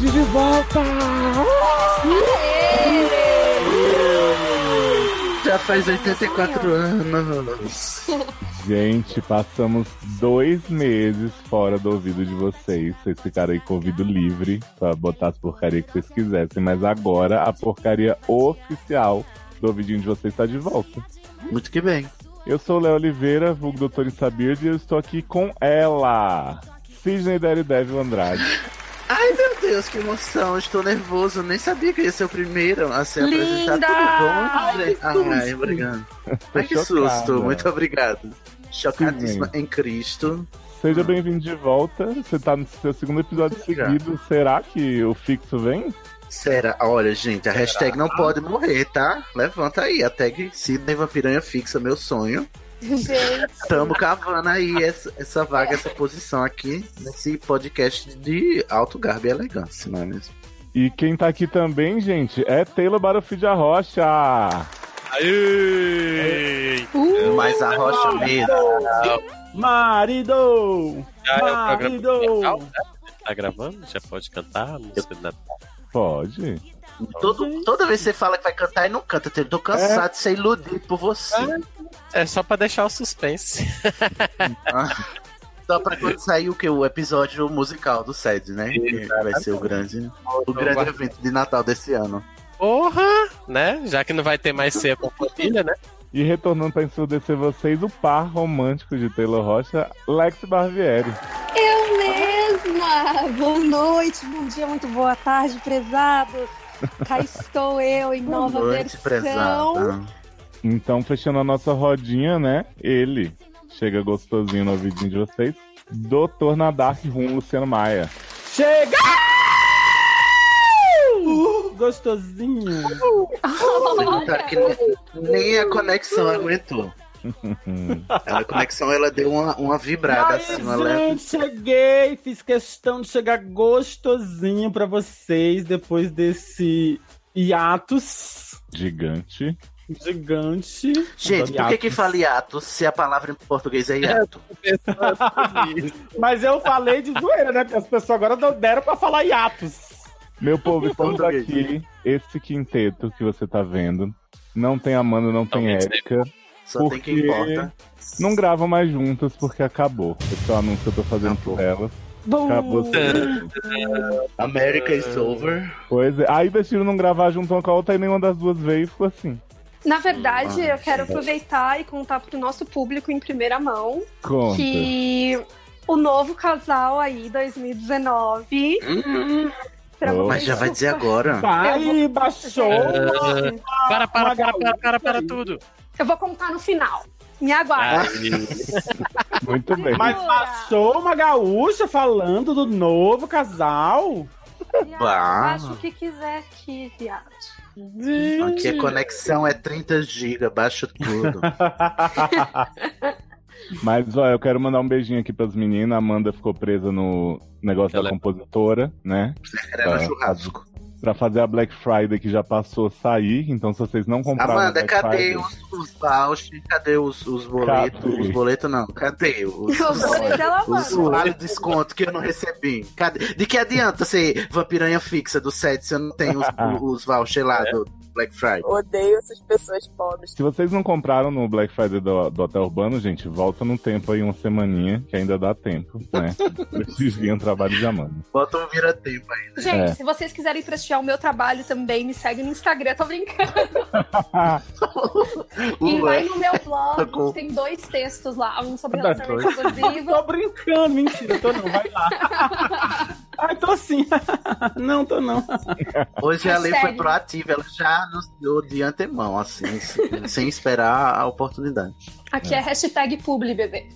de volta! Já faz 84 anos. Gente, passamos dois meses fora do ouvido de vocês. Vocês ficaram aí com o ouvido livre pra botar as porcarias que vocês quisessem. Mas agora a porcaria oficial do ouvidinho de vocês tá de volta. Muito que bem. Eu sou o Léo Oliveira, vulgo Doutor Insabird, e eu estou aqui com ela, Sidney Daredevil Andrade. Ai, meu Deus, que emoção. Estou nervoso. Nem sabia que ia ser o primeiro a ser Linda! apresentado. Tudo bom? Ai, que susto! Ai, obrigado. Tô Ai, que chocada. susto. Muito obrigado. Chocadíssima em Cristo. Seja bem-vindo de volta. Você tá no seu segundo episódio Obrigado. seguido. Será que o fixo vem? Será? Olha, gente, a hashtag não pode morrer, tá? Levanta aí. A tag Sidney Vampiranha fixa, meu sonho. Gente, Estamos cavando aí essa, essa vaga, essa posição aqui nesse podcast de alto garbo e elegância, não é mesmo? E quem tá aqui também, gente, é Taylor Barofi de Arrocha. Aê! uh, Mas a rocha mesmo. Marido! Já é o Marido! programa musical, né? Tá gravando? Já pode cantar a música da Pode. Todo, toda vez que você fala que vai cantar e não canta, eu tô cansado de ser iludido por você. É só pra deixar o suspense. Só pra quando sair o que? O episódio musical do SED, né? Que vai ser o grande, o grande evento de Natal desse ano. Porra! Né? Já que não vai ter mais ceia com família, né? E retornando pra ensurdecer vocês, o par romântico de Taylor Rocha, Lex Barbieri. eu mesma! Boa noite, bom dia, muito boa tarde, prezados! Cá estou eu em Boa nova versão. prezada. Então, fechando a nossa rodinha, né? Ele chega gostosinho no ouvidinho de vocês. Doutor na Dark Room, Luciano Maia. Chega! Gostosinho! Você tá aqui, nem a conexão aguentou. Hum. A conexão ela deu uma, uma vibrada Aí, assim, uma leve. gente, cheguei! Fiz questão de chegar gostosinho pra vocês depois desse hiatus Gigante. gigante. Gente, por que que fala hiato se a palavra em português é hiato? Mas eu falei de zoeira, né? Porque as pessoas agora não deram pra falar hiatus. Meu povo, estamos Português. aqui. Esse quinteto que você tá vendo. Não tem Amanda, não tem Talvez Érica. Só tem Porque quem importa. não gravam mais juntas porque acabou. Esse é o anúncio que eu tô fazendo Acabou. por elas. Bom, Acabou. sendo- America is over. Pois é. Aí decidiram não gravar junto uma com a outra e nenhuma das duas veio e ficou assim. Na verdade, Ah, eu quero sim. aproveitar e contar pro nosso público em primeira mão Conta. que o novo casal aí, 2019. pra Oh. Uhum. Mas já vai dizer uh, agora. Vai, baixou. É. Para, para, para, Uma para, para, para galera. tudo! Eu vou contar no final. Me Ah, aguarda. Muito bem. Mas Jura? baixou uma gaúcha falando do novo casal. Viado, Bah. Acho o que quiser aqui, viado. Aqui a conexão é 30 GB, baixo tudo. Mas, ó, eu quero mandar um beijinho aqui pras meninas. A Amanda ficou presa no negócio da Ela- compositora, né? Era Tá. é no churrasco. Pra fazer a Black Friday que já passou sair. Então, se vocês não compraram. a Amanda, Black cadê Friday, os, os vouchers? Cadê os, os boletos? Cadê? Os boletos não, cadê os. Eu vou os... dizer ela, Os mano. vale desconto que eu não recebi. Cadê? De que adianta ser vampiranha fixa do set se eu não tenho os, os vouchers lá do Black Friday? Odeio essas pessoas pobres. Se vocês não compraram no Black Friday do, do Hotel Urbano, gente, volta no tempo aí, uma semaninha, que ainda dá tempo, né? Desvia um trabalho de Amanda. Bota um vira-tempo aí. Gente, É. se vocês quiserem prestigiar o meu trabalho também, me segue no Instagram, tô brincando. E vai Ué, no meu Socorro. blog, tem dois textos lá, um sobre Tá relacionamento exclusivo. Tô brincando, mentira, tô não, vai lá. Ai, tô sim. Não, tô não. hoje a lei foi Sério. proativa, ela já anunciou de antemão, assim, sem- sem esperar a oportunidade. Aqui é hashtag publi, bebê.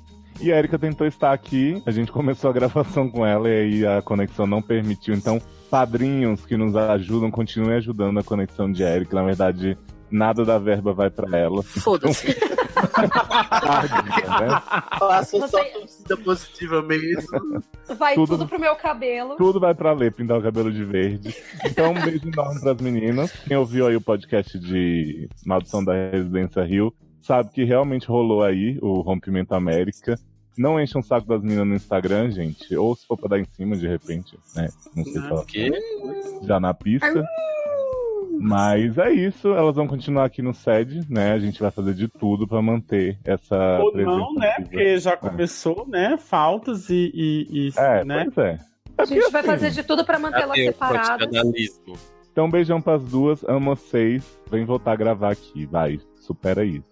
E a Erika tentou estar aqui, a gente começou a gravação com ela e aí a conexão não permitiu. Então, padrinhos que nos ajudam, continuem ajudando a conexão de Erika. Na verdade, nada da verba vai pra ela. Então, foda-se. Tadinha, né? Faça só Você- torcida positiva mesmo. Vai Tudo- tudo, pro meu cabelo. Tudo vai pra Lê pintar o cabelo de verde. Então, um beijo enorme pras meninas. Quem ouviu aí o podcast de Maldição da Residência Rio sabe que realmente rolou aí o Rompimento América. Não encham o saco das meninas no Instagram, gente. Ou se for pra dar em cima, de repente, né? Não sei se ela Que? já na pista. Mas é isso, elas vão continuar aqui no sede, né? A gente vai fazer de tudo pra manter essa Ou presença não, né? ativa. Porque já começou, né? Faltas e. e, e É, né? pois é. A gente vai fazer de tudo pra mantê-las Cadê o separadas. profissionalismo? Então, beijão pras duas, amo vocês. Vem voltar a gravar aqui, vai. Supera isso.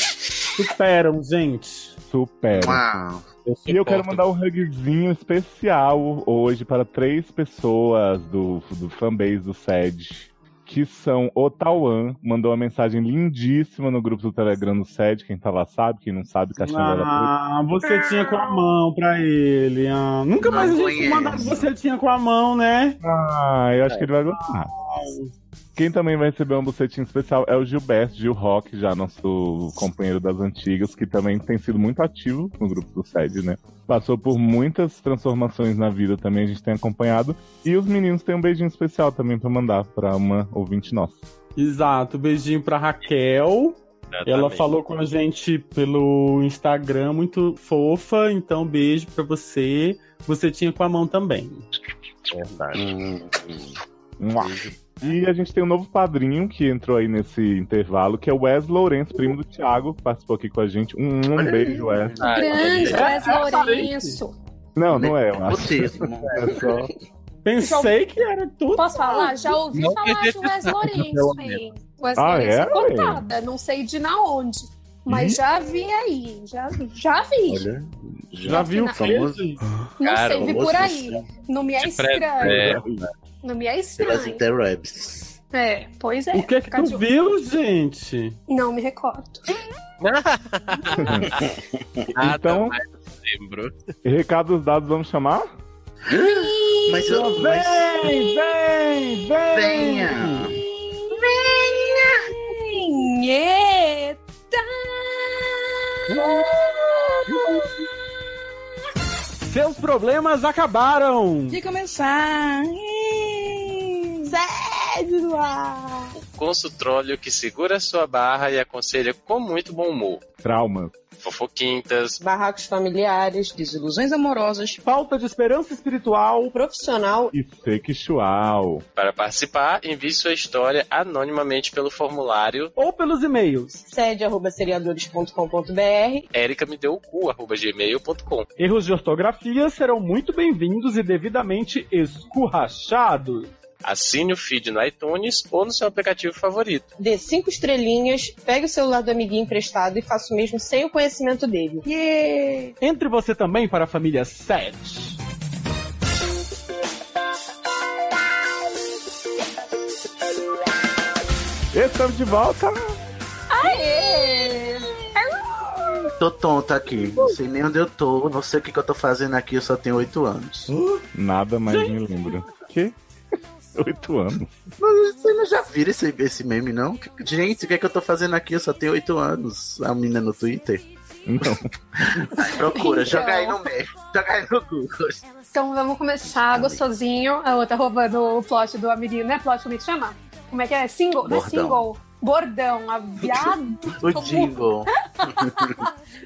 Superam, gente. Supera. Uau. E eu quero Suporto. mandar um hugzinho especial hoje para três pessoas do, do fanbase do SED, que são o Tauan, mandou uma mensagem lindíssima no grupo do Telegram do SED, quem tá lá sabe, quem não sabe, caixinha dela preta. Ah, você tinha com a mão pra ele. ah. Nunca Não mais a gente conheço. mandava você tinha com a mão, né? Ah, eu acho que ele vai gostar. Quem também vai receber um bucetinho especial é o Gilberto, Gil Rock, já nosso companheiro das antigas, que também tem sido muito ativo no grupo do SED, né? Passou por muitas transformações na vida também, a gente tem acompanhado. E os meninos têm um beijinho especial também pra mandar pra uma ouvinte nossa. Exato. Beijinho pra Raquel. Ela Exatamente. falou com a gente pelo Instagram, muito fofa. Então, beijo pra você. Você tinha com a mão também. Verdade. Mua. E a gente tem um novo padrinho que entrou aí nesse intervalo, que é o Wes Lourenço, primo do Thiago, que participou aqui com a gente. Um, um beijo, Wes. Ah, Grande, então, Wes Lourenço. Não, não é, eu acho. Autismo. É só... Pensei que era tudo. Posso falar? Ah, Já ouvi Não falar de Wes pelo Lourenço, hein? Wes Ah, Lourenço é? Hum? é contada, não sei de na onde. Mas já vi aí, já, já vi. Olha. Já viu o Famoso. que? não cara, sei, vi Famoso por aí. assim, Não me é De pré- estranho. É. Não me é Pelas estranho. interwebs. É, pois é. O que é que fica de tu olho. viu, gente? Não me recordo. nada Então- mais lembro. Recados dados, vamos chamar? Mas eu. Mas... Vem, vem, vem! Venha! Vinheta! Seus problemas acabaram! De começar. Ih, Sede no ar. O consultróleo que segura sua barra e aconselha com muito bom humor. Traumas. Fofoquintas, barracos familiares, desilusões amorosas, Falta de esperança espiritual. profissional. e sexual. para participar, envie sua história anonimamente pelo formulário Ou pelos e-mails. Sede arroba seriadores.com.br. ericamedeucu.gmail.com Erros de ortografia serão muito bem-vindos e devidamente escurrachados. Assine o feed no iTunes ou no seu aplicativo favorito. Dê cinco estrelinhas, pegue o celular do amiguinho emprestado e faça o mesmo sem o conhecimento dele. Yeah. Entre você também para a família 7. Estamos de volta! Tô tonto aqui. Não sei nem onde eu tô. Não sei o que, que eu tô fazendo aqui. Eu só tenho oito anos. Hum? Nada mais me lembro. Que? Oito anos. Você não já viram esse, esse meme, não? Gente, o que é que eu tô fazendo aqui? Eu só tenho oito anos. A menina no Twitter. Não. Ai, procura, Então. joga aí no meio. Joga aí no Google. Então vamos começar gostosinho. A outra roubando o plot do amiguinho, né? Plot como é que chama? Como é que é? Single? Não é Bordão. single. Bordão. A viado. O jingle.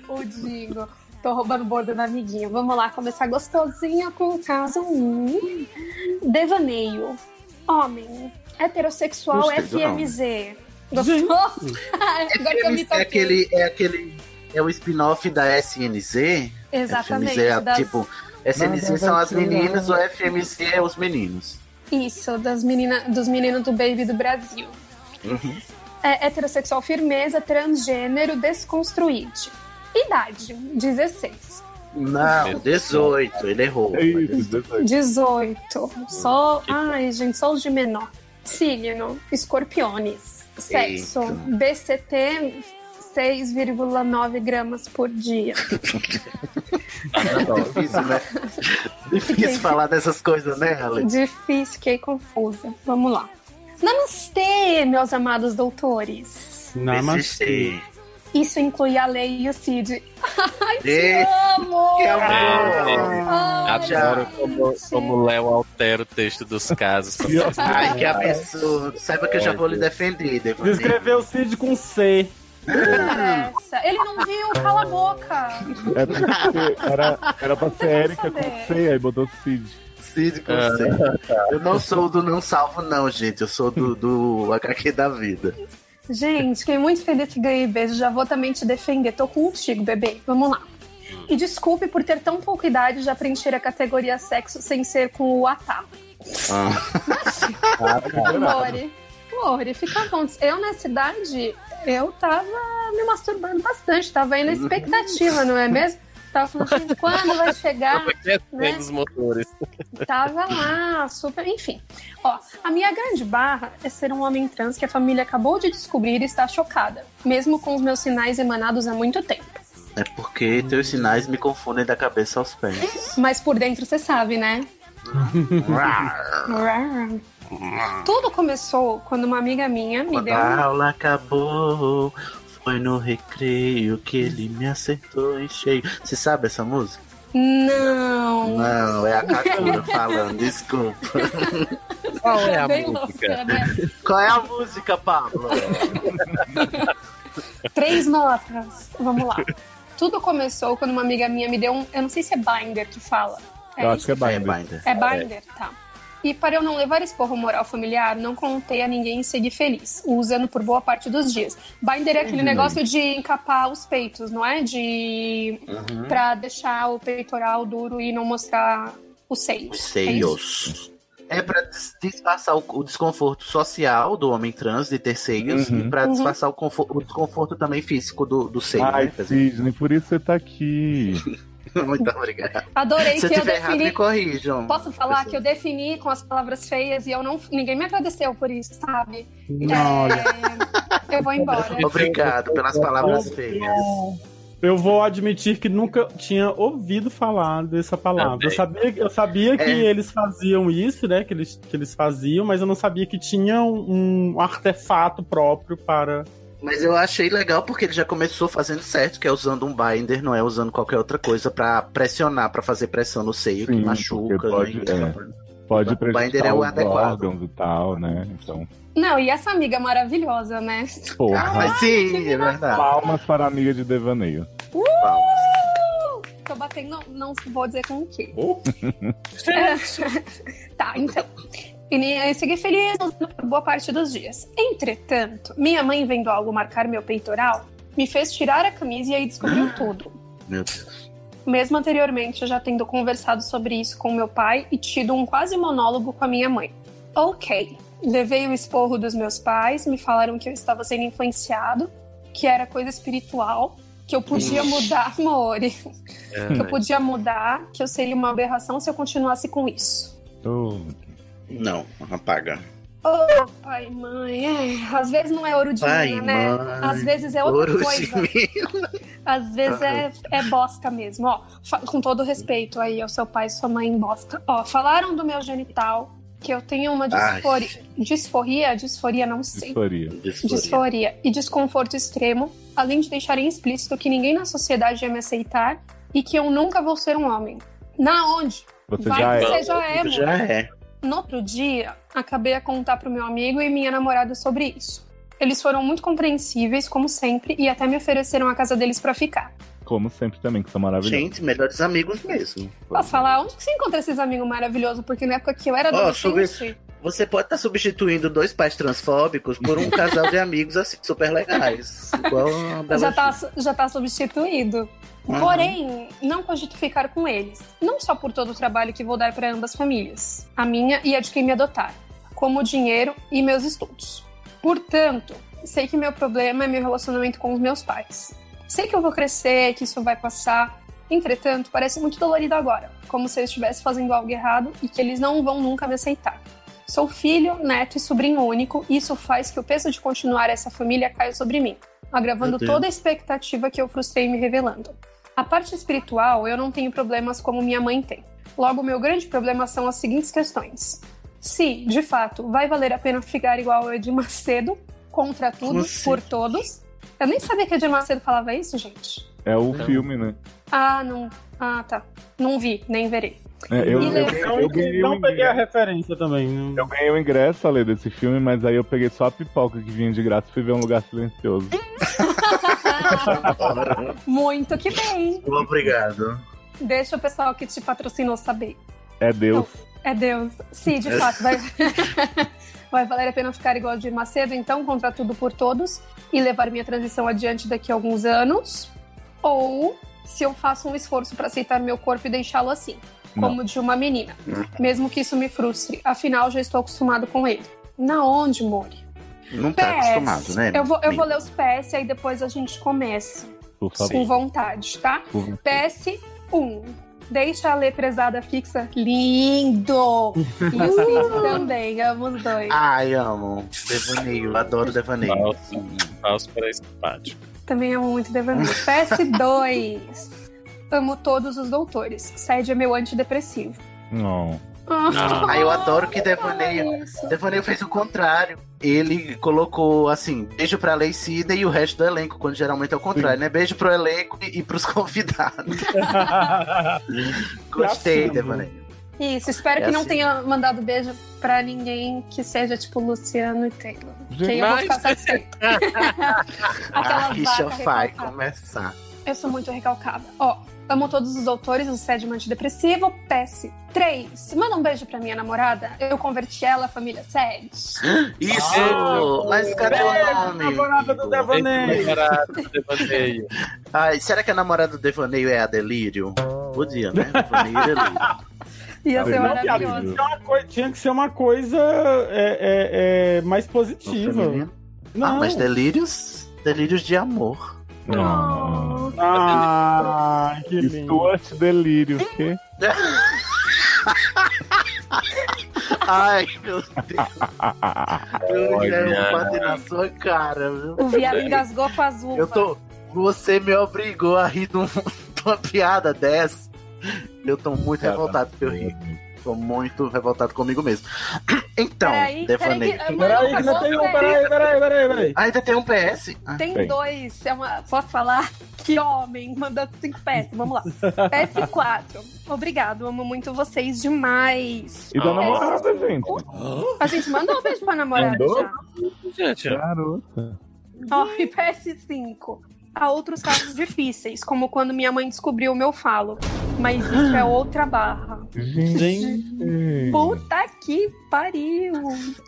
o digo. Tô roubando o bordão da amiguinha. Vamos lá, começar gostosinha com o caso 1. Devaneio. Homem. Heterossexual Gostei do FMZ. Gostoso? Agora que eu me É toquei. aquele. É aquele. É o spin-off da SNZ. Exatamente. FMZ é das- tipo. SNZ são as meninas, o FMZ é os meninos. Isso, das menina, dos meninos do Baby do Brasil. Uhum. É, heterossexual firmeza, transgênero, desconstruído. Idade, 16. Não, 18, ele errou. É isso, 18. 18. Só. Ai, gente, só os de menor. Signo: escorpiones. Sexo: Eita. BCT 6,9 gramas por dia. Difícil, né? Difícil falar dessas coisas, né, Ale? Difícil, fiquei confusa. Vamos lá. Namastê, meus amados doutores. Namastê. Persistir. Isso inclui a lei e o Cid. Ai, te Gente, amo! Que É. amor! Ai, Adoro gente. como, como o Léo altera o texto dos casos. é Ai, que absurdo. Saiba que eu já vou lhe defender, Devaneio. Descreveu o Cid com C. interessa. Ele não viu, cala a boca. É porque era, era pra ser quero Erika saber. com C, aí botou Cid. Cid com C. Eu não sou do não salvo, não, gente. Eu sou do, do HQ da vida. Gente, fiquei muito feliz que ganhei beijo. Já vou também te defender. Tô contigo, bebê. Vamos lá. E desculpe por ter tão pouca idade já preencher a categoria sexo sem ser com o Atá. Ah, Lore, Lore, fica à vontade. Eu, nessa idade, eu tava me masturbando bastante. Tava aí na expectativa, não é mesmo? Tava falando, gente, quando vai chegar? Né? os motores. Tava lá, super. Enfim. Ó, a minha grande barra é ser um homem trans que a família acabou de descobrir e está chocada, mesmo com os meus sinais emanados há muito tempo. é porque teus sinais me confundem da cabeça aos pés. Mas por dentro você sabe, né? Tudo começou quando uma amiga minha me Quando deu. um a aula acabou, foi no recreio que ele me acertou em cheio. Você sabe essa música? Não! Não, é a Kakura falando, desculpa. Qual é a Bem música? louca, né? Qual é a música, Pablo? Três notas. Vamos lá. Tudo começou quando uma amiga minha me deu um. Eu não sei se é binder que fala. Eu acho que é É, Binder. Binder. É binder, tá. E para eu não levar esporro moral familiar, não contei a ninguém e segui feliz, usando por boa parte dos dias. Binder é aquele Uhum. negócio de encapar os peitos, não é? De. Uhum. pra deixar o peitoral duro e não mostrar os seios. Os é isso? seios. É pra dis- disfarçar o, o desconforto social do homem trans de ter seios Uhum. e pra Uhum. disfarçar o, confo- o desconforto também físico do, do seio. Ai, né? Quer dizer, Sidney, por isso você tá aqui. Muito obrigado. Adorei Se eu que eu tiver errado, defini. me corrijam. Posso falar Pessoal. que eu defini com as palavras feias e eu não. Ninguém me agradeceu por isso, sabe? É, eu vou embora. Obrigado pelas palavras feias. Eu vou admitir que nunca tinha ouvido falar dessa palavra. Eu sabia, eu sabia que É. eles faziam isso, né? Que eles, que eles faziam, mas eu não sabia que tinha um, um artefato próprio para. Mas eu achei legal porque ele já começou fazendo certo, que é usando um binder, não é usando qualquer outra coisa pra pressionar, pra fazer pressão no seio, Sim, que machuca. porque pode- é. né? Pode O Binder é prejudicar o os adequado. órgãos e tal, né? Então, Não, e essa amiga maravilhosa, né? Ah, porra. mas sim, é verdade. Palmas para a amiga de devaneio. Tô batendo, não vou dizer com o quê. É. Oh. tá, então. E nem- eu segui feliz por boa parte dos dias. Entretanto, minha mãe vendo algo marcar meu peitoral, me fez tirar a camisa e aí descobriu tudo. Meu Deus. Mesmo anteriormente, eu já tendo conversado sobre isso com meu pai e tido um quase monólogo com a minha mãe. Ok, levei o esporro dos meus pais, me falaram que eu estava sendo influenciado, que era coisa espiritual, que eu podia mudar, Mori, É, que né? eu podia mudar, que eu seria uma aberração se eu continuasse com isso. Oh, Não, apaga. Ô, pai, mãe, é, às vezes não é ouro de Pai, mina, né? mãe, Às vezes é outra Ouro coisa. de mim. Às vezes é, é bosta mesmo, ó. Fa- Com todo respeito aí ao seu pai e sua mãe, bosta. Ó, falaram do meu genital, que eu tenho uma Ai. disforia. Disforia? Disforia, não sei. história. Disforia. Disforia e desconforto extremo, além de deixarem explícito que ninguém na sociedade ia me aceitar e que eu nunca vou ser um homem. Na onde? Você Vai já que é. você já é, mulher. Já é. No outro dia, acabei a contar pro meu amigo e minha namorada sobre isso. Eles foram muito compreensíveis, como sempre, e até me ofereceram a casa deles pra ficar. Como sempre também, que são maravilhosos. Gente, é melhores amigos mesmo. Posso falar? Onde que você encontra esses amigos maravilhosos? Porque na época que eu era Ó, adolescente... Você pode estar substituindo dois pais transfóbicos por um casal de amigos assim, super legais. Igual a Bela já tá, já tá substituído. Uhum. Porém, não cogito ficar com eles. Não só por todo o trabalho que vou dar para ambas famílias, a minha e a de quem me adotar, como o dinheiro e meus estudos. Portanto, sei que meu problema é meu relacionamento com os meus pais. Sei que eu vou crescer, que isso vai passar. Entretanto, parece muito dolorido agora, como se eu estivesse fazendo algo errado e que eles não vão nunca me aceitar. Sou filho, neto e sobrinho único, e isso faz que o peso de continuar essa família caia sobre mim agravando Meu Deus. toda a expectativa que eu frustrei me revelando. A parte espiritual, eu não tenho problemas como minha mãe tem. Logo, meu grande problema são as seguintes questões. Se, de fato, vai valer a pena ficar igual a Edir Macedo, contra tudo, Você. por todos. Eu nem sabia que Edir Macedo falava isso, gente. É o filme, né? Ah, não. Ah, tá. Não vi, nem verei. É, eu, E eu- lembra- eu Não, ganhei o Então, não peguei a ingresso, referência também. né? eu ganhei o ingresso, Ale, desse filme, mas aí eu peguei só a pipoca que vinha de graça e fui ver um lugar um silencioso. Muito que bem. Obrigado. Deixa o pessoal que te patrocinou saber. É Deus. É Deus. Sim, de fato. Vai, vai valer a pena ficar igual a Dir Macedo, então, contra tudo por todos e levar minha transição adiante daqui a alguns anos. Ou se eu faço um esforço para aceitar meu corpo e deixá-lo assim, Não. como de uma menina. Mesmo que isso me frustre, afinal já estou acostumado com ele. Na onde, Mori? Não tá PS. acostumado, né? Eu vou, eu vou ler os PS e aí depois a gente começa Por com favor. vontade, tá? Por- PS1. Deixa a letrezada fixa. Lindo! E assim também, amo os dois. Ai, amo. Devaneio, adoro devaneio. Falso. Falso para simpático. Também amo muito Devaneio. PS2. Amo todos os doutores. Sede é meu antidepressivo. Não. Ah. Ai, eu adoro que Devaneio. Devaneio. Devaneio fez o contrário. Ele colocou assim: beijo pra Leicida e o resto do elenco, quando geralmente é o contrário, né? Beijo pro elenco e, e pros convidados. Gostei, Pra cima. Devaneio. Isso, espero É que não assim. tenha mandado beijo pra ninguém que seja tipo Luciano e Taylor. Que aí eu vou Mas- ficar satisfeita. Aquela A rixa vaca vai recalcada. começar. Eu sou muito recalcada. Ó, amo todos os autores do Sede Antidepressivo, PS3. Manda um beijo pra minha namorada. Eu converti ela à família Sede. Isso! Mas cadê o nome? namorada do Igor? Devaneio. Namorado, devaneio. Ai, será que a namorada do Devaneio é a Delírio? Podia, né? Devaneio e Delírio. Ia ser Não, maravilhoso. Tinha, uma coi- tinha que ser uma coisa é, é, é, mais positiva. Ah, Não, mas delírios. Delírios de amor. Não. Ah, que lindo. Stuart Delírio, o quê? Ai, meu Deus. Ah, Eu Olha. quero bater na é sua cara, viu? O viado engasgou com as uvas. Eu tô. Você me obrigou a rir de, um- de uma piada dessa. Eu tô muito revoltado que eu ri. Tô muito revoltado comigo mesmo. Então, Peraí, Devaneio. peraí, que- Peraí, que ainda tem um, peraí, peraí, peraí, peraí. Ah, ainda tem um PS? Ah, Tem Tem. dois, é uma, posso falar? Que homem, mandando cinco PS, vamos lá. PS4, obrigado, amo muito vocês demais. E da namorada, gente. A gente mandou um beijo pra namorada Mandou? já. Gente, Garota. Ó, e PS5, há outros casos difíceis, como quando minha mãe descobriu o meu falo. Mas isso é outra barra. Gente. Puta que pariu.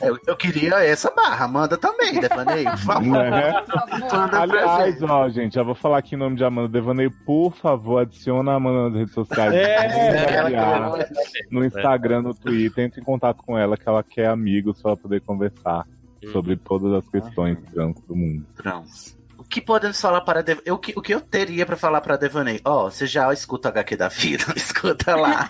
eu, eu queria essa barra. Manda também, Devaneio. Por favor. Né? Por favor. Manda pra Aliás, gente. ó, gente, já vou falar aqui em nome de Amanda Devaneio. Por favor, adiciona a Amanda nas redes sociais. É, Ela Aliás, quer- né, no Instagram, no Twitter. Entre em contato com ela, que ela quer amigos pra poder conversar Uhum. sobre todas as questões trans do mundo. Trans. O que podemos falar para Dev... eu, que- O que eu teria pra falar para Devaney? Ó, você já escuta o HQ da vida, escuta lá.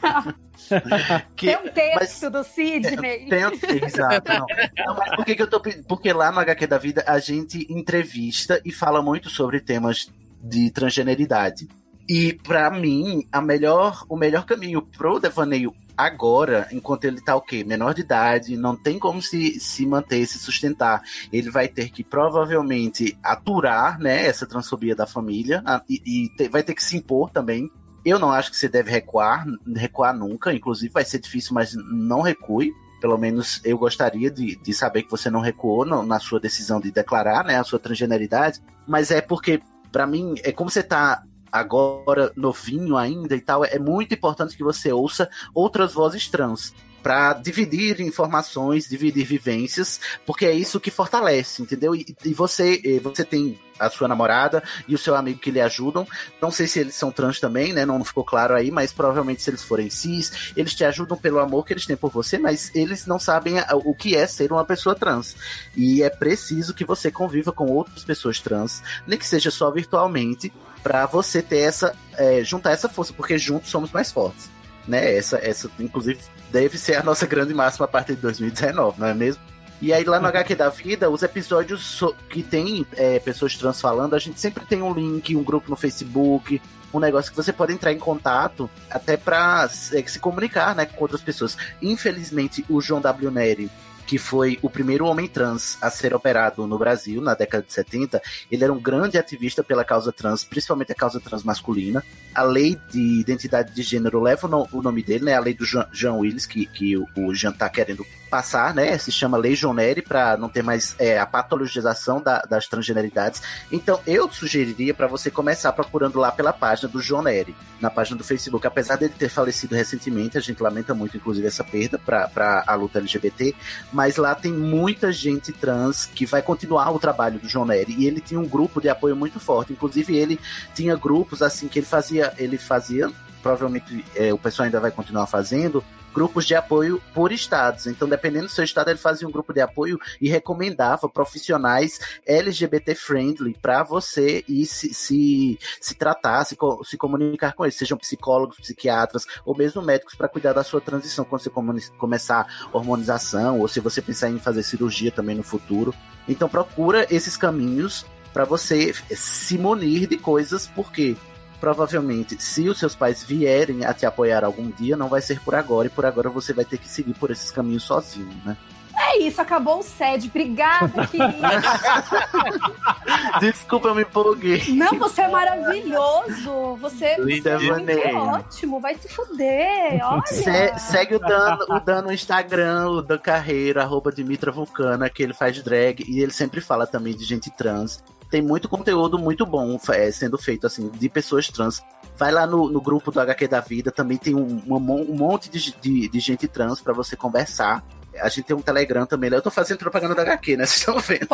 que Tem um texto mas- do Sidney. tem o- Exato, não. Não, mas por que, que eu tô pe- Porque lá no HQ da vida a gente entrevista e fala muito sobre temas de transgeneridade. E pra mim, a melhor, o melhor caminho pro Devaneio agora, enquanto ele tá o quê? Menor de idade, não tem como se, se manter, se sustentar. Ele vai ter que provavelmente aturar, né, essa transfobia da família a- e, e te- vai ter que se impor também. Eu não acho que você deve recuar, recuar nunca, inclusive vai ser difícil, mas não recue. Pelo menos eu gostaria de, de saber que você não recuou no- na sua decisão de declarar, né, a sua transgeneridade. Mas é porque, pra mim, é como você tá agora novinho ainda e tal, é muito importante que você ouça outras vozes trans para dividir informações, dividir vivências, porque é isso que fortalece, entendeu? E, e você, eh, você tem a sua namorada e o seu amigo que lhe ajudam. Não sei se eles são trans também, né? Não ficou claro aí, mas provavelmente se eles forem cis, eles te ajudam pelo amor que eles têm por você, mas eles não sabem a- o que é ser uma pessoa trans. E é preciso que você conviva com outras pessoas trans, nem que seja só virtualmente, para você ter essa, eh, juntar essa força, porque juntos somos mais fortes né? Essa, essa, inclusive, deve ser a nossa grande máxima a partir de 2019, não é mesmo? E aí lá no HQ da Vida, os episódios so- que tem é, pessoas trans falando, a gente sempre tem um link, um grupo no Facebook, um negócio que você pode entrar em contato até pra é, se comunicar, né, com outras pessoas. Infelizmente, o João W. Neri, que foi o primeiro homem trans a ser operado no Brasil na década de 70, ele era um grande ativista pela causa trans, principalmente a causa trans masculina a lei de identidade de gênero leva o, no- o nome dele, né? A lei do Jean, Jean Willis, que, que o, o Jean tá querendo passar, né? Se chama Lei Joneri, para não ter mais é, a patologização da- das transgeneridades. Então, eu sugeriria para você começar procurando lá pela página do Joneri, na página do Facebook. Apesar dele ter falecido recentemente, a gente lamenta muito, inclusive, essa perda para a luta LGBT, mas lá tem muita gente trans que vai continuar o trabalho do Joneri. E ele tinha um grupo de apoio muito forte. Inclusive, ele tinha grupos assim que ele fazia, ele fazia, provavelmente é, o pessoal ainda vai continuar fazendo, grupos de apoio por estados. Então, dependendo do seu estado, ele fazia um grupo de apoio e recomendava profissionais LGBT friendly para você ir se, se, se tratar, se, co- se comunicar com eles, sejam psicólogos, psiquiatras ou mesmo médicos para cuidar da sua transição quando você comuni- começar hormonização ou se você pensar em fazer cirurgia também no futuro. Então, procura esses caminhos para você se munir de coisas, porque provavelmente, se os seus pais vierem a te apoiar algum dia, não vai ser por agora, e por agora você vai ter que seguir por esses caminhos sozinho, né? É isso, acabou o sede. Obrigada, querida. Desculpa, eu me empolguei. Não, você é maravilhoso. Você, Linda você é maneira. ótimo, vai se fuder. Olha. Se- segue o Dan, o Dan no Instagram, o Dan Carreiro, arroba Dimitra Vulcana, que ele faz drag e ele sempre fala também de gente trans. Tem muito conteúdo muito bom é, sendo feito, assim, de pessoas trans. Vai lá no, no grupo do HQ da Vida, também tem um, uma mon- um monte de, de- de gente trans pra você conversar. A gente tem um Telegram também. lá. Eu tô fazendo propaganda do HQ, né? Vocês estão vendo.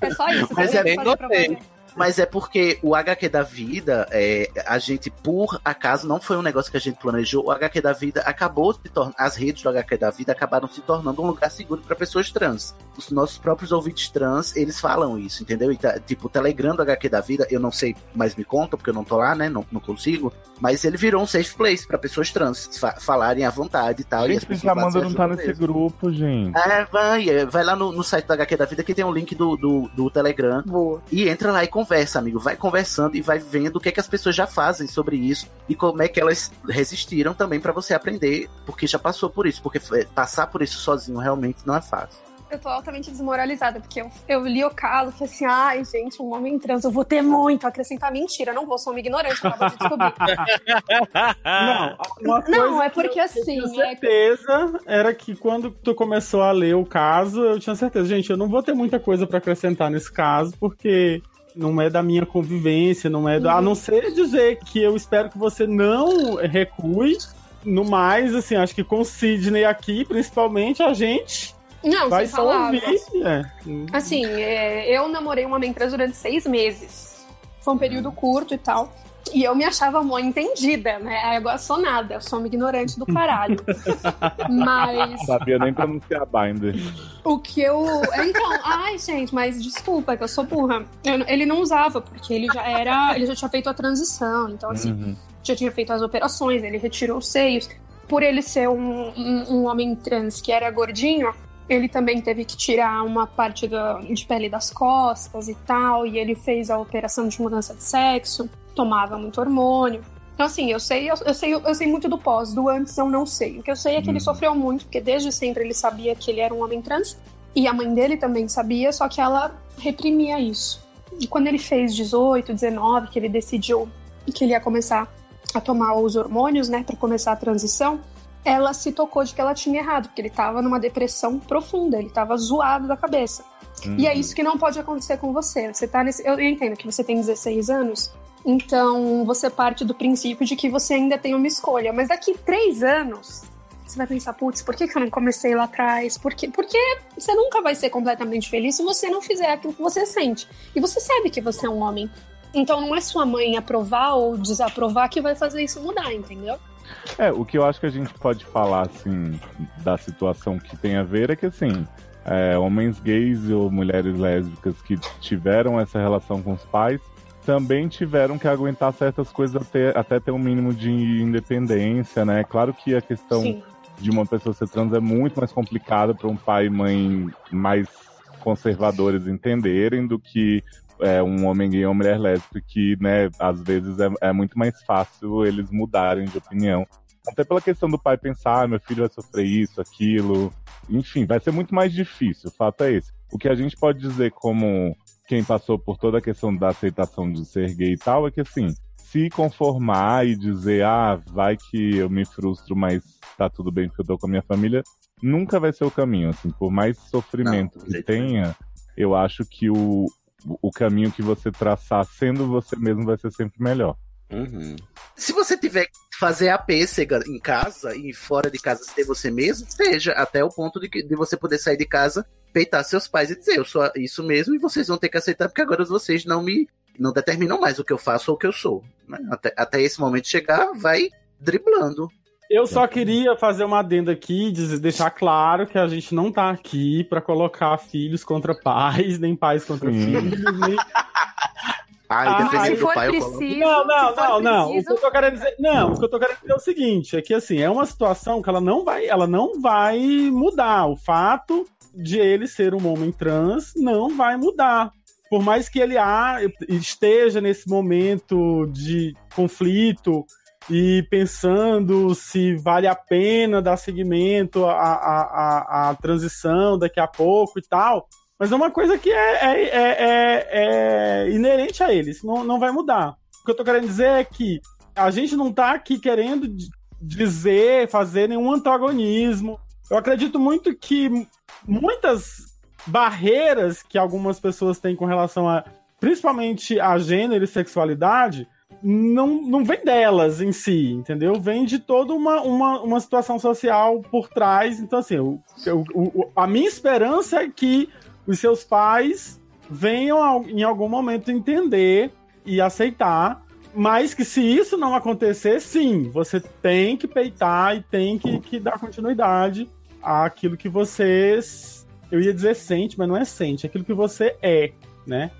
É só isso. Mas você é bem pode gostei. propaganda. Mas é porque o HQ da Vida, é, a gente, por acaso, não foi um negócio que a gente planejou. O HQ da Vida acabou se tornando. As redes do HQ da Vida acabaram se tornando um lugar seguro para pessoas trans. Os nossos próprios ouvintes trans, eles falam isso, entendeu? E tá- tipo, o Telegram do HQ da Vida, eu não sei, mas me conta, porque eu não tô lá, né? Não, não consigo. Mas ele virou um safe place para pessoas trans fa- falarem à vontade e tal. e as Gente, pessoas a lá se Amanda não tá ajudam nesse mesmo. grupo, gente. É, vai, é, vai lá no, no site do HQ da Vida que tem um link do, do, do Telegram Boa. e entra lá e conversa, amigo. Vai conversando e vai vendo o que é que as pessoas já fazem sobre isso e como é que elas resistiram também pra você aprender, porque já passou por isso, porque é, passar por isso sozinho realmente não é fácil. Eu tô altamente desmoralizada, porque eu, eu li o caso, falei assim, ai, gente, um homem trans, eu vou ter muito a acrescentar. Mentira, eu não vou, sou uma ignorante, eu acabo de descobrir. Não, uma Ah. não, coisa é porque assim, Eu tinha é certeza era que quando tu começou a ler o caso, eu tinha certeza, gente, eu não vou ter muita coisa pra acrescentar nesse caso, porque não é da minha convivência, não é Uhum. da... A não ser dizer que eu espero que você não recue, no mais, assim, acho que com o Sidney aqui, principalmente, a gente Não, vai sem só palavras. ouvir, né? Assim, é, eu namorei uma homem trans durante seis meses. Foi um período Hum. curto e tal. E eu me achava mó entendida, né? Aí Agora sou nada, eu sou uma ignorante do caralho. Mas Não sabia nem pronunciar Binder. o que eu. é, Então, ai, gente, mas desculpa, que eu sou burra. Eu- ele não usava, porque ele já era. Ele já tinha feito a transição. Então, assim, Uhum. já tinha feito as operações, ele retirou os seios. Por ele ser um, um- um homem trans que era gordinho, ele também teve que tirar uma parte da- de pele das costas e tal, e ele fez a operação de mudança de sexo, tomava muito hormônio. Então, assim, eu sei, eu, eu sei, eu sei muito do pós, do antes eu não sei. O que eu sei é que ele Hum. sofreu muito, porque desde sempre ele sabia que ele era um homem trans, e a mãe dele também sabia, só que ela reprimia isso. E quando ele fez 18, 19, que ele decidiu que ele ia começar a tomar os hormônios, né, para começar a transição, ela se tocou de que ela tinha errado, porque ele tava numa depressão profunda, ele tava zoado da cabeça. E é isso que não pode acontecer com você. Você tá nesse, eu eu entendo que você tem 16 anos, então você parte do princípio de que você ainda tem uma escolha, mas daqui três anos você vai pensar, putz, por que, que eu não comecei lá atrás? Por quê? Porque você nunca vai ser completamente feliz se você não fizer aquilo que você sente. E você sabe que você é um homem. Então não é sua mãe aprovar ou desaprovar que vai fazer isso mudar, entendeu? É, o que eu acho que a gente pode falar, assim, da situação que tem a ver é que, assim, é, homens gays ou mulheres lésbicas que tiveram essa relação com os pais também tiveram que aguentar certas coisas até, até ter um mínimo de independência, né? Claro que a Então, questão de uma pessoa ser trans é muito mais complicado para um pai e mãe mais conservadores entenderem do que é, um homem gay ou uma mulher lésbica, que, né, às vezes é, é muito mais fácil eles mudarem de opinião. Até pela questão do pai pensar, ah, meu filho vai sofrer isso, aquilo. Enfim, vai ser muito mais difícil, o fato é esse. O que a gente pode dizer como quem passou por toda a questão da aceitação de ser gay e tal, é que assim, se conformar e dizer, ah, vai que eu me frustro, mas tá tudo bem porque eu tô com a minha família, nunca vai ser o caminho, assim, por mais sofrimento Não, de que jeito nenhum. tenha, eu acho que o, o caminho que você traçar sendo você mesmo vai ser sempre melhor. Uhum. Se você tiver que fazer a pêssega em casa e fora de casa ser você mesmo, seja até o ponto de, que- de você poder sair de casa, peitar seus pais e dizer, eu sou a- isso mesmo e vocês vão ter que aceitar porque agora vocês não me não determinam mais o que eu faço ou o que eu sou. né? Até, até esse momento chegar, vai driblando. Eu só queria fazer uma adenda aqui, dizer- deixar claro que a gente não tá aqui pra colocar filhos contra pais, nem pais contra Sim. filhos, nem Ai, Ah, dependendo se do for pai, eu coloco. preciso, Não, não, se for não, não. O que preciso, eu tô querendo dizer, não, o que eu tô querendo dizer é o seguinte, é que assim, é uma situação que ela não vai, ela não vai mudar. O fato de ele ser um homem trans não vai mudar. Por mais que ele ah, esteja nesse momento de conflito e pensando se vale a pena dar seguimento à, à, à, à transição daqui a pouco e tal. Mas é uma coisa que é, é, é, é- é inerente a ele, isso não, não vai mudar. O que eu tô querendo dizer é que a gente não tá aqui querendo di- dizer, fazer nenhum antagonismo. Eu acredito muito que m- muitas barreiras que algumas pessoas têm com relação a, principalmente a gênero e sexualidade, não, não vem delas em si, entendeu? Vem de toda uma, uma, uma situação social por trás. Então, assim, eu- eu- o- a minha esperança é que os seus pais venham ao- em algum momento entender e aceitar mas que se isso não acontecer, sim, você tem que peitar e tem que, que dar continuidade àquilo que você. s- Eu ia dizer sente, mas não é sente, é aquilo que você é, né?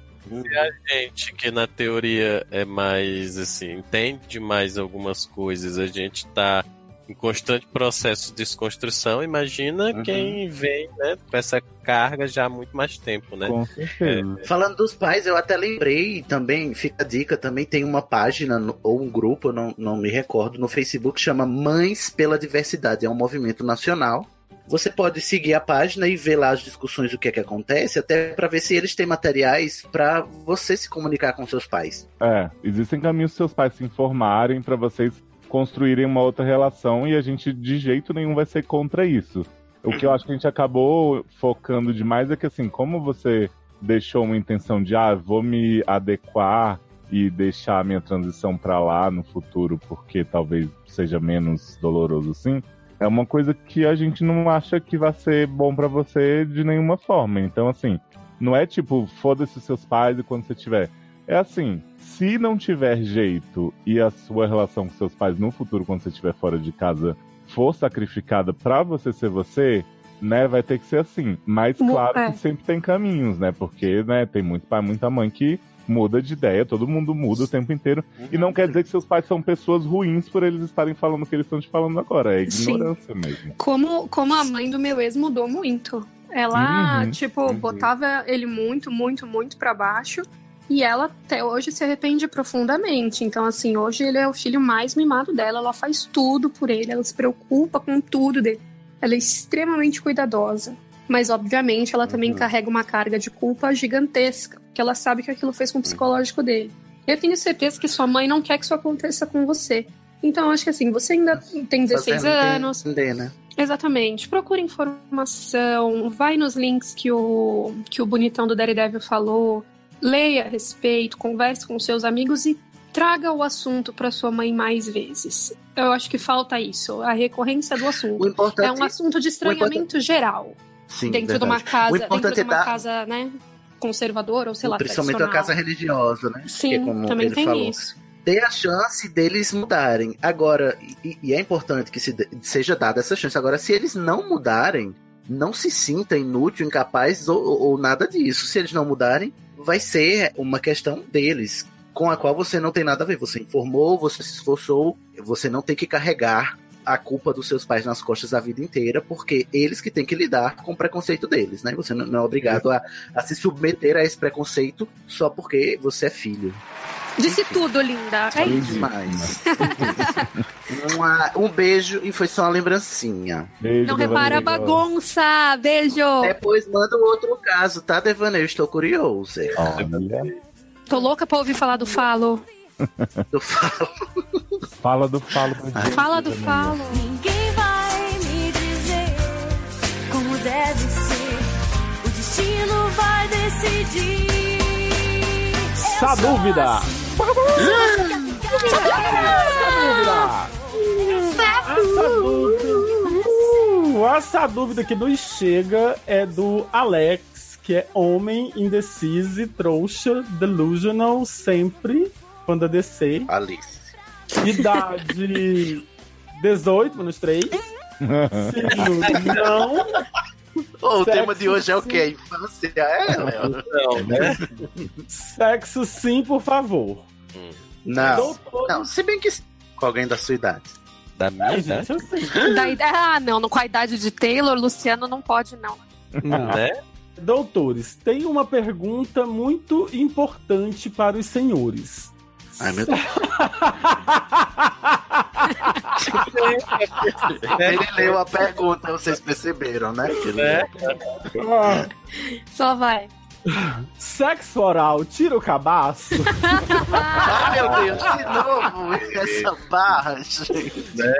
Gente, que na teoria é mais assim, entende mais algumas coisas, a gente tá em constante processo de desconstrução, imagina Uhum. quem vem, né, com essa carga já há muito mais tempo, É. né? Com certeza. Falando dos pais, eu até lembrei também, fica a dica, também tem uma página no- ou um grupo, eu não, não me recordo, no Facebook chama Mães pela Diversidade, é um movimento nacional. Você pode seguir a página e ver lá as discussões do que é que acontece, até pra ver se eles têm materiais pra você se comunicar com seus pais. É, existem caminhos que seus pais se informarem pra vocês construírem uma outra relação e a gente de jeito nenhum vai ser contra isso. O que eu acho que a gente acabou focando demais é que assim, como você deixou uma intenção de ah, vou me adequar e deixar a minha transição pra lá no futuro porque talvez seja menos doloroso assim, é uma coisa que a gente não acha que vai ser bom pra você de nenhuma forma. Então assim, não é tipo foda-se os seus pais e quando você tiver é assim, se não tiver jeito e a sua relação com seus pais no futuro, quando você estiver fora de casa, for sacrificada pra você ser você, né, vai ter que ser assim. Mas Mu- claro é. que sempre tem caminhos, né? Porque, né, tem muito pai, muita mãe que muda de ideia, todo mundo muda o tempo inteiro. E não quer dizer que seus pais são pessoas ruins por eles estarem falando o que eles estão te falando agora. É Sim. ignorância mesmo. Como, como a mãe do meu ex mudou muito. Ela, Uhum, tipo, uhum. botava ele muito, muito, muito pra baixo. E ela até hoje se arrepende profundamente. Então, assim, hoje ele é o filho mais mimado dela. Ela faz tudo por ele, ela se preocupa com tudo dele. Ela é extremamente cuidadosa. Mas, obviamente, ela também Uhum. carrega uma carga de culpa gigantesca. Porque ela sabe que aquilo fez com o psicológico dele. Eu tenho certeza que sua mãe não quer que isso aconteça com você. Então, acho que assim, você ainda tem 16 Pra você não anos, Entender, né? Exatamente. Procura informação, vai nos links que o, que o bonitão do Daredevil falou, leia a respeito, converse com seus amigos e traga o assunto para sua mãe mais vezes. Eu acho que falta isso, a recorrência do O assunto. importante É um assunto de estranhamento geral Sim, dentro de verdade. uma casa, dentro importante de é uma dar- casa, né, conservadora ou sei lá, Principalmente tradicional. a casa religiosa, né? Porque Sim, como também ele tem falou, isso. dê a chance deles mudarem. Agora, e, e é importante que se dê- seja dada essa chance. Agora, se eles não mudarem, não se sinta inútil, incapaz ou, ou- ou nada disso. Se eles não mudarem, vai ser uma questão deles, com a qual você não tem nada a ver. Você informou, você se esforçou, você não tem que carregar a culpa dos seus pais nas costas a vida inteira, porque eles que têm que lidar com o preconceito deles, né? Você não não é obrigado a, a se submeter a esse preconceito só porque você é filho. Disse tudo, linda. É Bem isso. demais. Uma- um beijo e foi só uma lembrancinha. Beijo, Não repara a Devaneio. bagunça. Beijo. Depois manda um outro caso, tá, Devaneio? Estou curioso. Olha, Tô louca pra ouvir falar do falo. Eu falo. fala do falo pra gente, né? Fala do Devaneio. falo. Ninguém vai me dizer deve ser. O destino vai decidir. Essa dúvida! Essa dúvida. Essa dúvida que nos chega é do Alex, que é homem indeciso, trouxa, delusional, sempre, quando a DC. Alice. Idade 18 menos 3. Signo não. Ô, o tema Sexo, de hoje é o sim. quê? Infância? É, Léo? Não, Sexo sim, por favor. Não. Doutor- Não, é se bem que sim, com alguém da sua idade. Da minha idade? Da ida- Ah, não, não, com a idade de Taylor, Luciano não pode, não. Não. Doutores, tem uma pergunta muito importante para os senhores. Ai, meu Deus. Ele leu a pergunta, vocês perceberam, É. né? Que ele- Ah, Só vai. sexo oral tira o cabaço? Ah, meu Deus, de novo essa barra, gente. Né,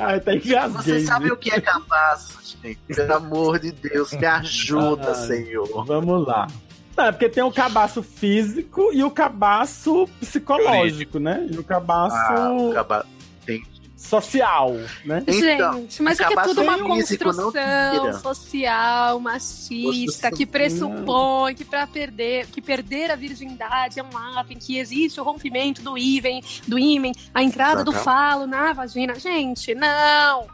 Ai, tá engasguei. Vocês sabem o que é cabaço, gente? Pelo amor de Deus, me ajuda, Ah. Ai. Senhor. Vamos lá. Não, é porque tem o cabaço físico e o cabaço psicológico, né? E o cabaço Ah, o caba- Tem- social, né? Então, Gente, mas é que é acabar tudo uma sem físico, não construção tira. social, machista, Construção. que pressupõe que para perder, que perder a virgindade é um ato em que existe o rompimento do íven, do ímen, a entrada do Exatamente. falo na vagina. Gente, não.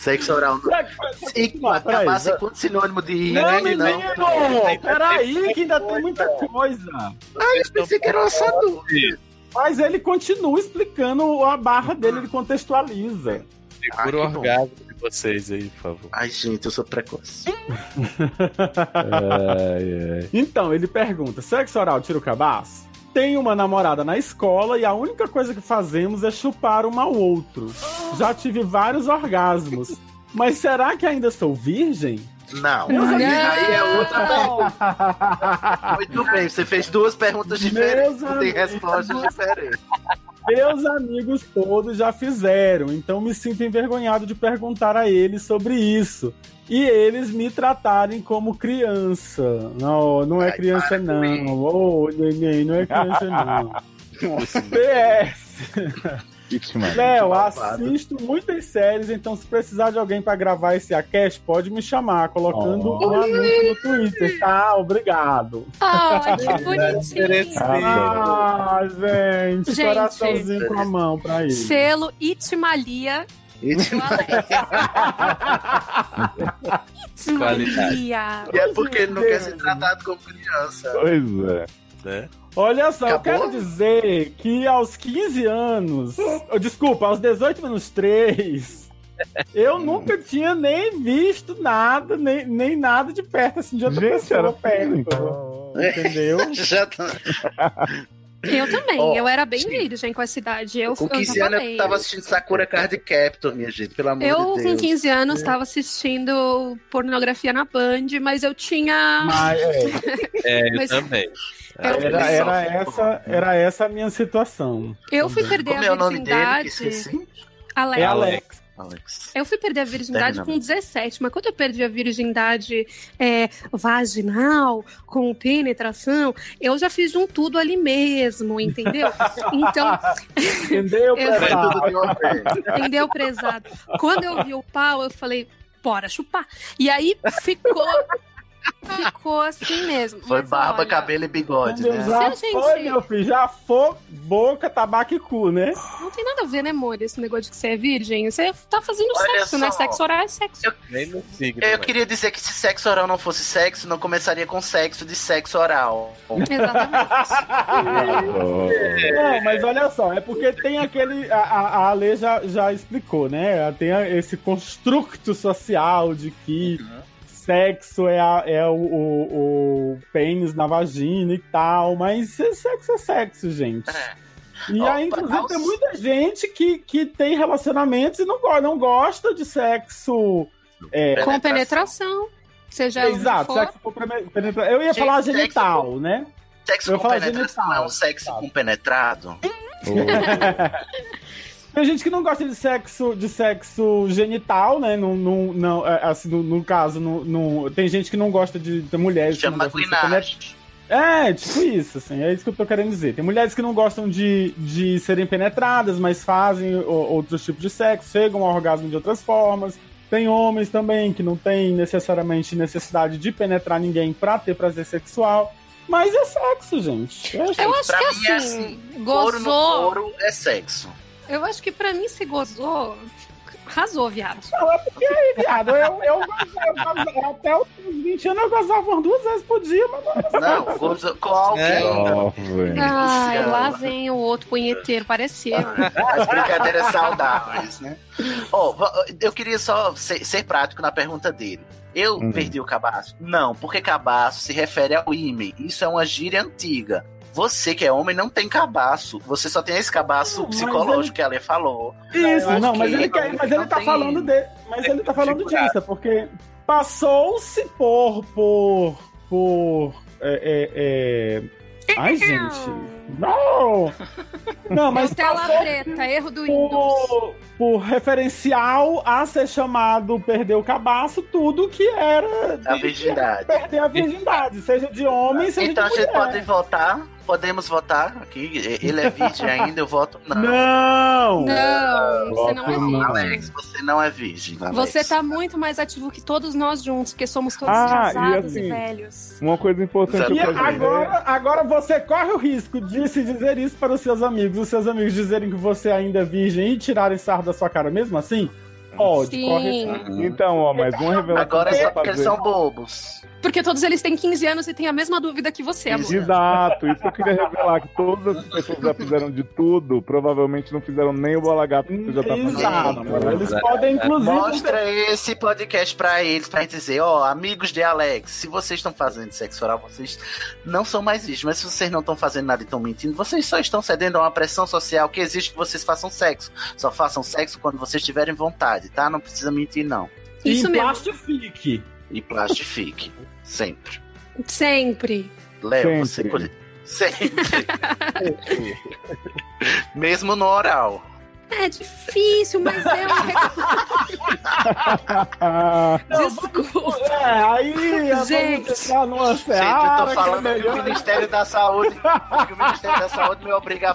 Sexo oral. não- E cabaço é quanto sinônimo de Não, higiene, não? menino! Peraí, que ainda tem muita coisa. Ai, eu pensei que era só dúvida. Mas ele continua explicando a barra dele, ele contextualiza. Segura o Ah, que bom. orgasmo de vocês aí, por favor. Ai, gente, eu sou precoce. Então, ele pergunta: sexo oral tira o cabaço? Tenho uma namorada na escola e a única coisa que fazemos é chupar um ao outro. Já tive vários orgasmos. Mas será que ainda sou virgem? Não. Aí, aí é outra pergunta. Muito bem, você fez duas perguntas diferentes. Meus Tem amigos. respostas diferentes. Meus amigos todos já fizeram, então me sinto envergonhado de perguntar a eles sobre isso. E eles me tratarem como criança. Não, não é Ai, criança, para com não. Ô, neném, não é criança, não. PS. Vítima. Léo, malvado. assisto muitas séries, então se precisar de alguém pra gravar esse acast, pode me chamar, colocando Oh. um anúncio no Twitter, tá? Obrigado. Ai, que bonitinho. Ah, gente, Gente. coraçãozinho com a mão pra ele. Selo Itimalia. E tipo, do Alex. Itimalia. é porque ele não quer ser tratado como criança. Pois é. Né? Olha só, eu Acabou? quero dizer que aos 15 anos, Uhum. oh, desculpa, aos 18 menos 3, eu nunca tinha nem visto nada, nem, nem nada de perto, assim, de outra Gente, pessoa era perto. pequeno. Entendeu? Já tá... Eu também, Ó, eu era bem sim. virgem com essa idade. Eu, Com eu 15 já anos falei. eu tava assistindo Sakura Card Captor, minha gente, pelo amor Eu, de Deus. É. com 15 anos, estava assistindo pornografia na Band, mas eu tinha. Mas, é, É, eu Mas- também. eu, era, era essa, era essa a minha situação. eu fui perder Como é o a nome dele? Que virgindade. esqueci. Alex. É Alex. Alex. Eu fui perder a virgindade Termina. com 17, mas quando eu perdi a virgindade é, vaginal, com penetração, eu já fiz um tudo ali mesmo, entendeu? Então, Entendeu? Eu- Foi pessoal? tudo de uma vez. entendeu, prezado? Quando eu vi o pau, eu falei, bora chupar. E aí ficou, ficou assim mesmo. Foi Mas barba, olha, cabelo e bigode, Entendeu? né? Já Sim, foi, gente. meu filho, já foi boca, tabaco e cu, né? Não tem nada a ver, né, amor, esse negócio de que você é virgem. Você tá fazendo Olha sexo, né? só. Sexo oral é sexo. Nem no signo. Eu mas- queria dizer que se sexo oral não fosse sexo, não começaria com sexo de sexo oral. Exatamente. Não, mas olha só, é porque tem aquele. A, a, a Ale já, já explicou, né? Tem a- esse construto social de que sexo é, a- é o, o, o pênis na vagina e tal, mas sexo é sexo, gente. É. E Opa, aí, inclusive, nossa. tem muita gente que, que tem relacionamentos e não, go- não gosta de sexo. É, Com penetração. Seja onde exato, for. sexo com preme- penetra- Eu ia Gente, falar sexo genital, né? Sexo Eu com falo penetração genital. é um sexo com penetrado? Tem gente que não gosta de sexo, de sexo genital, né? Não, não, não, é, assim, no, no caso, no, no- tem gente que não gosta de, de É mulheres que não gostam de ser penet- É, tipo isso, assim, é isso que eu tô querendo dizer. Tem mulheres que não gostam de, de serem penetradas, mas fazem o- outros tipos de sexo, chegam ao orgasmo de outras formas. Tem homens também que não tem necessariamente necessidade de penetrar ninguém pra ter prazer sexual. Mas é sexo, gente. É Eu sexo. acho que assim, Ouro no gozou. ouro é sexo. Eu acho que pra mim se gozou, arrasou, viado. Não, é porque aí, viado, eu, eu, gozava- eu gozava- até os 20 anos eu gozava umas duas vezes por dia, mas não era Não, gozo um. com alguém. Ah, Ai, lá vem o outro punheteiro, pareceu. As brincadeiras saudáveis, né? Ó, va- eu queria só ser, ser prático na pergunta dele. Eu Hum. perdi o cabaço? Não, porque cabaço se refere ao ímã. Isso é uma gíria antiga. Você que é homem não tem cabaço. Você só tem esse cabaço mas psicológico ele- que a Lê falou. Eu Isso, acho não, mas que ele, quer, mas ele não tá tem- falando de, mas ele tá falando disso, é porque passou-se por por por é, é, é... ai gente, não, não, Ah, mas Tela passou preta, erro do por, por referencial a ser chamado perder o cabaço, tudo que era A virgindade. perder a virgindade, seja de homem, seja Então a de mulher. gente pode votar. Podemos votar aqui. Ele é virgem ainda, eu voto não. Não! Não, você não é Voto não. virgem. Alex, você não é virgem. Alex. Você tá muito mais ativo que todos nós juntos, porque somos todos Ah, e casados e, assim, velhos. Uma coisa importante E eu um quero agora, agora você corre o risco de se dizer isso para os seus amigos, os seus amigos dizerem que você ainda é virgem e tirarem sarro da sua cara mesmo assim? Pode, Sim. corre. Então, ó, mais uma revelação. Agora é que eu só vou porque eles fazer. são bobos. Porque todos eles têm 15 anos e têm a mesma dúvida que você, amor. Exato, isso eu queria revelar que todas as pessoas já fizeram de tudo, provavelmente não fizeram nem o bola gato que você já tá Exato, fazendo. eles podem, inclusive, Mostra esse podcast pra eles, pra gente dizer, ó, amigos de Alex, se vocês estão fazendo sexo oral, vocês não são mais virgens, mas se vocês não estão fazendo nada e estão mentindo, vocês só estão cedendo a uma pressão social que exige que vocês façam sexo. Só façam sexo quando vocês tiverem vontade, tá? Não precisa mentir, não. Isso e mesmo. plastifique. E plastifique. Sempre. Sempre. Léo, você colhe- Sempre. Mesmo no oral. É difícil, mas é um Ah. Desculpa. É, aí a Gente. gente tá numa Gente, seara eu que tô é falando que o melhor. Ministério da Saúde. que o Ministério da Saúde me obriga a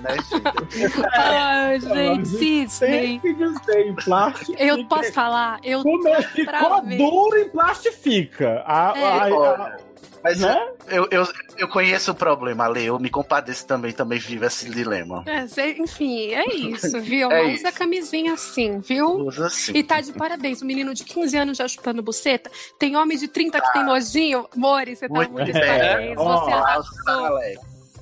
né, gente? Ai, gente, Tem Sidney. que dizer, em plástico. Eu posso falar? Eu Como é que pra ficou duro e plastifica. A, É. a- né? a- Mas eu, eu, eu conheço o problema, Lê. Eu me compadeço também, também vivo esse dilema. É, cê- enfim, é isso, viu? É Não usa a camisinha assim, viu? Usa assim. E tá de parabéns, um menino de 15 anos já chupando buceta. Tem homem de 30 que tem nojinho. Mori, você tá muito, de É. parabéns. Você é arrasou.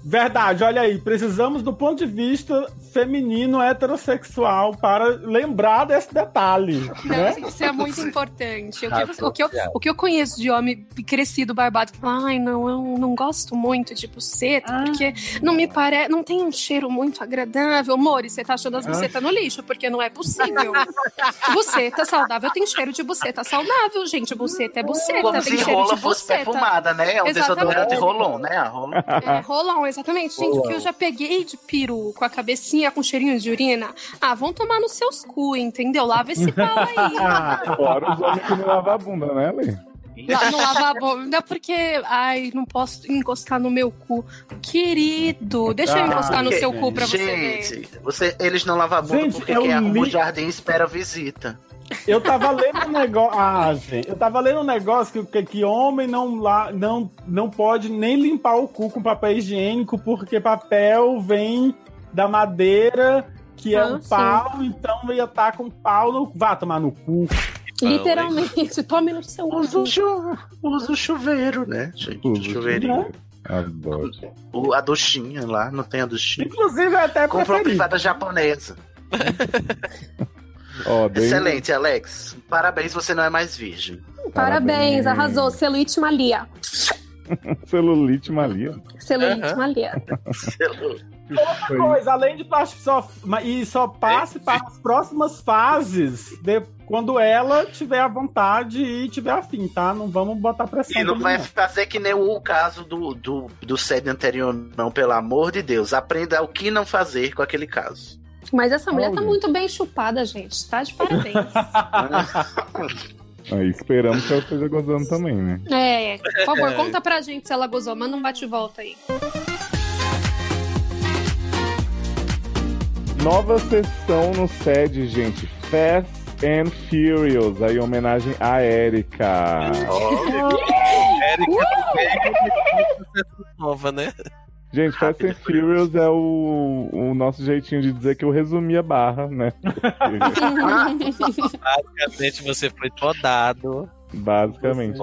Verdade, olha aí, precisamos do ponto de vista feminino heterossexual para lembrar desse detalhe. né? Não, isso é muito importante. O que, eu, Arrasou, o, que eu, o que eu conheço de homem crescido, barbado, que fala, ai, não, eu não gosto muito de buceta, Ah. porque não me parece, não tem um cheiro muito agradável. Mori, você tá achando as Ah. bucetas no lixo, porque não é possível. buceta saudável tem cheiro de buceta saudável, gente. Buceta é buceta, Ah. Como se tem cheiro rola de fosse buceta. perfumada, né? É um desodorante rolon, né? A rola. É, rolão, exatamente. Gente, o que eu Rolão. já peguei de peru com a cabecinha com cheirinho de urina. Ah, vão tomar nos seus cu, entendeu? Lava esse pau aí. Fora os homens que não lavam a bunda, né, Lê? Lá, não lava a bunda porque, ai, não posso encostar no meu cu. Querido, deixa eu encostar no seu cu pra você ver. gente, você eles não lavam a bunda Gente, porque é um quem arruma o li- jardim espera a visita. Eu tava lendo um negócio. Ah, gente. Eu tava lendo um negócio que, que, que homem não, lá, não, não pode nem limpar o cu com papel higiênico, porque papel vem da madeira, que é Ah, um sim. pau, então ia estar com pau no. Vá tomar no cu. Literalmente, tome no seu cu. Usa o chuveiro, né, gente? O chuveirinho. Adoro. O, a duchinha lá, não tem a duchinha. Inclusive, eu até Comprou uma preferi. privada japonesa. Ó, bem- Excelente, Alex. Parabéns, você não é mais virgem. Parabéns, arrasou. Celulite malia. Celulite malia. Celulite malia. Outra coisa, além de plástico, só, ma- e só passe É, para as próximas fases de- quando ela tiver a vontade e tiver afim, tá? Não vamos botar pressão. E não também, vai fazer que nem o caso do, do, do sede anterior, não, pelo amor de Deus. Aprenda o que não fazer com aquele caso. Mas essa mulher tá Olha. muito bem chupada, gente. Tá de parabéns. Aí esperamos que ela esteja gozando também, né? é, é, por favor, É. conta pra gente se ela gozou, manda um bate-volta aí. Nova sessão no sede, gente. Fast and Furious, aí em homenagem a Erika. Uh! Nova, né? Gente, Fast and Furious é o, o nosso jeitinho de dizer que eu resumi a barra, né? Basicamente você foi podado. Basicamente.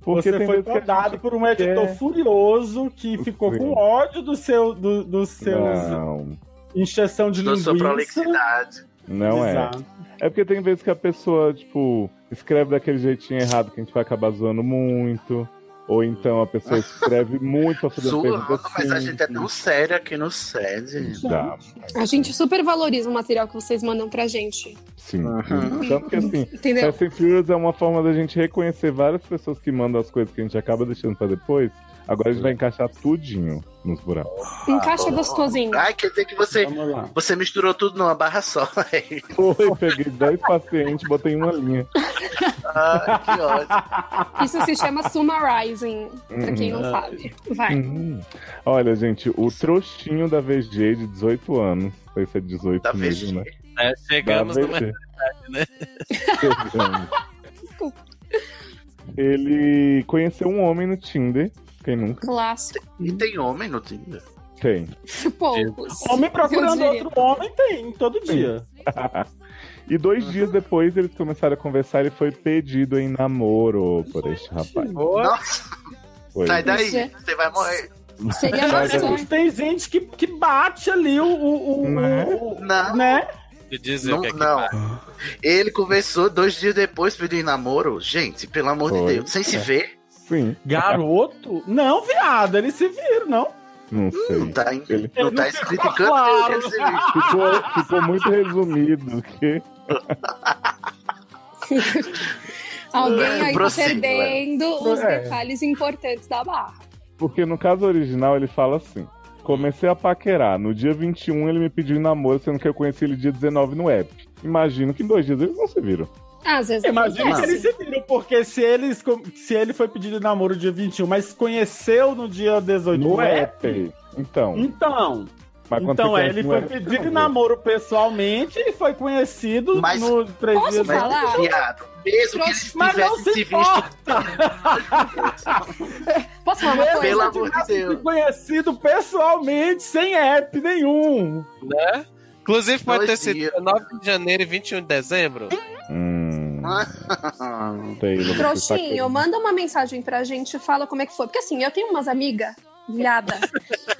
Porque Você tem foi vezes que a podado gente é. por um editor quer- furioso que ficou Sim. com ódio do seu, do, dos seus Não, injeção de Da linguiça. sua prolixidade. não é. Exato. É porque tem vezes que a pessoa, tipo, escreve daquele jeitinho errado que a gente vai acabar zoando muito. Ou então a pessoa escreve muito pra fazer as Zoando, perguntas mas a gente é tão simples. sério aqui no sede. Dá, A gente super valoriza o material que vocês mandam pra gente. sim. Tanto que assim, Entendeu? Fast and Furious é uma forma da gente reconhecer várias pessoas que mandam as coisas que a gente acaba deixando pra depois. Agora a gente vai encaixar tudinho nos buracos. Encaixa gostosinho. Ai, quer dizer que você, você misturou tudo numa barra só. velho. Foi, peguei 10 pacientes, botei em uma linha. Ai, que ótimo. Isso se chama summarizing, pra quem não Uhum. sabe. Vai. Uhum. Olha, gente, o trouxinho da VG de 18 anos. Não sei se é 18 tá mesmo, né? É, chegamos Dá a numa ver. realidade, né? Chegamos. Ele conheceu um homem no Tinder. Quem nunca? Clássico. E tem homem no Tinder? Tem. Poucos. Homem procurando Eu diria. outro homem tem, todo dia. e dois dias depois eles começaram a conversar e foi pedido em namoro por este rapaz. Nossa, Foi. sai daí, você vai morrer. Seria Mas Mas é- tem gente que, que bate ali o. o, o- Né? o- Não. né? De dizer Não, o que é que não. faz. Ele conversou dois dias depois pedindo namoro. Gente, pelo amor de Foi. Deus, sem se É. ver. Sim. Garoto? Não, viado, eles se viram, não. Não Não sei. tá, Ele não Ele tá não escrito ficou em canto claro. nenhum, quer dizer, ficou, ficou muito resumido. Que... Alguém aí tá Prossiga, perdendo vai. os É. detalhes importantes da barra. Porque no caso original ele fala assim: comecei a paquerar. No dia 21 ele me pediu em namoro, sendo que eu conheci ele dia 19 no app. Imagino que em dois dias eles não se viram. Às É, vezes Imagina que acontece. eles se viram, porque se, eles, se ele foi pedido em namoro dia 21, mas conheceu no dia 18, No não é? app. Então. Então, Mas quando então você é, conhece ele no foi app, pedido em não. namoro pessoalmente e foi conhecido Mas- no três Posso dias Mas, depois. falar? viado, mesmo que eles Mas não se tivessem se visto, importa! Posso é falar uma pelo coisa? amor de um Deus. conhecido pessoalmente, sem app nenhum. Né? Inclusive pode Dois ter sido dias. 19 de janeiro e 21 de dezembro. Hum, Taylor, você tá Trouxinho, manda uma mensagem pra gente e fala como é que foi. Porque assim, eu tenho umas amigas viada,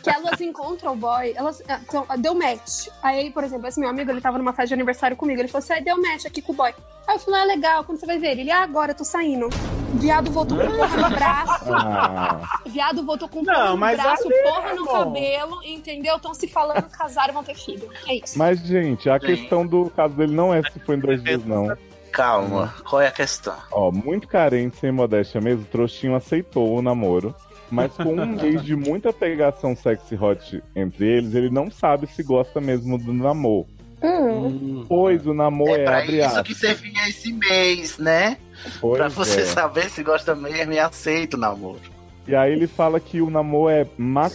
que elas encontram o boy, elas ah, então, deu match. Aí, por exemplo, esse meu amigo, ele tava numa festa de aniversário comigo, ele falou assim, aí deu match aqui com o boy. Aí eu falei, ah, legal, quando você vai ver? Ele, ah, agora, eu tô saindo. Viado voltou com porra no braço, Ah, viado voltou com Não, porra no mas braço, ali, porra no amor. cabelo, entendeu? Estão se falando, casaram, vão ter filho. É isso. mas, gente, a Sim. questão do caso dele não é se foi em dois dias, não. Calma, qual é a questão? Ó, muito carente, sem modéstia mesmo, o trouxinho aceitou o namoro. Mas com um mês de muita pegação sexy hot entre eles, ele não sabe se gosta mesmo do namoro. Hum. Hum. Pois o namoro é, É pra abre isso aspas. que servia esse mês, né? pois pra você é. saber se gosta mesmo e aceita o namoro. E aí ele fala que o namoro é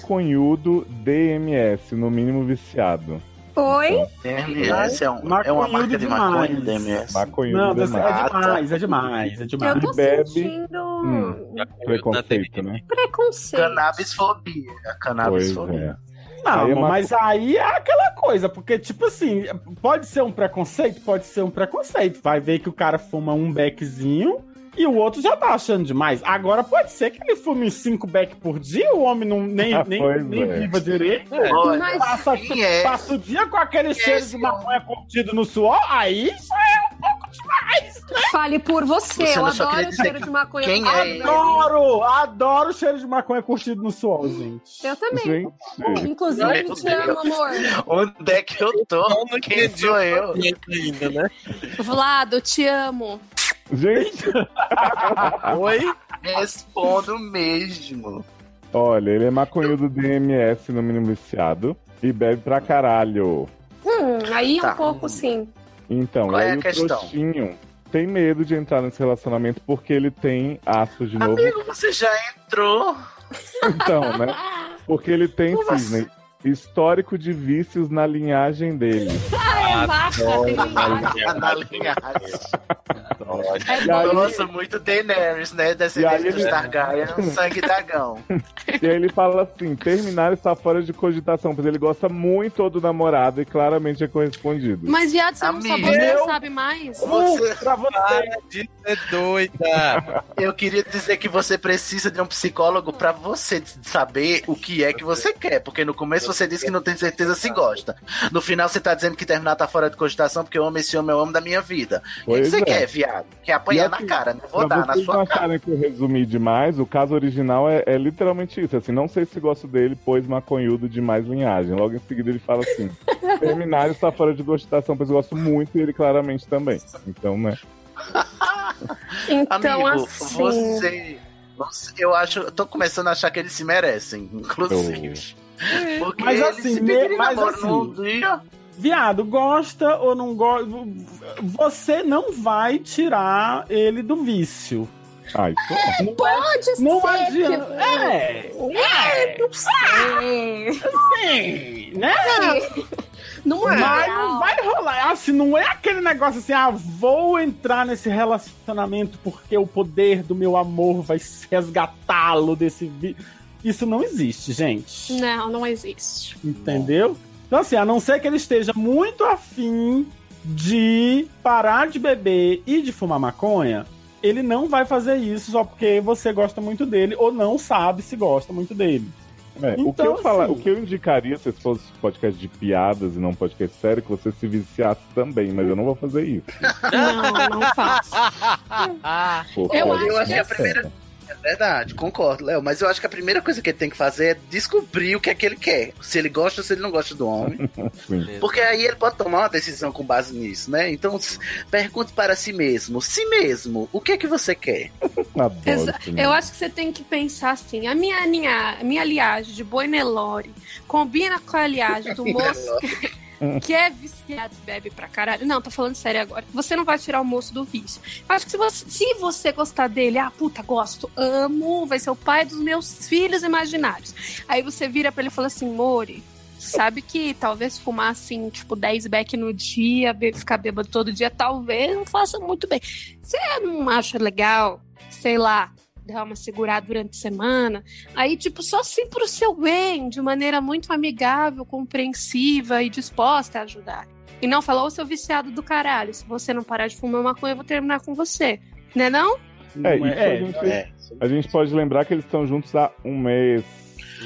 maconhudo DMS, no mínimo viciado. Hum. Oi? DMS é, um, é uma Maconhudo marca de maconha, demais. DMS. Não, Então, Maconhudo mas demais. é Ah, tá. demais, é demais, é demais. Eu tô bebe. sentindo Hum. Preconceito, né? preconceito. Cannabisfobia. A Pois cannabisfobia. é. Não, Aí é uma- mas aí é aquela coisa, porque, tipo assim, pode ser um preconceito, pode ser um preconceito. Vai ver que o cara fuma um beckzinho e o outro já tá achando demais. Agora pode ser que ele fume cinco beck por dia, o homem não, nem, Ah, nem, pois nem é. viva direito. Olha, Mas- É, Passa, quem é? passa o dia com aquele cheiro de esse maconha curtido no suor, aí é. Fale por você. Você eu não só adoro queria o dizer cheiro de maconha. né? quem é ele? Adoro. Adoro! Adoro o cheiro de maconha curtido no suor, gente. Eu também. Gente, Inclusive, Meu te amo, amor. Onde é que eu tô? não Quem sou eu? Ainda, né? Vlado, te amo. gente, Oi? Respondo mesmo. olha, ele é maconhudo DMS, no mínimo viciado. E bebe pra caralho. Hum, Aí é Tá. um pouco sim. Então, Qual é aí a o questão? trouxinho tem medo de entrar nesse relacionamento porque ele tem aspas de novo. Amigo, você já entrou. Então, né? Porque ele tem assim? cisne. Histórico de vícios na linhagem dele. Ah, é massa, tem Na linhagem. E aí- Nossa, muito Daenerys, né? E aí Descendente ele- dos Targaryen, sangue dragão. E aí ele fala assim: terminar está fora de cogitação, porque ele gosta muito do namorado e claramente é correspondido. Mas, viado, você não Amigo. sabe, você Eu- não sabe mais? Para de ser doida. Eu queria dizer que você precisa de um psicólogo pra você saber o que é que você quer. Porque no começo você disse que não tem certeza se gosta. No final você tá dizendo que terminar tá fora de cogitação porque eu amo esse homem, eu amo da minha vida. O que Pois você é. assim, quer, viado? Quer apanhar na cara, né? Vou pra dar na vocês não sua cara. acharem que eu resumi demais, o caso original é, é literalmente isso. Assim, não sei se gosto dele, pois maconhudo de mais linhagem. Logo em seguida ele fala assim: terminar está fora de cogitação, pois eu gosto muito e ele claramente também. Então, né? Então, Amigo, assim. você, você- Eu acho. Eu tô começando a achar que eles se merecem, inclusive. Porque Mas eles assim, se pedirem me- mas namoro assim- num dia. Viado, gosta ou não gosta. Você não vai tirar ele do vício. Ai, não pode é, Não ser adianta. que- É. É. não sei. Sim, né? Não é. Mas não vai rolar. Assim, não é aquele negócio assim, ah, vou entrar nesse relacionamento porque o poder do meu amor vai resgatá-lo desse vício. Isso não existe, gente. Não, não existe. Entendeu? Então, assim, a não ser que ele esteja muito afim de parar de beber e de fumar maconha, ele não vai fazer isso só porque você gosta muito dele ou não sabe se gosta muito dele. É, o, que Então, eu fala- assim- o que eu indicaria se fosse podcast de piadas e não podcast sério, que você se viciasse também, mas eu não vou fazer isso. Não, não faço. Porque é Eu, isso acho que não a primeira. serve. É verdade, concordo, Léo. Mas eu acho que a primeira coisa que ele tem que fazer é descobrir o que é que ele quer. Se ele gosta ou se ele não gosta do homem. Sim. Porque aí ele pode tomar uma decisão com base nisso, né? Então s- pergunte para si mesmo, si mesmo, o que é que você quer? Adoro Exa- né? Eu acho que você tem que pensar assim: a minha, linha, a minha liagem de boi Nelore combina com a liagem do moço que é viciado e bebe pra caralho. Não, tô falando sério agora. Você não vai tirar o moço do vício. Eu acho que se você, se você gostar dele, ah, puta, gosto, amo, vai ser o pai dos meus filhos imaginários. Aí você vira pra ele e fala assim: Mori. Sabe que talvez fumar assim, tipo, 10 back no dia, be- ficar bêbado todo dia, talvez não faça muito bem. Você não acha legal, sei lá, dar uma segurada durante a semana. Aí, tipo, só assim pro seu bem, de maneira muito amigável, compreensiva e disposta a ajudar. E não falar, ô seu viciado do caralho, se você não parar de fumar maconha, eu vou terminar com você. Né não? É, Não é- isso é, a, gente, é. a gente pode lembrar que eles estão juntos há um mês.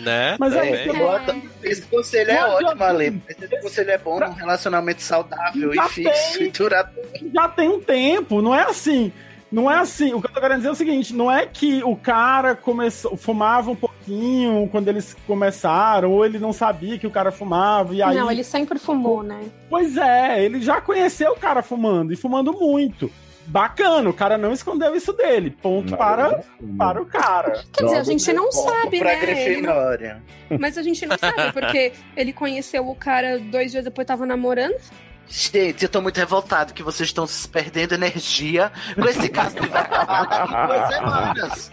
Né? Mas assim, aí É, bota- Esse conselho é ótimo, assim. Ale. Esse conselho é bom num relacionamento saudável Já e fixo tem. e duradouro. já tem um tempo, não é assim. Não é assim. O que eu tô querendo dizer é o seguinte: não é que o cara começou, fumava um pouquinho quando eles começaram, ou ele não sabia que o cara fumava, e aí. Não, ele sempre fumou, né? Pois é, ele já conheceu o cara fumando e fumando muito. Bacana, o cara não escondeu isso dele. Ponto Um para, um para o cara. Quer dizer, a gente não sabe, né? Ele não- Grifinória. Mas a gente não sabe, porque ele conheceu o cara dois dias depois tava namorando. Gente, eu tô muito revoltado que vocês estão se perdendo energia com esse caso que vai acabar daqui a duas semanas.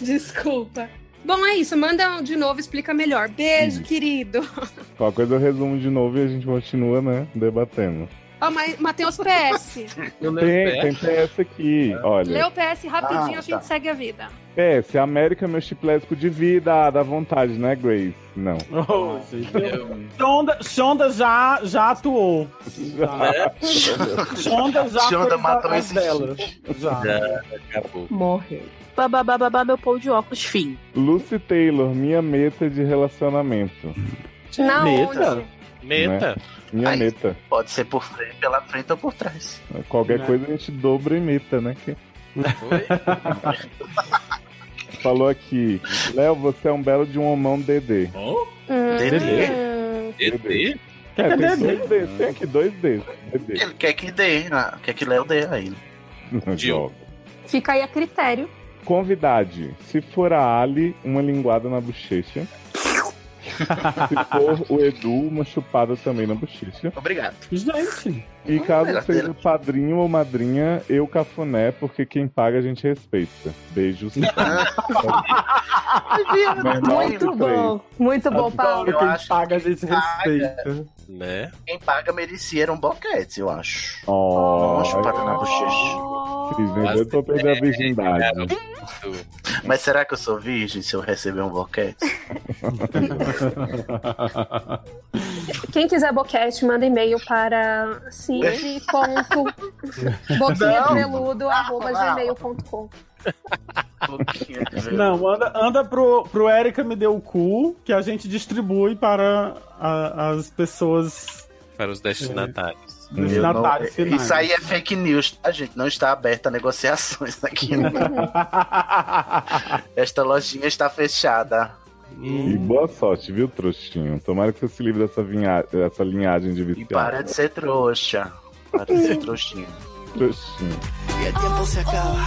Desculpa. Bom, é isso. Manda de novo, explica melhor. Beijo, querido. Qualquer coisa eu resumo de novo e a gente continua, né? Debatendo. Ó, mas Matheus PS. Tem, tem PS É. aqui, olha. Lê o PS rapidinho, Ah, a gente tá. segue a vida. PS, América, é meu chip lésbico de vida, dá vontade, né, Grace? Não. Oh, gente. Shonda, Shonda já, já atuou. é? Shonda já Shonda fez matou as esse delas. Já. acabou. Morreu. Bababababá, meu pão de óculos, fim. Lucy Taylor, minha meta de relacionamento. Na Meta? onde? Né? Minha Aí, meta. Pode ser por frente, pela frente ou por trás. Qualquer Né? coisa a gente dobra e meta, né? Que- Falou aqui, Léo, você é um belo de um homão Dedê. Hum, Dedê? É, Que tem que é Dedê? dois Ds, tem aqui dois Ds. Dedê. Ele quer que dê, ah, quer que Léo dê aí. Jogo. Fica aí a critério. Convidade, se for a Ali, uma linguada na bochecha. Se for o Edu, uma chupada também na bochecha. Obrigado. Gente. E caso melhor seja dele. padrinho ou madrinha, eu cafuné, porque quem paga a gente respeita. Beijos. Então, é Muito bom, muito bom, Paulo. Ah, Eu acho paga, a gente respeita. Né? Quem paga merecia era um boquete, eu acho. Oh, uma chupada na bochecha. Fiz vendeu pra eu perder é, a virgindade. Mas será que eu sou virgem se eu receber um boquete? Quem quiser boquete, manda e-mail para cindy.boquinhapeludo.gmail.com Não, anda, anda pro, pro Erika me deu o cu, que a gente distribui para a- as pessoas. Para os destinatários. Eu não- Destinatários finais. Isso aí é fake news, tá, gente? Não está aberta a negociações aqui. né? Esta lojinha está fechada. E boa sorte, viu, trouxinho? Tomara que você se livre dessa, vinha... dessa linhagem de viciado. Para de ser trouxa. Para de ser trouxinha. Trouxinho. Y el tiempo se acaba.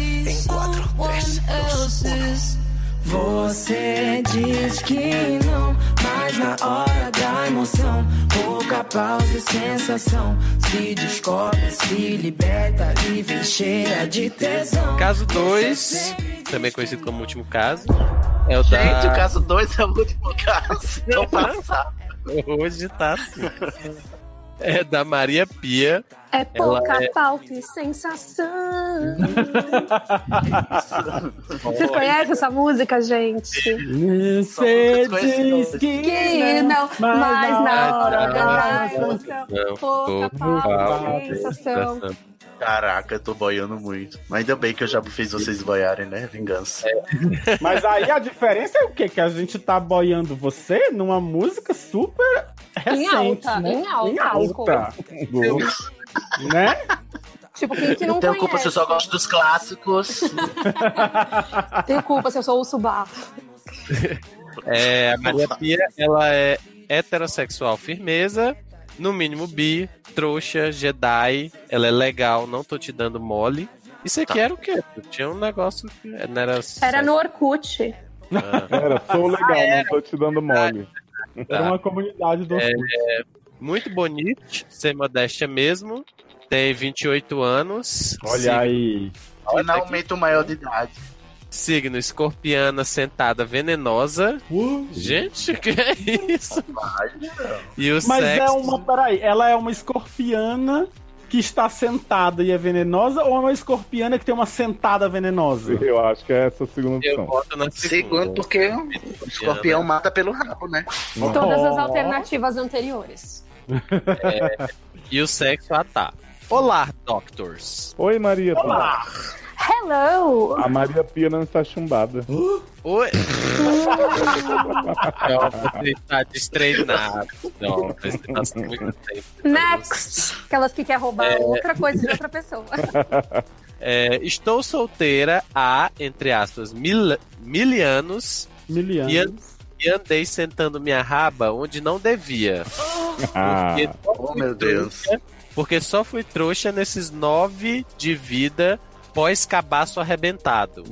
En 4, 3, 2, 1. Você diz que não, mas na hora da emoção, pouca pausa e sensação. Se descobre, se liberta e vem cheia de tesão. Caso 2, também conhecido como último caso, um é o da... Gente, o caso 2 é o último caso. Não passar. Hoje tá assim. É da Maria Pia. É Ela pouca é- pauta e sensação. Vocês conhecem essa música, gente? Você diz que, Que não, né? mas na hora da emoção, pouca pausa e sensação. Caraca, eu tô boiando muito. Mas ainda bem que eu já fiz vocês boiarem, né? Vingança. Mas aí a diferença é o quê? Que a gente tá boiando você numa música super recente, Em alta, né? em alta, Em alta. né? Tipo, quem que não Não tenho conhece? culpa se eu só gosto dos clássicos. Tenho culpa se eu sou o Subar. É, a Maria Pia, ela é heterossexual firmeza, no mínimo bi, trouxa, Jedi, ela é legal, não tô te dando mole. Isso aqui Tá. era o quê? Tinha um negócio que não era... Era no Orkut. Era, sou legal, não tô te dando mole. Era uma comunidade do É, é, muito bonito, sem modéstia mesmo, tem 28 anos. Olha aí. Finalmente o maior de idade. Signo escorpiana sentada venenosa. Gente, que é isso? E o Mas sexo. é uma. Peraí, ela é uma escorpiana que está sentada e é venenosa ou é uma escorpiana que tem uma sentada venenosa? Eu acho que é essa a segunda opção. Segundo, porque o escorpião mata pelo rabo, né? Todas as alternativas anteriores. É, e o sexo, ah tá. Olá, Doctors. Oi, Maria Pia. Olá. Hello! A Maria Pia não está chumbada. Oi. Não, você está Tá destreinado. Não, você tá muito tempo. Next! Aquelas que quer roubar É. outra coisa de outra pessoa. É, estou solteira há, entre aspas, mil, mil anos. Mil E, an- e andei sentando minha raba onde não devia. Ah. Porque só Oh, fui meu Deus. trouxa- Porque só fui trouxa nesses nove de vida pós cabaço arrebentado.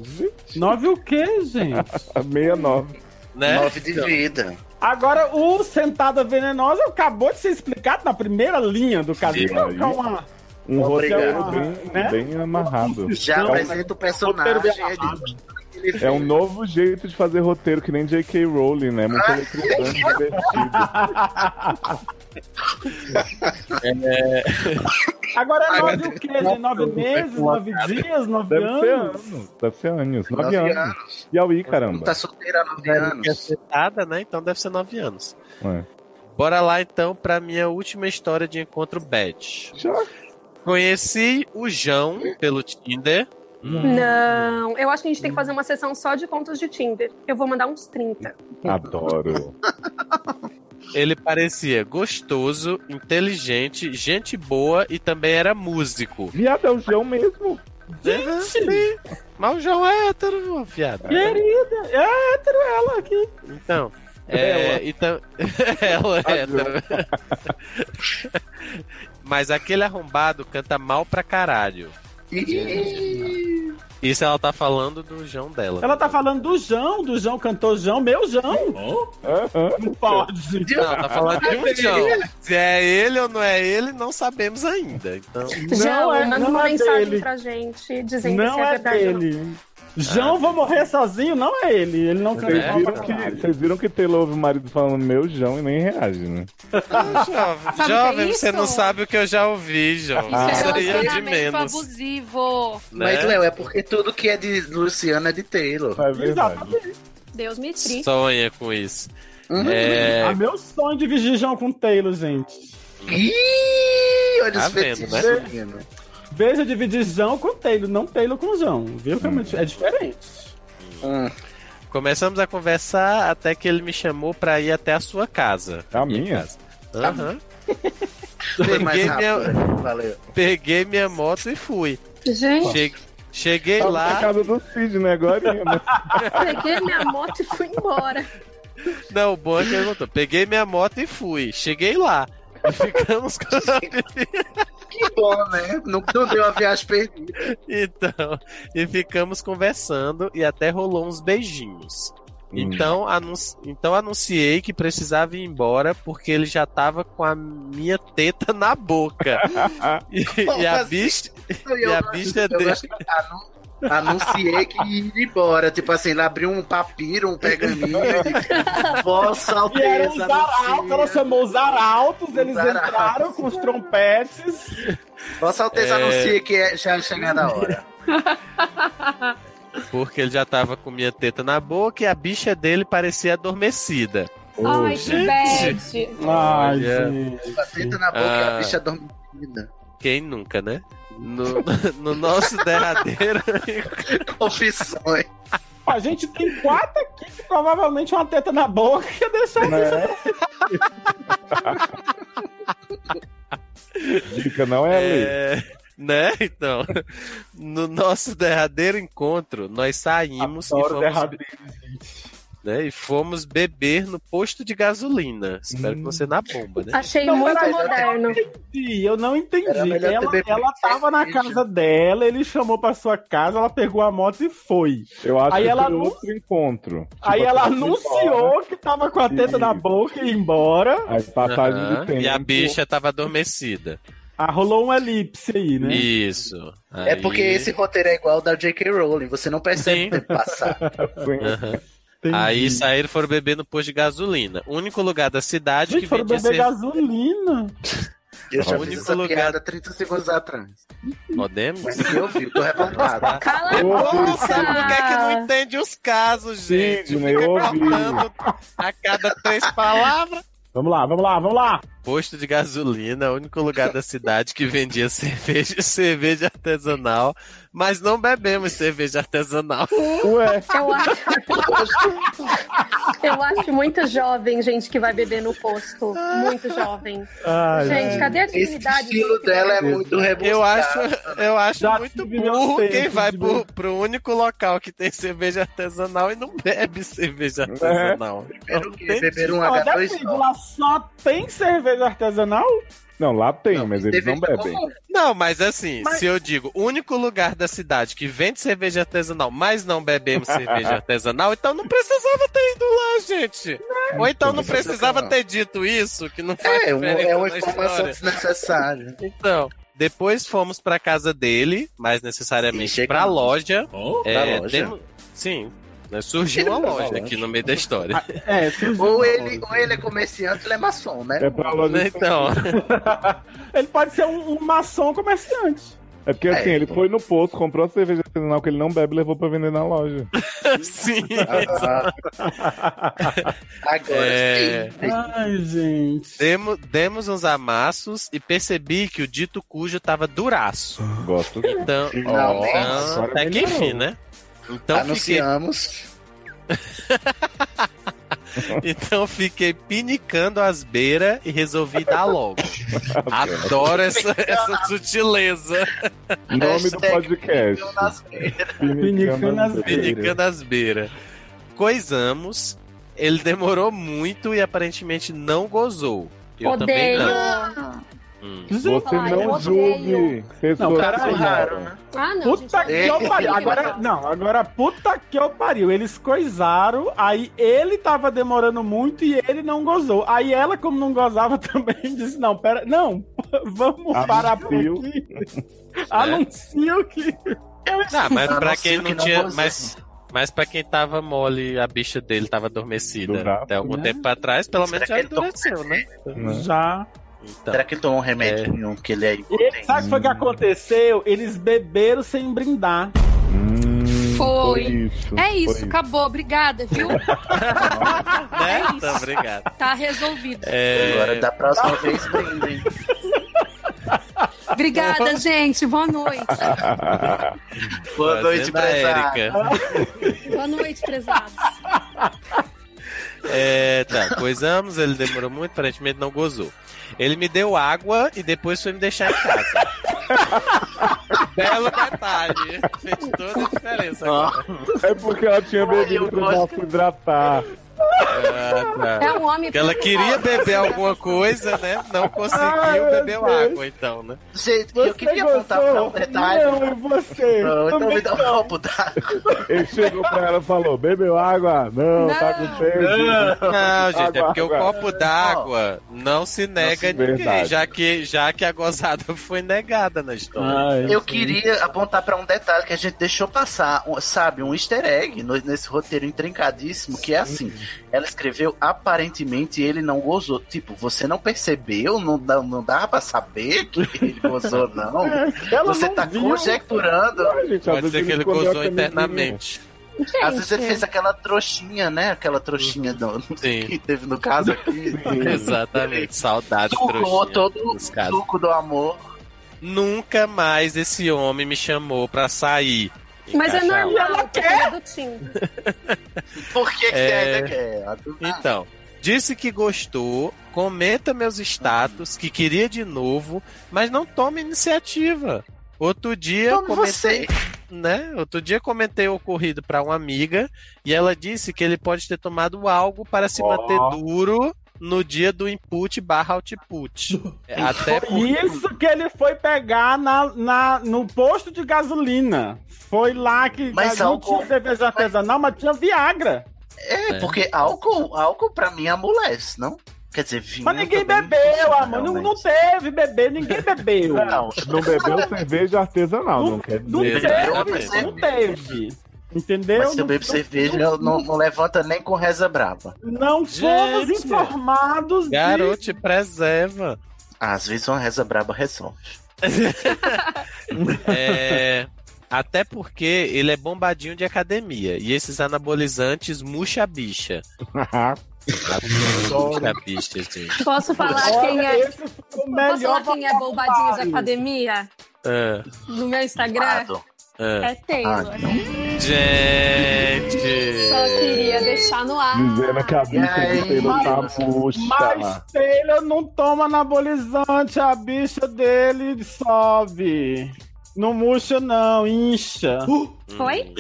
Nove o quê, gente? 69. É. Né? Nove de Então. vida. Agora, o sentada venenosa acabou de ser explicado na primeira linha do caso. Sim, aí. Não, calma. Um Obrigado. roteiro bem, Né? bem amarrado. Já Então, apresenta o personagem. É um novo jeito de fazer roteiro que nem J.K. Rowling, né? Muito eletrizante. É, Agora é Ai, nove meu o quê? Deus. gente? Nove meses, nove dias, nove Deve ser anos? anos. Deve ser anos. Nove, Nove anos. anos. E aí, caramba. Tá solteira há nove Era que é anos. sentada, né? Então deve ser nove anos. É. Bora lá então pra minha última história de encontro bad. Conheci o João pelo Tinder. Não, eu acho que a gente tem que fazer uma sessão só de contos de Tinder. Eu vou mandar uns 30. Adoro. Ele parecia gostoso, inteligente, gente boa e também era músico. Viado, é o João mesmo. Gente! Mas o João é hétero, ô, viado. Querida, é hétero ela aqui. Então. É, então, ela é hétero. Mas aquele arrombado canta mal pra caralho. Isso ela tá falando do João dela. Ela tá falando do Jão, do Jão, cantor Jão, meu Jão. Não pode. Não, tá falando de um João. Se é ele ou não é ele, não sabemos ainda. Então... João, é- manda não uma é mensagem dele. pra gente dizendo Não se é, é verdade ou não. dele. Jão, vou morrer sozinho, não é ele. Ele não canta. Vocês viram, igual. que, vocês viram que Taylor ouve o marido falando meu João e nem reage, né? Ah, jovem, Sabe jovem, o que é você isso? não sabe o que eu já ouvi, jovem. Isso é Isso aí é de Relacionamento menos. abusivo. Mas, Né? Léo, é porque tudo que é de Luciana é de Taylor. Tá É verdade. Deus me tri. Sonha com isso. Hum. É, Ah, meu sonho de dividir Jão com Taylor, gente. Ih, olha Tá os vendo, fetiches, né? menino. Veja dividir Jão com Taylor, não Taylor com Jão. Viu? que é muito- É diferente. Hum, começamos a conversar até que ele me chamou pra ir até a sua casa. É A minha? Casa. Aham. Foi mais Peguei rápido. minha- Valeu. Peguei minha moto e fui. Gente. Che- Cheguei Tava na lá. É casa do Cid, né? Agora. né? Peguei minha moto e fui embora. Não, o bom é que ele botou. Peguei minha moto e fui. Cheguei lá. E ficamos com Que bom, né? Não, não deu a viagem perdida. Então, e ficamos conversando e até rolou uns beijinhos. Hum. Então, anun- então anunciei que precisava ir embora porque ele já tava com a minha teta na boca. e, e a Como bicha, Eu e a gosto- bicha eu dele. gosto de anu- Anunciei que ia embora. Tipo assim, ele abriu um papiro, um pergaminho. e- Vossa E era um Alteza. zaralto, né? ela chamou os arautos, eles Zaraltos. entraram com os trompetes. Vossa Alteza É. anuncia que é já chegada a hora. Porque ele já tava com minha teta na boca e a bicha dele parecia adormecida. Ai, que gente. bad. Ai, Olha. gente. Tenta na boca e Ah. a bicha dormida. Quem nunca, né? No, no nosso derradeiro. Confissões. A gente tem quatro aqui que provavelmente uma teta na boca ia deixar isso. Dica não é a lei. É, né? Então, no nosso derradeiro encontro, nós saímos e Adoro fomos, derradeiro. né, e fomos beber no posto de gasolina. Espero que Hum. não seja na bomba, né? Achei Não, muito peraí, moderno. Entendi, eu não Era entendi. melhor ter Ela, bebido ela tava na cerveja. casa dela, ele chamou pra sua casa, ela pegou a moto e foi. Eu acho Aí que ela foi anun- outro encontro. Aí Tipo, Tipo, ela assim, embora, anunciou que tava com a teta na Sim. boca e ia embora. Aí passagem Aham, né? de tempo. e a bicha tava adormecida. Ah, rolou um elipse aí, né? Isso. É Aí- porque esse roteiro é igual ao da J.K. Rowling. Você não percebe Sim. o tempo passar. Sim. Aham. Entendi. Aí saíram e foram beber no posto de gasolina. O único lugar da cidade Gente, que foram vendia beber gasolina. Eu já O fiz único essa lugar- piada 30 segundos atrás. cerveja. Podemos? Mas se eu vi, tô revoltado. Cala a Não sabe por que, é que não boca! entende os casos, gente. Sidney, eu Fica ouvi. cortando a cada três palavras. Vamos lá, vamos lá, vamos lá. Posto de gasolina, o único lugar da cidade que vendia cerveja, cerveja artesanal, mas não bebemos cerveja artesanal. Ué, Eu acho... eu acho muito jovem, gente, que vai beber no posto. Muito jovem. Ai, Gente, cadê a Esse dignidade? estilo disso? dela é muito rebuscado. Eu acho, eu acho Já muito tive meus burro quem tempos vai de pro, beber. pro único local que tem cerveja artesanal e não bebe cerveja É. artesanal. Primeiro que beber um Olha, H2O. lá só tem cerveja artesanal? não, lá tem, Não, mas eles não cerveja bebem. comum. Não, mas assim, se eu digo o único lugar da cidade que vende cerveja artesanal, mas não bebemos cerveja artesanal, então não precisava ter ido lá, gente. Ou então não precisava ter dito isso, que não faz É, um- é uma diferença na informação história. desnecessária. Então, depois fomos pra casa dele, mais E necessariamente chegamos. pra loja. Oh, É, Pra loja? demo- Sim, né, surgiu uma Pra loja loja. aqui no meio da história. É, surgiu Ou uma ele, coisa. ou ele é comerciante ou ele é maçom, né? É pra loja de Então, Ele pode ser um, um maçom comerciante. É porque assim, É. ele foi no posto, comprou a cerveja artesanal que ele não bebe e levou pra vender na loja. sim. Ah, agora É. sim. Ai, gente. Demo- demos uns amassos e percebi que o dito cujo tava duraço. Gosto. Então, Finalmente. então, né? Agora até que melhorou. Tá enfim, né? Então fiquei, Anunciamos. então fiquei pinicando as beiras e resolvi dar logo. Adoro essa, essa sutileza. Nome do Hashtag É. podcast. Pinhão nas Beiras. é Pinicando nas Pinicando as beiras. Coisamos. Ele demorou muito e aparentemente não gozou. Eu também Odeio. não. Você é é não julgue pessoas Não, que peraí. moram. né? Ah, não. Puta gente, que É, eu pariu. tá- Agora, não, agora puta que eu pariu. Eles coisaram, aí ele tava demorando muito e ele não gozou. Aí ela, como não gozava, também disse: não, pera, não, vamos parar por Anuncio. aqui. Anuncio que. Ah, mas pra Anuncio quem não que tinha. gozou. mas, mas pra quem tava mole, a bicha dele tava adormecida até algum né? tempo atrás, pelo menos já Será que ele endureceu, né? Então, Já. Será que ele tomou um remedinho que ele é E sabe o que Hum. foi que aconteceu? Eles beberam sem brindar. Foi. Hum, foi isso, é isso, foi isso. acabou. Obrigada, viu? É Né? Então, obrigado. É, Tá resolvido. Agora da próxima vez brindem. Obrigada, gente. Boa noite. Boa noite, Fazenda prezada. Boa noite, prezados. É, tá, coisamos, ele demorou muito, aparentemente não gozou. Ele me deu água e depois foi me deixar em casa. Belo detalhe. Fez toda a diferença agora. É porque ela tinha bebido pro nosso hidratar. Ah, tá. É um homem Porque ela queria beber alguma coisa, né? Não conseguiu, bebeu água, então, né? Gente, eu queria apontar pra um detalhe. Não, e você? Não, então Também me dá um copo d'água. Ele chegou pra ela e falou: bebeu água? Não, tá com sede. Não, gente, é Água, porque o água. copo d'água não se nega a ninguém, verdade. já que, já que a gozada foi negada na Ah, história. Eu queria apontar pra um detalhe que a gente deixou passar, um- sabe, um easter egg no- nesse roteiro intrincadíssimo, que é assim, ela escreveu aparentemente ele não gozou. Tipo, você não percebeu? Não, dá, não dava pra saber que ele gozou, não? você tá conjecturando. Pode ser que ele gozou internamente. Às vezes ele fez aquela trouxinha, né? Aquela trouxinha do- que teve no caso aqui. Exatamente, saudade Sucou trouxinha. todo o suco do amor. Nunca mais esse homem me chamou pra sair. Mas é Encaixar normal. Ela quer? Do Tinder. Por que, que É. você ainda quer? Ah, Então, disse que gostou, comenta meus status, que queria de novo, mas não toma iniciativa. Outro dia Tome comentei, né? Outro dia comentei o ocorrido para uma amiga e ela disse que ele pode ter tomado algo para se manter duro no dia do input barra output. Até Foi por... Isso que ele foi pegar na, na- no posto de gasolina. Foi lá que Mas não álcool- tinha cerveja artesanal, mas tinha Viagra. É, porque álcool, álcool pra mim amolece, não? Quer dizer, vinho. Mas ninguém também- bebeu, amor. Não, não teve bebê, ninguém bebeu. Não, Não bebeu cerveja artesanal, não, quer Não dizer. teve, não teve. Entendeu? Mas se eu Não- bebo não- cerveja, eu não, não levanta nem com reza brava. Não fomos Gente. informados Garoto, disso. te preserva. Ah, Às vezes uma reza braba resolve. É, até porque ele é bombadinho de academia. E esses anabolizantes murcha a bicha. murcha a bicha, gente. Posso falar quem é? Posso falar quem é bombadinho de vocabulário. academia? É, No meu Instagram? é. É Taylor. Ah, Gente! Só é. queria deixar no ar. Dizendo que a bicha do pelo tá Mas murcha. Taylor não toma anabolizante, a bicha dele sobe. Não murcha, não, incha. Foi?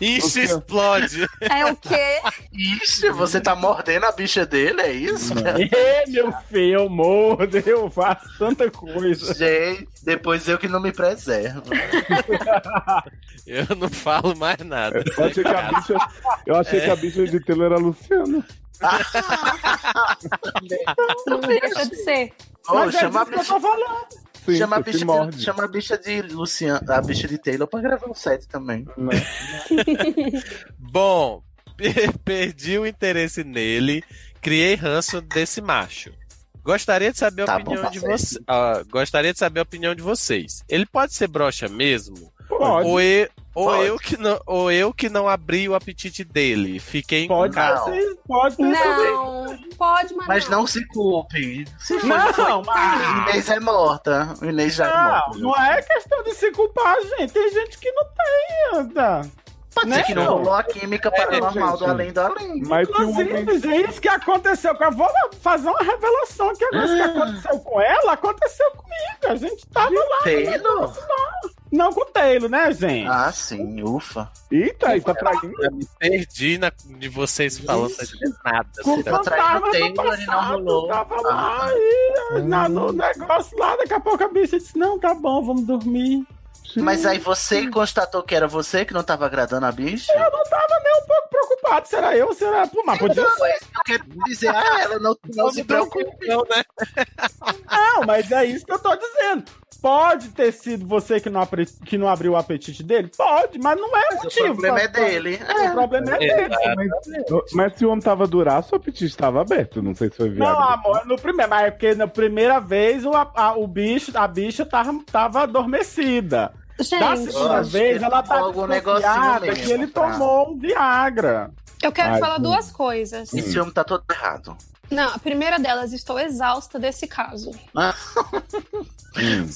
Ixi, explode! É o quê? Ixi, você tá mordendo a bicha dele, é isso? Ê, meu filho, eu mordo, eu faço tanta coisa. Gente, depois eu que não me preservo. Eu não falo mais nada. Eu achei que a bicha, eu achei É. que a bicha de Taylor era a Luciana. Não deixa de ser. Ô, Mas é chama, a disso bicha, que eu tô falando. Sim, chama, a você bicha de, morde. chama a bicha de Luciano, a bicha de Taylor pra gravar um set também. Bom, per- perdi o interesse nele, criei ranço desse macho. Gostaria de saber a Tá bom, opinião tá de certo. vocês. gostaria de saber a opinião de vocês. Ele pode ser broxa mesmo? Pode. Ou eu, ou Pode. eu que não, ou eu que não abri o apetite dele. Fiquei Pode encucado. ter, pode ter também. Não, pode, mas, Mas não se culpe. Se for, Não, foi. mas- Inês é morta. Inês já é Não, morta. não é questão de se culpar, gente. Tem gente que não tem, anda. Pode né, ser que não não? rolou a química paranormal do gente. além do além. Mas se o homem Inclusive, é isso que aconteceu com a Vou fazer uma revelação Ah. aqui agora. Isso que aconteceu com ela, aconteceu comigo. A gente tava lá. Taylor? Não com o Taylor, né, gente? Ah, sim, ufa. Eita, aí tá pra assim, Eu me perdi na, de vocês falando sem dizer nada. Com assim, o fantasma do tá Taylor, ele não Ah. Hum. passado, tava lá e, na- no negócio lá, daqui a pouco a bicha disse, não, tá bom, vamos dormir. Mas aí você constatou que era você que não tava agradando a bicha? Eu não tava nem um pouco preocupado, será eu, será... Pô, mas podia Não, ser. mas eu quero dizer a ela, não, não se preocupe. Não, né? Não, mas é isso que eu tô dizendo. Pode ter sido você que não, apre- que não abriu o apetite dele? Pode, mas não é motivo. problema pra- é dele. Hum. O problema é dele. Mas, mas se o homem tava duraço, o apetite estava aberto. Não sei se foi viado. Não, amor, no primeiro, mas é porque na primeira vez o, a- a- o bicho, a bicha tava, tava adormecida. Gente, da eu segunda acho que vez, ele ela tá tomou algum negocinho desconfiada mesmo, que ele tá? tomou um Viagra. Eu quero Ai, falar gente. duas coisas. Esse homem tá todo errado. Não, a primeira delas, estou exausta desse caso. Ah.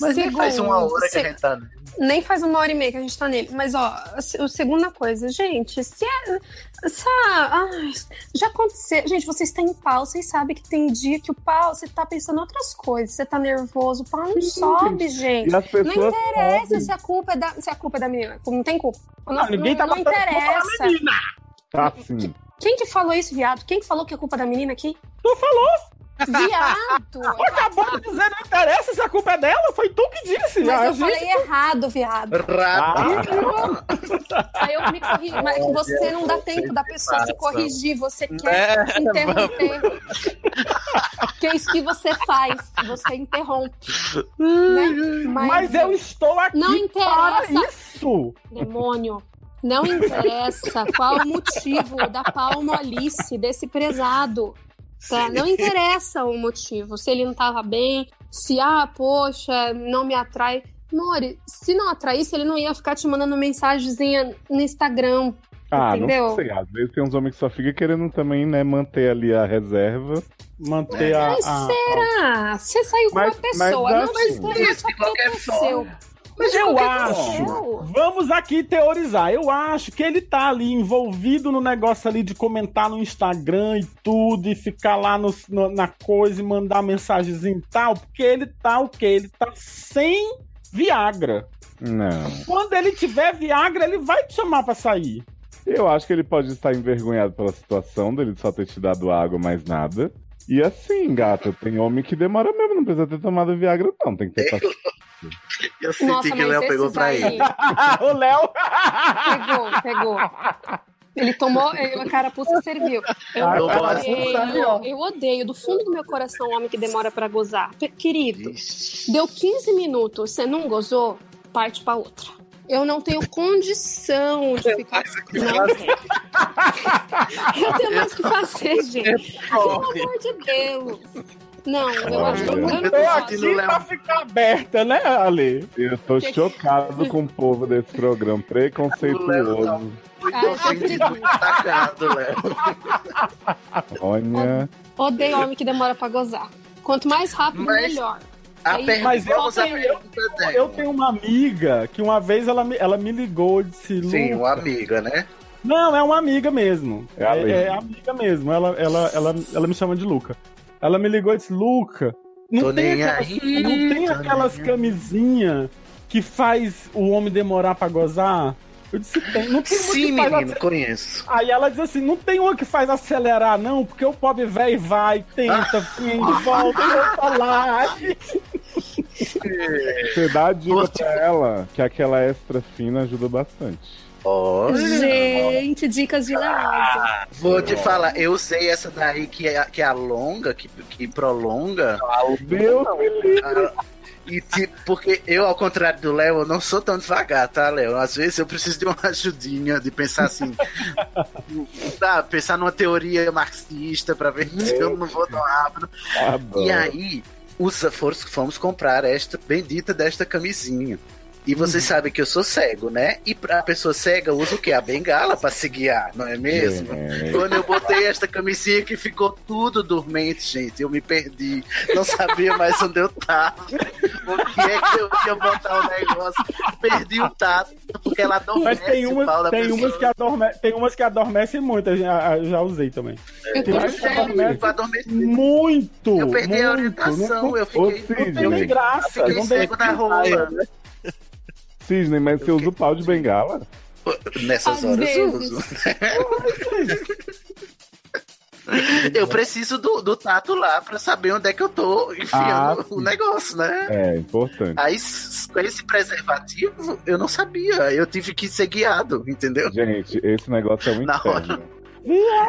Mas nem faz uma hora que a Segundo, gente tá. né? Nem faz uma hora e meia que a gente tá nele. Mas, ó, a, se- a segunda coisa, gente, se é. Se a- ai, já aconteceu. Gente, você está em pau, vocês sabem que tem dia que o pau, você tá pensando em outras coisas, você tá nervoso, o pau não sobe, gente. E as Não pessoas assim, interessa sobem. se a culpa é da, se a culpa é da menina. Não tem culpa. Não, "Ah, ninguém tá não, não botando culpa na interessa. menina. Tá sim. Quem que falou isso, viado? Quem que falou que é culpa da menina aqui? Tu falou? Viado! Acabou de dizer, não interessa se a culpa é dela, foi tu que disse. Mas a eu gente- Ah, falei Ah, errado, viado. Ah, Aí eu me corri. Mas Olha, você não dá tempo da pessoa se passa. corrigir, você quer É, Né? interromper. Que é isso que você faz, você interrompe. Né? Mas eu estou aqui Não para interessa. isso. Demônio. Não interessa qual o motivo da palmolice desse prezado. tá? Não interessa o motivo. Se ele não tava bem, se, ah, poxa, não me atrai. More, se não atraísse, ele não ia ficar te mandando mensagenzinha no Instagram. Ah, entendeu? não sei. Às vezes tem uns homens que só ficam querendo também, né, manter ali a reserva. Manter Mas será? Ah, Você saiu com Mas- uma mas pessoa, não vai assim- explicar só porque aconteceu. Mas de eu qualquer acho. jeito. Vamos aqui teorizar. Eu acho que ele tá ali envolvido no negócio ali de comentar no Instagram e tudo, e ficar lá no- no- na coisa e mandar mensagenzinha e tal, porque ele tá o quê? Ele tá sem Viagra. Não. Quando ele tiver Viagra, ele vai te chamar pra sair. Eu acho que ele pode estar envergonhado pela situação dele de só ter te dado água, mais nada. E assim, gata, tem homem que demora mesmo, não precisa ter tomado Viagra, não. Tem que ter paciência. Eu senti Nossa, que o mas Léo pegou esses pra aí- ele. o Léo. Pegou, pegou. Ele tomou, ele, a carapuça serviu. Eu, Ah, carapuça odeio, eu odeio do fundo do meu coração o homem que demora pra gozar. Pe- Querido, deu 15 minutos, você não gozou, parte pra outra. Eu não tenho condição de ficar. Não tenho. Eu tenho mais o que fazer, gente. Pelo amor de Deus. Não, eu acho que eu não Eu tô aqui pra ficar aberta, né, Ale? Eu tô chocado com o povo desse programa, preconceituoso. Tacado, Léo. Olha. Odeio homem que demora pra gozar. Quanto mais rápido, Mas- melhor. a Aí- pergunta- Mas eu Qual tenho, foi? eu, tenho- eu tenho uma amiga que uma vez ela me, ela me ligou e disse. Sim, "Luca, uma amiga, né? Não, é uma amiga mesmo. É a É, Leila. é amiga mesmo. Ela, ela, ela, ela me chama de Luca. Ela me ligou e disse: Luca, não Tô tem nem aquelas, aí, não tem tô aquelas camisinhas que faz o homem demorar pra gozar? Eu disse: tem. Não tem uma que faz Sim, menino, acel- conheço. Aí ela diz assim: não tem uma que faz acelerar, não, porque o pobre velho vai, Ah. tenta, vem, volta, volta lá. Você dá a dica pra ela que aquela extra fina ajuda bastante. Gente, dicas de Leosa. Vou te falar, eu usei essa daí que é, que é a longa, que, que prolonga. Meu Ah, E tipo, porque eu, ao contrário do Léo, eu não sou tão devagar, tá, Léo? Às vezes eu preciso de uma ajudinha, de pensar assim. tá, pensar numa teoria marxista pra ver se eu não vou tão rápido. E Ah. aí, usa, fomos, fomos comprar esta bendita desta camisinha. E Uhum. vocês sabem que eu sou cego, né? E pra pessoa cega usa o quê? A bengala pra se guiar, não é mesmo? É. Quando eu botei esta camisinha que ficou tudo dormente, gente, eu me perdi. Não sabia mais onde eu tava. O que é que eu ia botar o negócio? Perdi o tato, porque ela Mas adormece tem o pau umas, da tem pessoa. umas que adorme, tem umas que adormecem muito, eu já, eu já usei também. Eu Tem tô umas que cego, adormecem pra adormecer. muito. Eu perdi a muito. orientação, Não- eu Ô, fiquei- Cid, né? não tem eu fiquei- graça. fiquei não tem cego na rola. Cisne, mas você usa o pau de bengala? Nessas Às horas eu vezes. uso. eu preciso do, do tato lá pra saber onde é que eu tô enfiando Ah, o negócio, né? É, importante. Aí, s- com esse preservativo, eu não sabia. Eu tive que ser guiado, entendeu? Gente, esse negócio é um Na hora. inferno.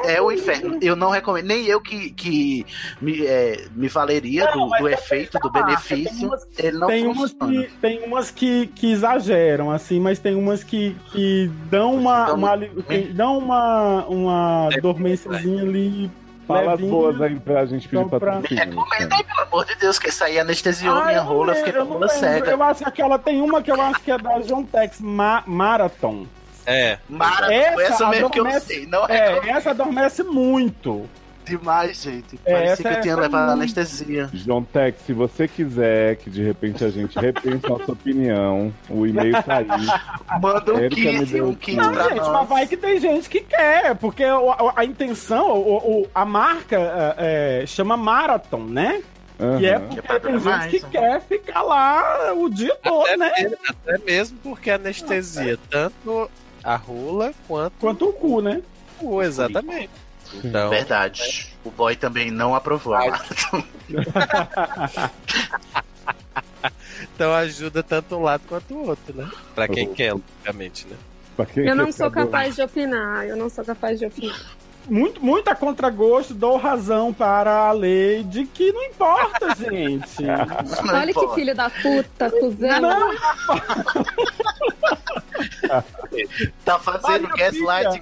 É o inferno. Eu não recomendo. Nem eu que, que me, é, me valeria do- do, efeito, do benefício. Ele não tem, umas funciona. que, tem umas que, que exageram, assim, mas tem umas que, que Então, dão uma, uma, né? ali- que dão uma, uma É, dormênciazinha ali. Fala as levinha. boas aí pra gente pedir Então, pra- patrocínio. Comenta aí, pelo amor de Deus, que isso aí anestesiou Ah, minha eu não rola. Eu lembro, fiquei com a eu não rola lembro. cega. Eu acho que ela tem uma que eu acho que é da John Tex Ma Marathon. É. Maravilha, essa, mesmo que eu adormece- sei. Não é, é, essa adormece muito. demais, gente. É, Parecia essa que eu é- tinha essa é levado muito- anestesia. João Tex, se você quiser que de repente a gente repense nossa opinião, o e-mail tá aí. Manda um kit, um kit Não, Ah, gente, mas vai que tem gente que quer, porque o- o- a intenção, o- o- a marca é, é, chama Marathon, né? Aham. E é É porque pra tem durar gente que quer ficar lá o dia todo, né? Até É mesmo porque anestesia tanto a rola quanto, quanto o cu, né? exatamente. Então, É Verdade. O boy também não aprovou. a Marathon. então ajuda tanto um lado quanto o outro, né? Pra quem quer, logicamente, né? Eu não sou capaz de opinar, eu não sou capaz de opinar. Muito, muito a contragosto, dou razão para a lei de que não importa, gente. Ah, Olha que filho da puta, cuzão. Não. Tá fazendo Maria gaslight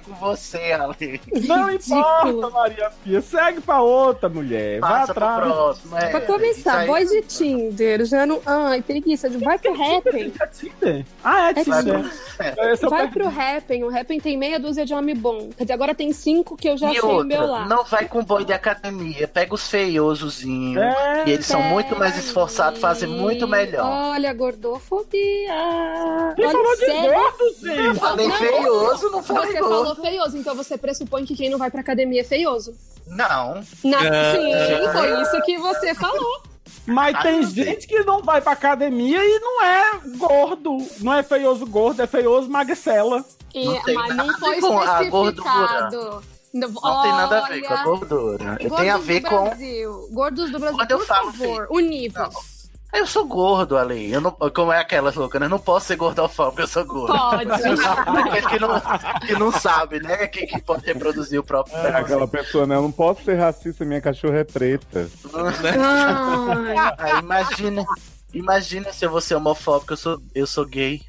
Pia. com você, Ale. Não importa, Maria Pia. Segue pra outra mulher. Vai Passa pro atrás. próximo, é. Pra começar, Isso aí. boy de Tinder, já não. Ai, preguiça, de- vai pro Happn. Tinder? Ah, é Tinder. É, esse é o Vai perfil. pro Happn, o Happn tem meia dúzia de homem bom. Quer dizer, agora tem cinco que eu já E achei o meu outra, lá. não vai com boy de academia. Pega os feiosozinhos. É, que eles são pega muito mais esforçados, fazem muito melhor. Olha, gordofobia. Quem Olha falou o de sério. gordo, gente? Eu falei feioso, não falei Você gordo. falou feioso, então você pressupõe que quem não vai pra academia é feioso. Não. Não, Ah. sim, foi isso que você falou. Mas tem gente que não vai pra academia e não é gordo. Não é feioso gordo, é feioso magricela. E- mas não foi com a especificado. gordura. Não, Não tem nada a ver com a olha, gordura. gordos Tem a do ver com. Brasil, gordos do Brasil, Quando eu por falo favor, univos. Eu sou gordo, Ale. Eu não... Como é aquela louca, né? Eu não posso ser gordofóbico, eu sou gordo. Pode. Aquele que não, que não sabe, né? Que, que pode reproduzir o próprio. É aquela pessoa, né? Eu não posso ser racista, minha cachorra é preta. Aí Ah, imagina, imagina se eu vou ser homofóbico, eu sou, eu sou gay.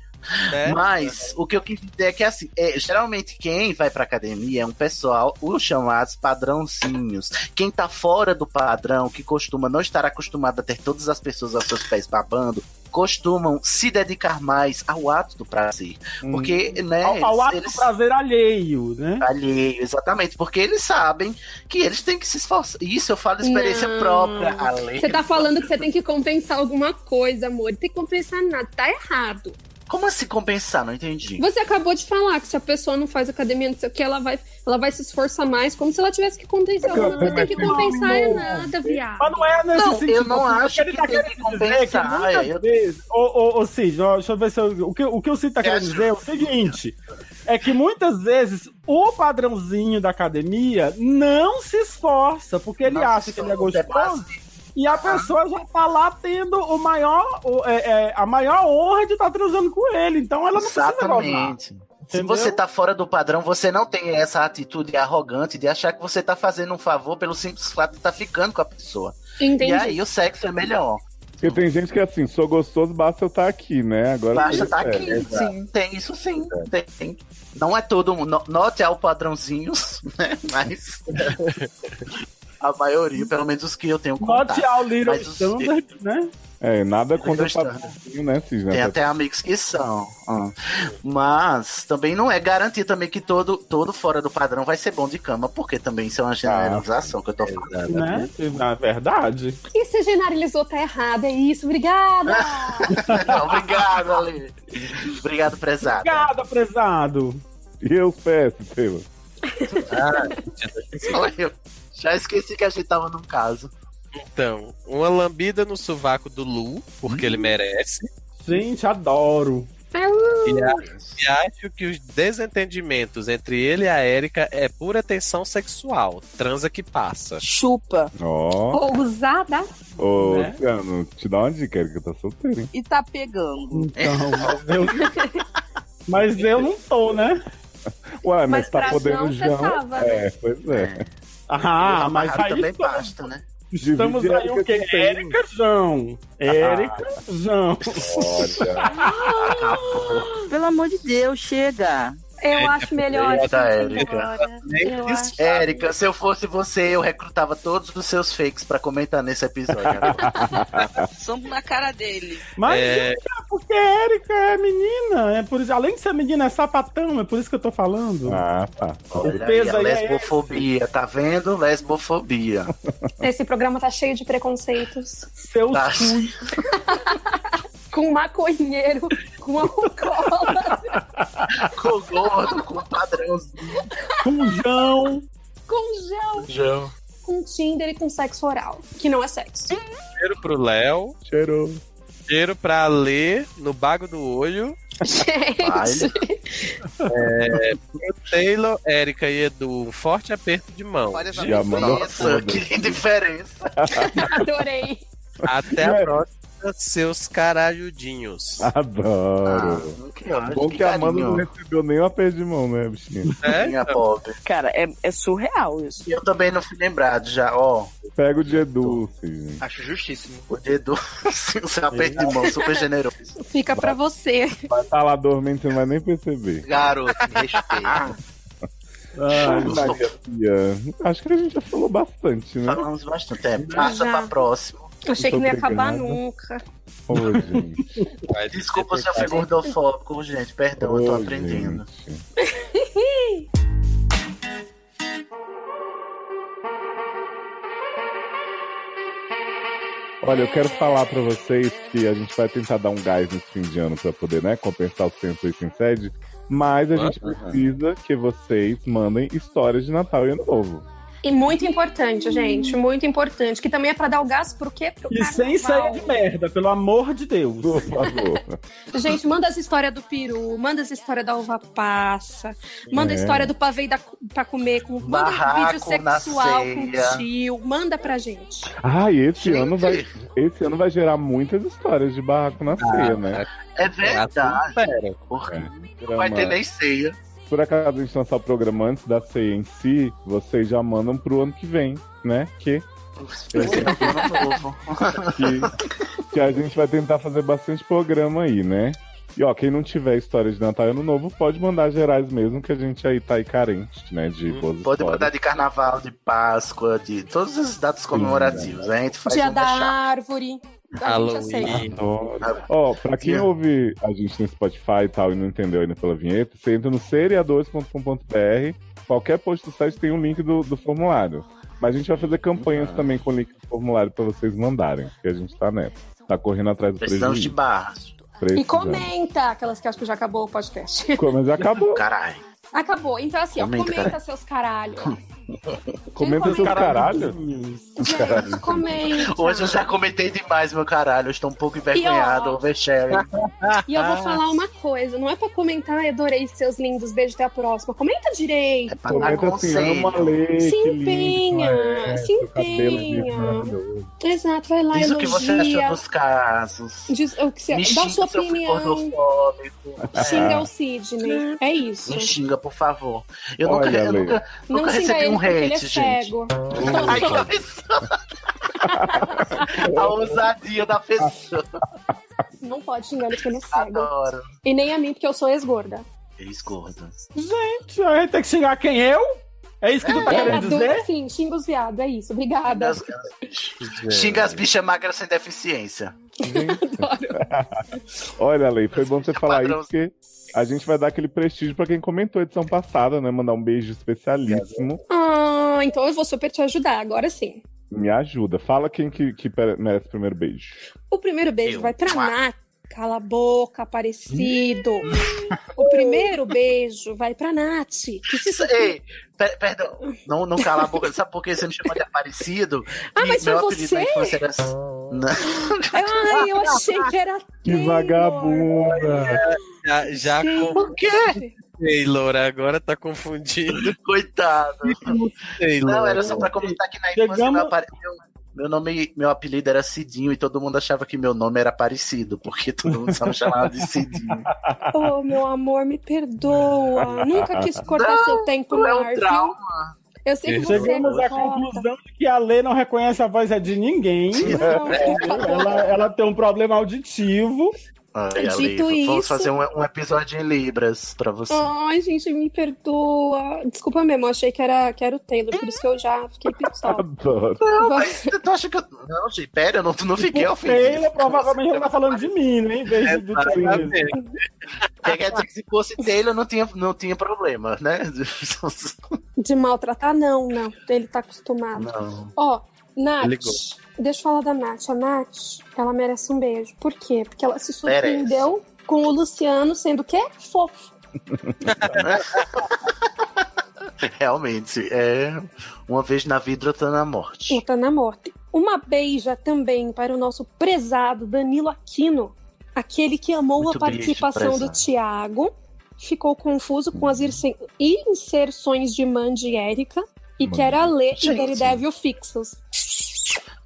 É. Mas o que eu quis dizer é que assim, é, geralmente quem vai pra academia é um pessoal, os chamados padrãozinhos. Quem tá fora do padrão, que costuma não estar acostumado a ter todas as pessoas aos seus pés babando, costumam se dedicar mais ao ato do prazer. Hum. Porque, né? Ao, ao ato eles- do prazer alheio, né? Alheio, exatamente, porque eles sabem que eles têm que se esforçar. Isso eu falo experiência Não. própria, Ale. Você tá falando que você tem que compensar alguma coisa, amor. Tem que compensar nada, tá errado. Como assim compensar? Não entendi. Você acabou de falar que se a pessoa não faz academia, não sei o que, ela vai, ela vai se esforçar mais, como se ela tivesse que compensar. Porque Não, não tem que ela compensar tem é um nada, viado. Mas não é nesse Não, sentido. eu não assim, acho ele que tá tem querendo que dizer que compensar, muitas eu- vezes- Ô, ô, ô, Cid, ó, deixa eu ver se eu- o, que, o que o Cid tá querendo dizer é o seguinte: é que muitas vezes o padrãozinho da academia não se esforça, porque ele acha que ele é gostoso. E a pessoa já tá lá tendo o maior, o- é, é, a maior honra de estar tá transando com ele. Então ela não Exatamente. precisa gozar. Se Entendeu? você tá fora do padrão, você não tem essa atitude arrogante de achar que você tá fazendo um favor pelo simples fato de estar tá ficando com a pessoa. Entendi. E aí o sexo é melhor. Porque tem gente que é assim, sou gostoso, basta eu estar aqui, né? Agora Basta tá É, aqui, exato. sim, tem isso sim. Tem, tem. Não é todo mundo. no- Note ao padrãozinhos, né? Mas a maioria, pelo menos os que eu tenho contato. Note ao Little Mas os- Standard, né? É, nada contra o Gostando. É. patrocínio, né, Cisne? Tem até amigos que são. ah. Mas também não é garantir também que todo, todo fora do padrão vai ser bom de cama, porque também isso é uma generalização que eu tô falando. Né? Na verdade. E se generalizou, tá errado, é isso. Obrigada. Obrigado, Ale. Obrigado, prezado. Obrigado, prezado. E eu peço, Taylor. Olha, eu Já esqueci que a gente tava num caso. Então, uma lambida no sovaco do Lu, porque ele merece. Gente, adoro. E, a- e acho que os desentendimentos entre ele e a Érica é pura tensão sexual. Transa que passa. Chupa. Ó, tá? Ousada. ô, Né? Luciano, te dá uma dica, Erika tá solteiro, hein? E tá pegando. Então, mas eu, mas eu não tô, né? Ué, mas, Mas tá pra podendo João, já. você tava, né? É, pois é. Ah, mas aí também estamos- basta, né? Estamos Divide aí o quê? Érica João. Érica João. Pelo amor de Deus, chega. Eu Érica, acho melhor a gente puta, ir Érica. embora. Tá Eu acho. Érica, se eu fosse você, eu recrutava todos os seus fakes pra comentar nesse episódio. Sombo na cara dele. Mas É. cara, porque a Érica é menina. É por isso, além de ser menina, é sapatão. É por isso que eu tô falando. Ah, tá. Olha peso aí, a aí é lesbofobia, tá vendo? Lesbofobia. Esse programa tá cheio de preconceitos. Seus Tá. Com maconheiro, com alcoólatra, com gordo, com padrãozinho. Com João. com gel, João. com Tinder e com sexo oral. Que não é sexo. Cheiro pro Léo. Cheiro. Cheiro pra Lê no bago do olho. Gente. É, pro Taylor, Érica e Edu, um forte aperto de mão. Olha essa E a Amanda diferença, foda. que diferença. Adorei. Até É. a próxima, seus carajudinhos. Adoro. Ah, que ódio, Bom que que, a Amanda carinho. não recebeu nem uma perda de mão, né, bichinha? Minha pobre. Cara, é, é surreal isso. Eu também não fui lembrado já, ó. Pega o de Edu, Sidney. Acho justíssimo. O dedo, seu aperto de mão, super generoso. Fica pra você. Vai estar lá dormindo, você não vai nem perceber. Garoto, respeita. Ai, Ah, tá. Maria Pia. ah, Acho que a gente já falou bastante, né? Falamos bastante. É, passa Já. pra próxima. Achei que não ia acabar Obrigado. nunca. Ô, gente. Desculpa se eu fui gordofóbico, gente. Perdão, Então eu tô Ô, aprendendo. Olha, eu quero falar pra vocês que a gente vai tentar dar um gás nesse fim de ano pra poder, né, compensar os 108 sede, mas a gente precisa que vocês mandem histórias de Natal e Ano Novo. E muito importante, gente. Muito importante. Que também é pra dar o gás pro quê? Pro E sem sair de merda, pelo amor de Deus. Por favor. Gente, manda as histórias do peru, manda as histórias da uva passa, manda É. a história do pavê da, pra comer, com, manda um vídeo Barraco na sexual com ceia. o tio, manda pra gente. Ah, e esse ano vai, esse ano vai gerar muitas histórias de barraco na ceia, né? É verdade. Então É, Não vai ter nem ceia. Por acaso a gente lançar o programa antes da ceia em si, vocês já mandam pro ano que vem, né? Que tá um que, que a gente vai tentar fazer bastante programa aí, né? E ó, quem não tiver história de Natal e Ano Novo, pode mandar gerais mesmo, que a gente aí tá aí carente, né? De boas Hum, Pode histórias. mandar de carnaval, de Páscoa, de todas as datas comemorativas. né? A gente faz Dia uma da chata. árvore. A gente aceita. Adoro. Ó, pra quem ouve a gente no Spotify e tal e não entendeu ainda pela vinheta, você entra no seriadores.com.br. Qualquer post do site tem um link do, do formulário. Mas a gente vai fazer Ah. campanhas também com o link do formulário pra vocês mandarem, porque a gente tá nessa. Tá correndo atrás do prejuízo. Precisamos de barras. E Precisamos. comenta aquelas que acham que já acabou o podcast. Co- Mas acabou. Caralho. Acabou. Então, assim, Comenta, ó, comenta caralho. seus caralho. Comenta seu caralho. Gente, comenta. Hoje eu já comentei demais, meu caralho. Eu Estou um pouco envergonhado, E, ó, oversharing. E eu vou falar uma coisa, não é pra comentar, "Ai, adorei seus lindos, beijo até a próxima. Comenta direito. Comenta assim, ama ler. Se que lindo, empenha, é, se seu cabelo é empenha. maravilhoso. Exato, vai lá, Diz o elogia. que você achou dos casos. Diz o que você- Me dá a xinga sua se eu fui opinião. gordofóbico. Xinga o Sidney. É isso. Me xinga, por favor. Eu Olha, nunca, eu Lê. nunca, Não nunca xinga recebi ele um porque ele é hate, gente. cego. Ai, que absurdo. A ousadia da pessoa. Não pode xingar ele porque ele é Ah, cego. Adoro. E nem a mim, porque eu sou ex-gorda. Escorda. Gente, a gente tem que xingar quem eu? É isso que tu tá querendo Viado, dizer? Sim, xinga os viados, é isso. Obrigada. Xinga as bichas magras sem deficiência. Olha, Lei, foi bom você falar isso, porque a gente vai dar aquele prestígio pra quem comentou a edição passada, né? Mandar um beijo especialíssimo. Ah, então eu vou super te ajudar, agora sim. Me ajuda. Fala quem que, que pere- merece o primeiro beijo. O primeiro beijo vai pra Nath. Cala a boca, parecido. o primeiro beijo vai pra Nath. Que se Ei, per- perdão, não, não cala a boca. Sabe por que você me chama de Aparecido? Ah, E mas foi meu apelido na você? infância era assim. Não. Ai, eu achei que era Que vagabunda! Já, já Gente. Por quê? Taylor, agora tá confundindo. Coitado. Taylor. Não, é era só pra comentar que na infância meu, apare- meu- meu nome, meu apelido era Cidinho e todo mundo achava que meu nome era parecido, porque todo mundo só me chamava de Cidinho. Oh, meu amor, me perdoa. Nunca quis cortar Não, seu tempo no é um ar, viu? trauma. Eu sei que você é Chegamos à conclusão de que a Lê não reconhece a voz é de ninguém. ela, ela tem um problema auditivo. Ai, Dito Alívio, vamos isso- fazer um, um episódio em Libras pra você. Ai, gente, me perdoa. Desculpa mesmo, eu achei que era, que era o Taylor, por isso que eu já fiquei pistola. Tá Não, mas tu acha que eu. Não, gente, pera, eu não, não fiquei o Tipo, Taylor ofendido. provavelmente não tá falando de mim, né? Em vez de do Tá Taylor. Quer dizer que se fosse Taylor, não tinha, não tinha problema, né? De maltratar, não, não. Ele tá acostumado. Não. Ó, Nath, Ligou. deixa eu falar da Nath. A Nath, ela merece um beijo. Por quê? Porque ela se Merece. surpreendeu com o Luciano sendo o quê? Fofo. Realmente, é. Uma vez na vida, outra na morte. Luta na morte. Uma beija também para o nosso prezado Danilo Aquino, aquele que amou Muito a beijo, participação prezado. do Tiago, ficou confuso com as irse- inserções de Mandy e Érica, e que era Lê e Gente. Daredevil Fixos.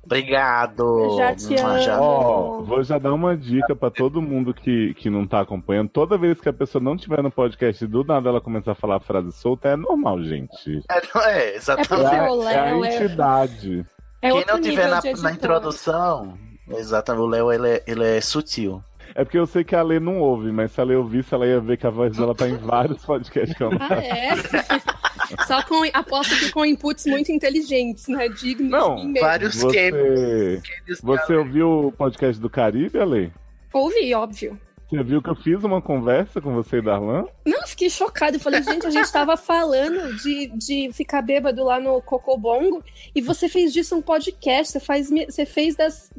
Obrigado. Já te Mua, já. Ó, vou já dar uma dica pra todo mundo que, que não tá acompanhando. Toda vez que a pessoa não tiver no podcast e do nada ela começar a falar frase solta, é normal, gente. É, é, exatamente. É, é a entidade. É Quem não tiver na, na introdução, exatamente, o Léo ele, é- ele é sutil. É porque eu sei que a Lê não ouve, mas se a Lê ouvisse, ela ia ver que a voz dela tá em vários podcasts que ela não tá. Ah, é? Só com, aposto que com inputs muito inteligentes, né? Dignos. Não, e mesmo. você, você ouviu o podcast do Caribe, Ale? Ouvi, óbvio. Você viu que eu fiz uma conversa com você e Darlan? Não, eu fiquei chocada. Eu falei, gente, a gente tava falando de, de ficar bêbado lá no Cocobongo e você fez disso um podcast. Você, faz, me- você fez das.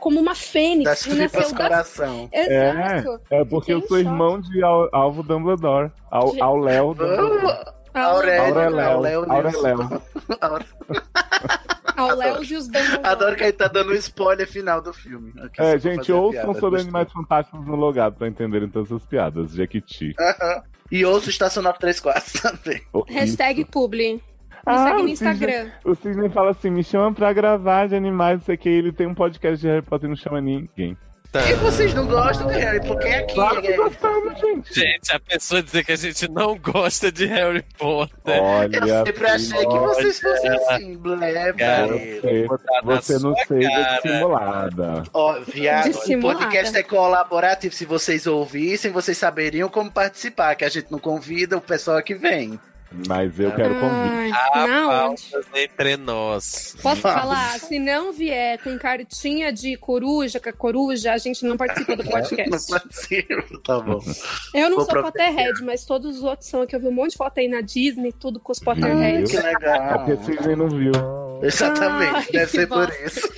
como uma fênix. Das nasceu tripas da- coração. Exato. É, é porque eu sou irmão de Al- Alvo Dumbledore. Ao, ao Léo Dumbledore. É. Aureléu. Aureléu. Ao Léo e os Dumbledore. Adoro que ele tá dando um spoiler final do filme. Aqui, só É, pra gente, fazer a ouçam piada, sobre gostei. Animais Fantásticos no logado pra entenderem todas essas piadas. Jequiti. Aham. E ouço o Estação 934 também. O- Hashtag publi. Me Ah, segue o no Cisne- Instagram. O Sidney fala assim: me chama pra gravar de animais, não sei o que. Ele tem um podcast de Harry Potter e não chama ninguém. E vocês não gostam de Harry Potter? Quem é aqui? Claro que gostamos, gente. Gente, a pessoa dizer que a gente não gosta de Harry Potter. Olha, eu Sempre achei que vocês fossem assim, bleba. Cara, Você, na você não sua seja cara. dissimulada. Ó, viado, o Dissimulada. podcast é colaborativo. Se vocês ouvissem, vocês saberiam como participar, que a gente não convida o pessoal que vem. Mas eu Ah. quero convite. Há não, pautas entre nós. Posso falar? Se não vier com cartinha de coruja, que é coruja, a gente não participa do podcast. Não participo, tá bom. Eu não Vou sou providenciar. Potterhead, mas todos os outros são. Aqui eu vi um monte de foto aí na Disney, tudo com os Viu? Potterheads. Que legal. É porque o Sidney não viu. Exatamente, Ai, deve que ser por bosta. isso.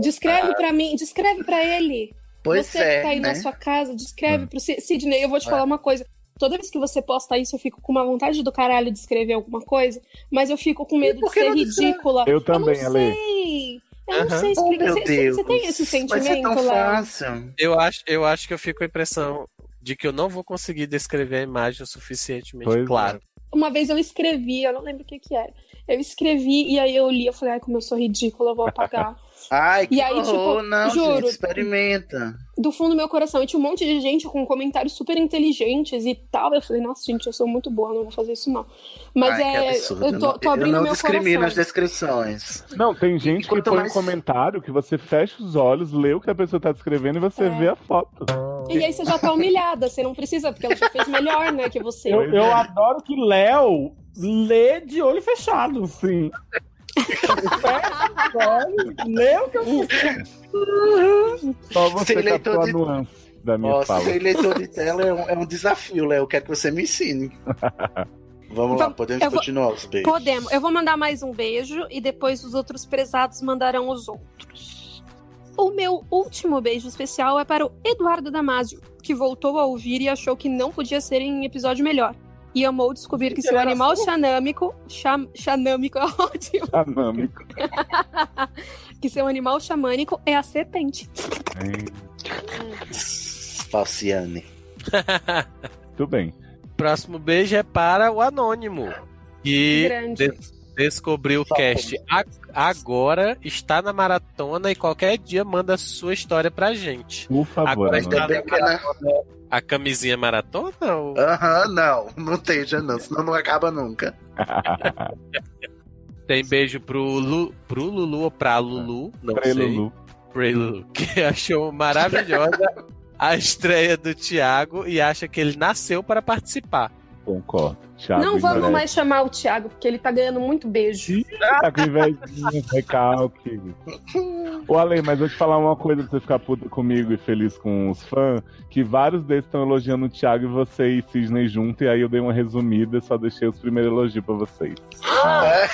Descreve pra mim, descreve pra ele. Pois você é, que tá aí na né? sua casa, descreve pro Sid- Sidney. Eu vou te É. falar uma coisa. Toda vez que você posta isso, eu fico com uma vontade do caralho de escrever alguma coisa, mas eu fico com medo de por que ser não descreve? ridícula. Eu também, eu não Ale. sei. Eu não Aham. sei Oh, explicar. meu Você- você, Deus. você tem esse sentimento, Mas é tão Léo? fácil. Eu acho, eu acho que eu fico com a impressão de que eu não vou conseguir descrever a imagem o suficientemente Pois é. claro. Uma vez eu escrevi, eu não lembro o que que era. Eu escrevi e aí eu li, eu falei, ai, como eu sou ridícula, eu vou apagar. Ai, que E aí, horror, tipo, não, juro. gente, experimenta. Do fundo do meu coração, eu tinha um monte de gente com comentários super inteligentes e tal. Eu falei, nossa, gente, eu sou muito boa, não vou fazer isso não. Mas Ai, que é, absurdo, eu tô, não- tô abrindo eu não meu discrimino as coração. descrições. Não, tem gente que quanto põe mais- um comentário que você fecha os olhos, lê o que a pessoa tá descrevendo e É. você vê a foto. E aí você já tá humilhada, você não precisa, porque ela já fez melhor, né, que você. Eu, eu adoro que Léo lê de olho fechado. Sim. lê o que eu Só você Ser leitor captou a de- nuance da minha Nossa, fala. ser leitor de tela é um, é um desafio, Léo. Eu Quero que você me ensine. Vamos lá, Vamos- podemos eu vou- continuar os beijos. Podemos. Eu vou mandar mais um beijo e depois os outros prezados mandarão os outros. O meu último beijo especial é para o Eduardo Damasio, que voltou a ouvir e achou que não podia ser em episódio melhor. E amou descobrir que seu animal xanâmico. Xam, xanâmico é ótimo. Dinâmico. Que seu animal xamânico é a serpente. Falciane. Tudo bem. Próximo beijo é para o Anônimo. E Grande. des- descobriu o um cast a- agora, está na maratona e qualquer dia manda sua história pra gente. Por favor, Agora tá Anônimo. está na maratona. A camisinha é maratona? ou- né? Aham, não, não tem, já não, senão não acaba nunca. Tem beijo pro, Lu, pro Lulu ou pra Lulu, não Pra sei. Lulu. Pra Lulu, que achou maravilhosa a estreia do Thiago e acha que ele nasceu para participar. Concordo. Thiago Não vamos Ingress. mais chamar o Thiago, porque ele tá ganhando muito beijo. Tá com invejinha, recalque. Ô, Ale, mas vou te falar uma coisa pra você ficar puto comigo e feliz com os fãs, que vários deles estão elogiando o Thiago e você e Cisney junto, e aí eu dei uma resumida e só deixei os primeiros elogios pra vocês. É Ah,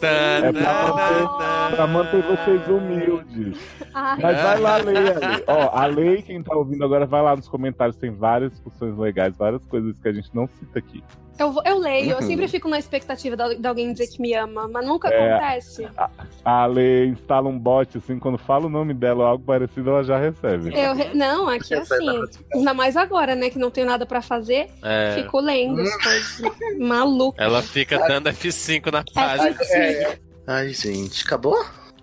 pra manter, pra manter vocês humildes. Ai. Mas vai lá ler, Ale. Ó, a lei, quem tá ouvindo agora, vai lá nos comentários, tem várias discussões legais, várias coisas que a gente não cita aqui. Eu, vou- eu leio, eu Uhum. sempre fico na expectativa da- de, alguém dizer que me ama, mas nunca É. acontece. A Ale instala um bot, assim, quando fala o nome dela ou algo parecido, ela já recebe. Eu re- Não, aqui é Essa é assim. Ainda mais agora, né? Que não tenho nada pra fazer. É. Fico lendo as coisas. É Maluco. Ela fica dando F5 na Ah, página. é, F5. Ai, gente, acabou?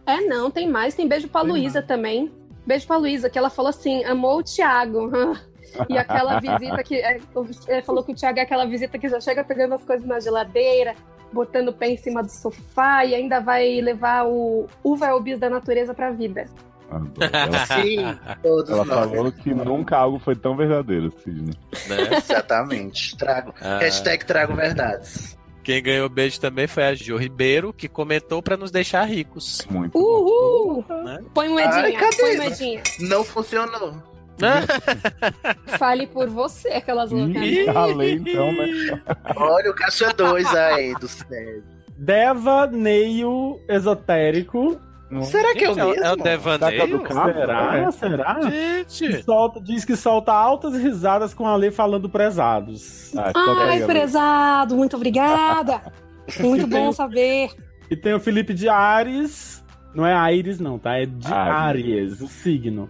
É, não, tem mais. Tem beijo pra Luísa também. Beijo pra Luísa, que ela falou assim: amou o Thiago. E aquela visita que. é, o- é, falou que o Thiago é aquela visita que já chega pegando as coisas na geladeira, botando o pé em cima do sofá e ainda vai levar o uva é o bis da natureza pra vida. Ela- Ela falou que nunca algo foi tão verdadeiro, Sidney. né? Exatamente. Trago. Ah. Hashtag trago verdades. Quem ganhou beijo também foi a Jo Ribeiro, que comentou pra nos deixar ricos. Muito. Uhul! Põe moedinha, Ai, cadê? põe um moedinha. Não funcionou. Fale por você, aquelas loucas. Ale, então, né? Olha o caixa 2 aí do céu. Devaneio esotérico. Será que é o Gente, é o- mesmo? é o devaneio? Será? É. Será? Gente. Solta, diz que solta altas risadas com a lei falando prezados. Ah, né? Ai, prezado, muito obrigada. Muito bom saber. E tem o Felipe de Ares. Não é Aires, não, tá? É de Ares. Aries, o signo.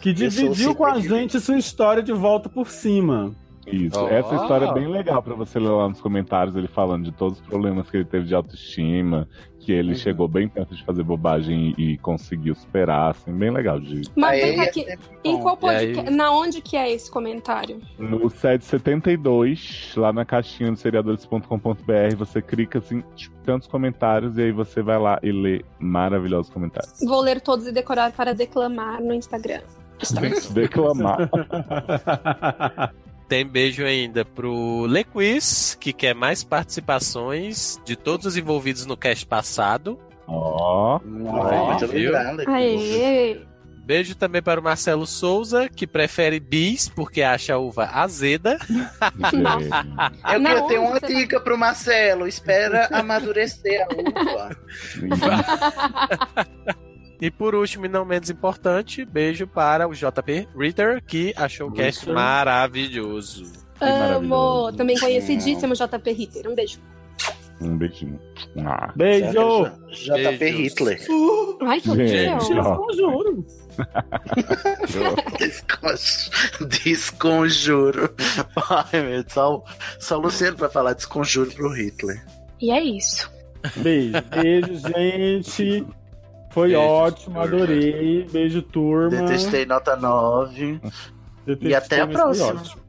que eu sou dividiu o com a signo. gente sua história de volta por cima. Isso. Ó. Essa história é bem legal pra você ler lá nos comentários, ele falando de todos os problemas que ele teve de autoestima, que ele chegou bem perto de fazer bobagem e, e conseguiu superar, assim, bem legal de. Mas vem cá aqui. Em qual bom. podcast? E aí? Na onde que é esse comentário? No 772, lá na caixinha do seriadores.com.br, você clica assim, tipo, tantos comentários, e aí você vai lá e lê maravilhosos comentários. Vou ler todos e decorar para declamar no Instagram. Declamar. Tem beijo ainda pro Lequiz, que quer mais participações de todos os envolvidos no cast passado. Ó. muito obrigado. Aê! Beijo também para o Marcelo Souza, que prefere bis porque acha a uva azeda. Ah, Eu, Não, eu tenho uma você tá- dica pro Marcelo. Espera amadurecer a uva. E por último, e não menos importante, beijo para o JP Ritter, que achou o cast Ritter. maravilhoso. Amo! Também conhecidíssimo JP Ritter. Um beijo. Um beijinho. Ah. JP tá Hitler. Ai, que Gente, horrível. ó. Juro. Desconjuro. desconjuro. Ai, meu Deus. Só, só o Luciano pra falar desconjuro pro Hitler. E é isso. Beijo, beijo, gente. Foi Beijo, ótimo, turma. adorei. Beijo, turma. Detestei nota 9. Detestei, E até a mas foi próxima. ótimo.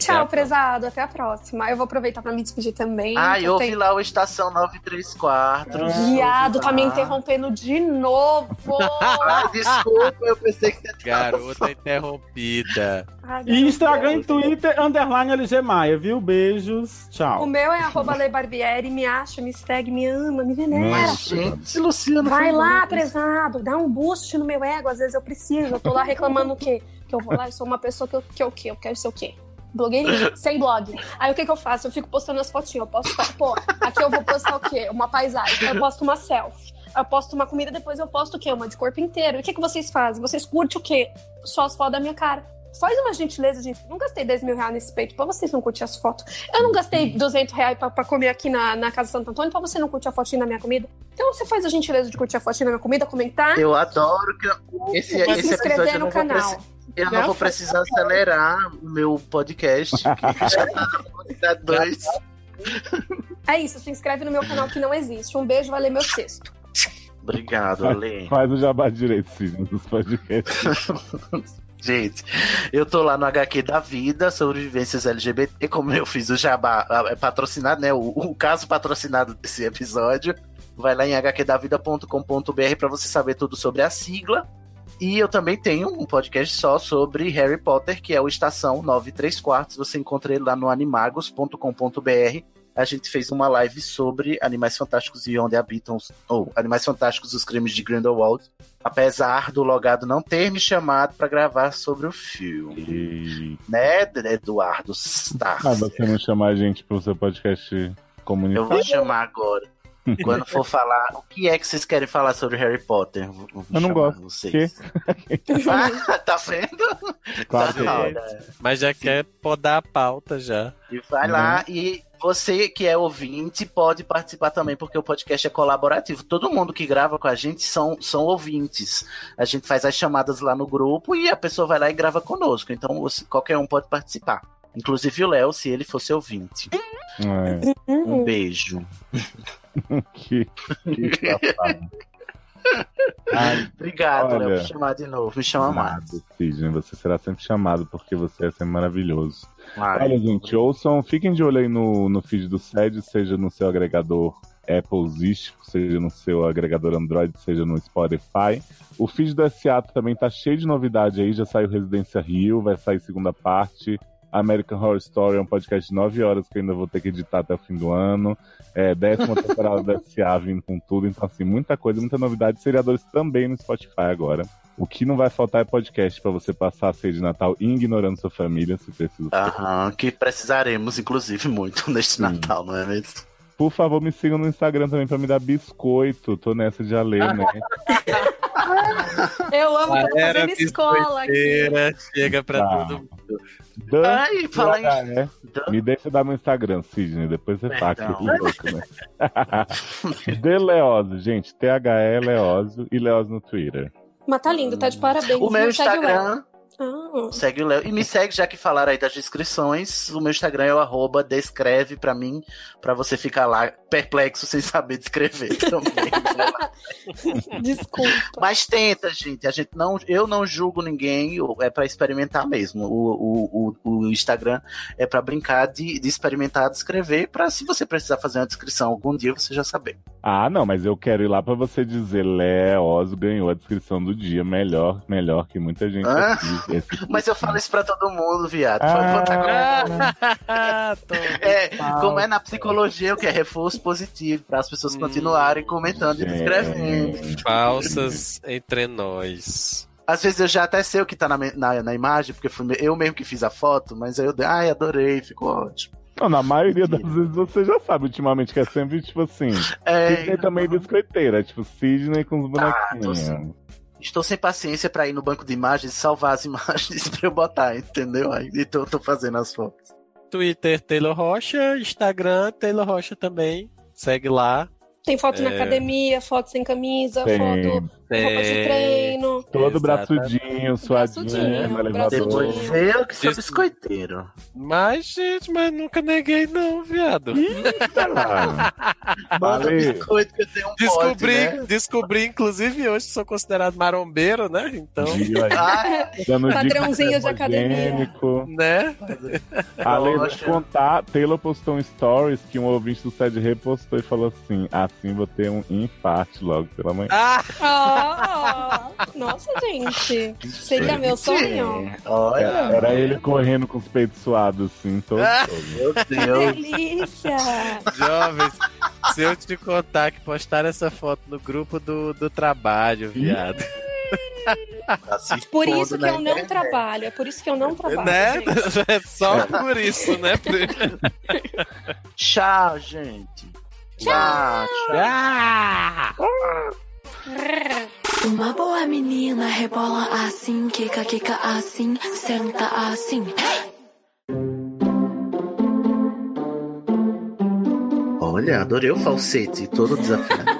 Tchau, prezado. Até a próxima. Eu vou aproveitar para me despedir também. Ah, que eu ouvi tenho- lá o Estação 934. Viado, tá me Ah. interrompendo de novo. Ah, Ai, desculpa, eu pensei que Garota interrompida. E Instagram e Twitter, underline LG Maia, viu? Beijos, O tchau. meu é arroba Lei Barbieri, me acha, me segue, me ama, me venera. Nossa, gente, Luciano, Vai foi lá, louco. prezado, dá um boost no meu ego, às vezes eu preciso. Eu tô lá reclamando o quê? Que eu vou lá, eu sou uma pessoa que eu, que eu, que eu quero ser o quê? Blogueirinha, sem blog. Aí o que que eu faço? Eu fico postando as fotinhas, eu posto, pô, aqui eu vou postar o quê? Uma paisagem, eu posto uma selfie. Eu posto uma comida, depois eu posto o quê? Uma de corpo inteiro. E o que, que vocês fazem? Vocês curtem o quê? Só as fotos da minha cara. Faz uma gentileza, gente. Eu não gastei 10 mil reais nesse peito pra vocês não curtirem as fotos. Eu não gastei 200 reais pra, pra comer aqui na, na Casa Santo Antônio pra você não curtir a fotinha da minha comida. Então você faz a gentileza de curtir a fotinha da minha comida, comentar. Eu adoro que. Esse, E se esse inscrever episódio eu no não canal. Vou precis- Eu não vou precisar acelerar o meu podcast. que já tá na quantidade dois. É isso, se inscreve no meu canal que não existe. Um beijo, valeu meu sexto. Obrigado, Ale. Faz o jabá direito, Sidney, dos podcasts. Gente, eu tô lá no HQ da Vida, sobrevivências LGBT, como eu fiz o jabá ah, é patrocinado, né? O, o caso patrocinado desse episódio. Vai lá em hqdavida.com.br pra você saber tudo sobre a sigla. E eu também tenho um podcast só sobre Harry Potter, que é o Estação 93 Quartos. Você encontra ele lá no animagos.com.br. A gente fez uma live sobre Animais Fantásticos e Onde Habitam, os- ou Animais Fantásticos, os crimes de Grindelwald. Apesar do logado não ter me chamado para gravar sobre o filme. Né, Eduardo Star? Ah, você não chamar a gente pro seu podcast Eu comunitário? vou chamar agora. Quando for falar, o que é que vocês querem falar sobre Harry Potter? Eu, vou Eu não chamar gosto. Vocês. Ah, tá vendo? Claro tá na hora. Mas já quer podar a pauta já. E Vai lá Uhum. e você que é ouvinte pode participar também, porque o podcast é colaborativo. Todo mundo que grava com a gente são, são ouvintes. A gente faz as chamadas lá no grupo e a pessoa vai lá e grava conosco. Então você- qualquer um pode participar. Inclusive o Léo, se ele fosse ouvinte. É. Um beijo. que, que safado. Ai, Obrigado, olha. Léo, por chamar de novo. Me chama mais. Sidney, você será sempre chamado porque você é sempre maravilhoso. Ai. Olha, gente, ouçam, fiquem de olho aí no, no feed do SED, seja no seu agregador Applezístico, seja no seu agregador Android, seja no Spotify. O feed do SA também tá cheio de novidade aí, já saiu Residência Rio, vai sair segunda parte. American Horror Story é um podcast de 9 horas que eu ainda vou ter que editar até o fim do ano. É, décima temporada do SA vindo com tudo. Então, assim, muita coisa, muita novidade. Seriadores também no Spotify agora. O que não vai faltar é podcast pra você passar a ceia de Natal ignorando sua família, se precisa. Aham, que precisaremos, inclusive, muito neste Natal, não é mesmo? Por favor, me sigam no Instagram também pra me dar biscoito. Tô nessa de alê, Ah. né? Eu amo que eu tô Galera fazendo escola aqui. biscoiteira, Chega pra Tá. todo mundo. Dan- Ai, fala em- Ah, é? Me deixa dar meu Instagram, Sidney. Depois você tá aqui Perdão. louco, né? De Leozio, gente. THE Leozio e Leozio no Twitter. Mas tá lindo, tá de parabéns. O meu Não segue Instagram- Léo. Ah. Segue o Léo. E me segue, já que falaram aí das descrições. O meu Instagram é o arroba descreve pra mim, pra você ficar lá perplexo sem saber descrever também. né? Ah, Desculpa. Mas tenta, gente. A gente não, eu não julgo ninguém, eu- é pra experimentar mesmo. O, o, o, o Instagram é pra brincar de, de experimentar, de escrever, pra se você precisar fazer uma descrição algum dia, você já saber. Ah, não, mas eu quero ir lá pra você dizer Leozio ganhou a descrição do dia. Melhor, melhor que muita gente Ah. aqui. Esse- Mas eu falo isso pra todo mundo, viado. Pode Ah. botar agora. Ah, É, legal. como é na psicologia, o que é reforço positivo, para as Hum, pessoas continuarem comentando e escrevendo. Falsas entre nós. Às vezes eu já até sei o que tá na, me- na, na imagem, porque fui me- eu mesmo que fiz a foto, mas aí eu dei, ai, adorei, ficou ótimo. Não, na maioria das vezes você já sabe ultimamente que é sempre tipo assim. É, Sidney também biscoiteira, tipo Sidney com os bonequinhos. Estou sem paciência para ir no banco de imagens e salvar as imagens para eu botar, entendeu? Aí, Então eu tô fazendo as fotos. Twitter, Taylor Rocha. Instagram, Taylor Rocha também. Segue lá. Tem foto na É. academia, foto sem camisa, Tem. foto roupa de É. Tem. treino. Todo Exatamente. braçudinho, suadinho, no elevador. Depois eu que sou biscoiteiro. Mas, gente, mas nunca neguei, não, viado. Manda Ale. biscoito que eu tenho um Descobri, pote, né? descobri, inclusive, hoje sou considerado marombeiro, né? Então. Viu aí? Ah, Dando dica Padrãozinho de academia. higiênico. Né? Além de Poxa. contar, Taylor postou um stories que um ouvinte do SED repostou e falou assim: assim vou ter um infarte logo pela manhã. Ah, nossa, gente. Seria meu sonho. Olha. Era, era ele correndo com os peitos suados, assim, todo. Meu Que delícia. Jovens, se eu te contar que postaram essa foto no grupo do, do trabalho, viado. Por isso que eu não trabalho. É por isso que eu não trabalho. Né? gente. É só por isso, né? Tchau, gente. Tchau. Uma boa menina rebola assim, quica, quica assim, senta assim. Olha, adorei o falsete, todo desafiado.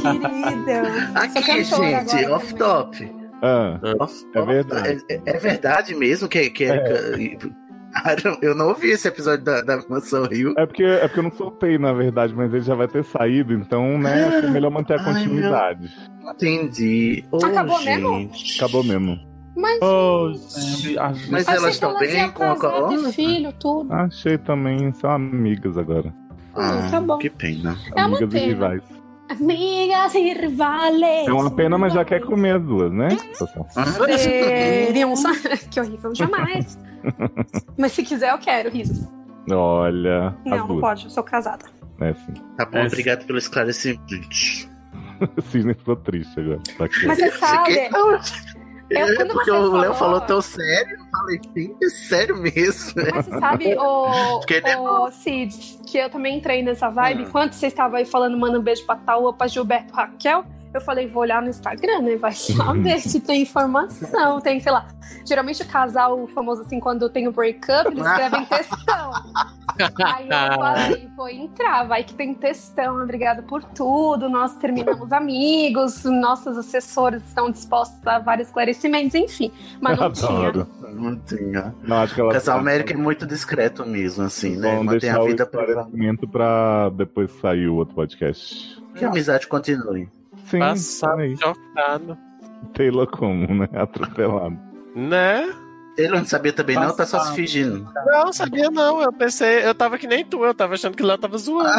Querida. Aqui, gente, off top. Ah, é verdade. É, é verdade mesmo que, que é. Cara, eu não ouvi esse episódio da, da Mansão Rio. É porque, é porque eu não soltei, na verdade, mas ele já vai ter saído, então, né? acho que é melhor manter a Ai, meu- continuidade. Entendi. Ô, Acabou gente. mesmo? Acabou mesmo. Mas. Mas Achei elas que estão elas bem iam com a Hum? casar, ter corona? filho, tudo. Achei também, são amigas agora. Ah, tá bom. Que pena. É uma amigas e pena. rivais. Amigas e rivais. É uma pena, mas já quer comer as duas, né? Pessoal? Ah, Seriam só... Que horrível, jamais. Mas se quiser, eu quero, riso. Olha. as Não, não duas. pode, eu sou casada. É sim. Tá bom, É, obrigado pelo esclarecimento. Cisne ficou triste agora. Tá aqui. Mas você sabe. Eu, É quando porque você o falou, Léo falou tão sério, eu falei, sim, é sério mesmo. Mas né? você sabe, o, Fiquei o Cid, que eu também entrei nessa vibe. Enquanto vocês estavam aí falando, manda um beijo pra Taua, pra Gilberto Raquel. Eu falei, vou olhar no Instagram, né? Vai saber se tem informação. Tem, sei lá. Geralmente o casal famoso, assim, quando tem o breakup, eles escrevem textão. Aí eu falei, vou entrar, vai que tem textão, obrigado por tudo, nós terminamos amigos, nossos assessores estão dispostos a vários esclarecimentos, enfim. Mas não tinha. Adoro. Não tinha. Não, acho que O ela casal América é muito discreto mesmo, assim, né? Vão Mantém deixar a o vida privada. esclarecimento pra depois sair o outro podcast. Que a amizade continue. Sim, tá Passado, chocado. Taylor como, né? Atropelado. Né? Ele não sabia também, não, tá só se fingindo. Não, sabia não. Eu pensei, eu tava que nem tu, eu tava achando que lá tava zoando.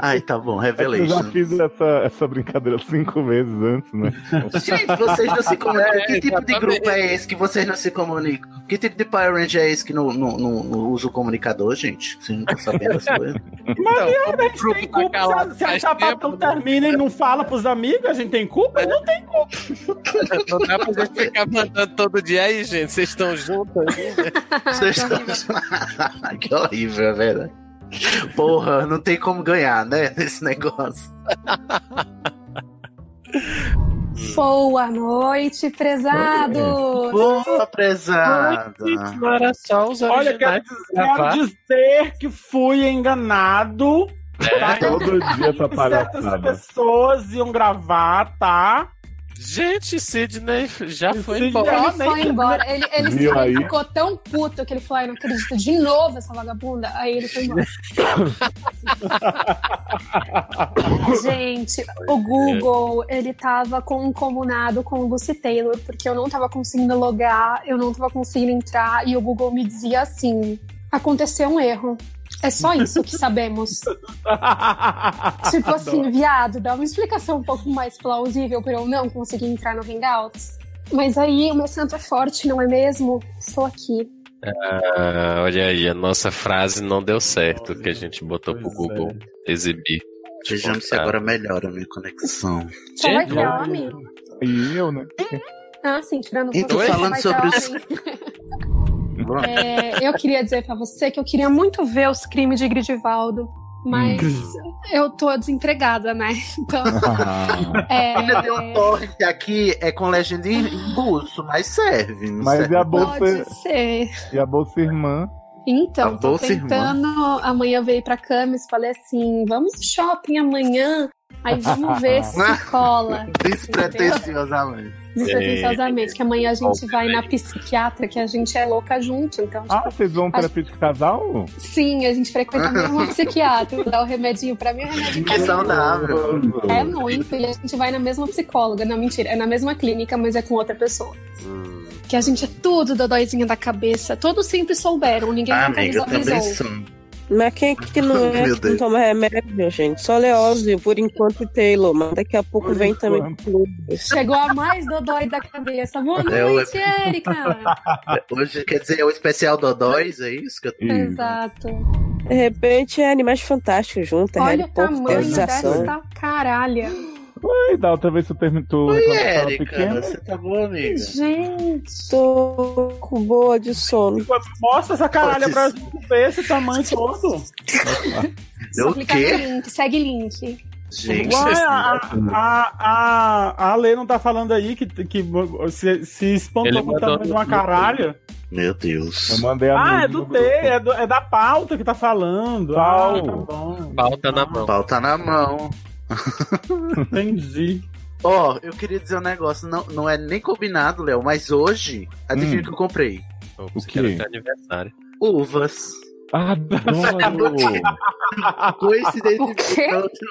Ai, tá bom, É Eu já Revelation. fiz essa, essa brincadeira cinco vezes antes, né? Gente, vocês não se comunicam. É, Que tipo de exatamente. grupo é esse que vocês não se comunicam? Que tipo de Power Ranger é esse que não, não, não- não usa o comunicador, gente? Vocês não estão sabendo as coisas. então. Mas a gente tem culpa calado se, a- se a faz sapatão termina e não fala pros amigos, a gente tem culpa? Não tem culpa. Não dá pra gente ficar mandando todo dia aí, gente. Vocês estão juntos ainda? Vocês estão... que horrível, é verdade. Porra, não tem como ganhar, né? Nesse negócio. Boa noite, prezados! Boa, prezada! Era só os Olha, quero, quero dizer que fui enganado. tá? Todo dia essa Certas É. palhaçada. pessoas iam gravar, tá? Gente, Sidney já foi Sidney embora. Ele foi embora. Ele, ele Viu se- ele aí? ficou tão puto que ele falou: Ai, não acredito de novo essa vagabunda. Aí ele foi embora. Gente, o Google, ele tava concomunado com o Lucy Taylor, porque eu não tava conseguindo logar, eu não tava conseguindo entrar, e o Google me dizia assim: aconteceu um erro. É só isso que sabemos. Tipo assim, viado, dá uma explicação um pouco mais plausível pra eu não conseguir entrar no Hangouts. Mas aí o meu santo é forte, não é mesmo? Estou aqui. Ah, olha aí, a nossa frase não deu certo que a gente botou pro é. Google exibir. Tipo, Vejamos se agora melhora a minha conexão. Só é. é vai criar homem? E eu, né? Ah, sim, tirando Então, você, só falando vai sobre criar os- homem. Vamos. É, eu queria dizer pra você que eu queria muito ver os crimes de Gridivaldo, mas Hum. eu tô desempregada, né? Então. Ah. É, Ainda tem um torre que aqui é com legenda em russo, mas serve. não Mas serve. e a pode bolsa, ser. e a bolsa irmã? Então, A tô bolsa irmã. tentando. Amanhã veio pra Camis, falei assim: vamos no shopping amanhã. Aí vamos ver se cola. Despretensiosamente. Despretensiosamente, que amanhã a gente vai na psiquiatra, que a gente é louca junto, então. Ah, vocês vão a- terapia de casal? Sim, a gente frequenta mesmo o psiquiatra, dá o remedinho pra mim, o remedinho pra Que mim. saudável. É muito, e a gente vai na mesma psicóloga, não, mentira, é na mesma clínica, mas é com outra pessoa. Que a gente é tudo dodóizinha da cabeça, todos sempre souberam, ninguém Ah, nunca nos avisou. Mas quem é que não Meu é que não Deus. toma remédio, gente? Só Leózio, por enquanto, e Taylor, mas daqui a pouco vem também. Chegou a mais dodói da cabeça. Boa É o- noite, Erika! Hoje, quer dizer, é o especial Dodóis, é isso? Que eu... Exato. De repente é Animais Fantásticos junto, é Olha Harry o Potter, tamanho realização. dessa caralha. Ué, da outra vez tu terminou. quando Oi, tu tava Érica, pequena. você tá boa, amiga? Gente, tô com boa de sono. Mostra essa caralha Pode pra gente ver esse tamanho todo. Só clicar no link, segue link. Gente, Uai, vocês- a, assim, a, a, a Lê não tá falando aí que, que se, se Ele espantou com o mandou tamanho de uma no- caralho. Meu Deus. Eu mandei a Ah, é do T, é, do- é da pauta que tá falando. Ah, tá bom. Pauta na mão. Pauta na mão. Entendi. Ó, eu queria dizer um negócio, não, não é nem combinado, Léo, mas hoje, Hum. adivinha o que eu comprei? O quê? aniversário. Uvas. Adoro! Coincidentemente, na última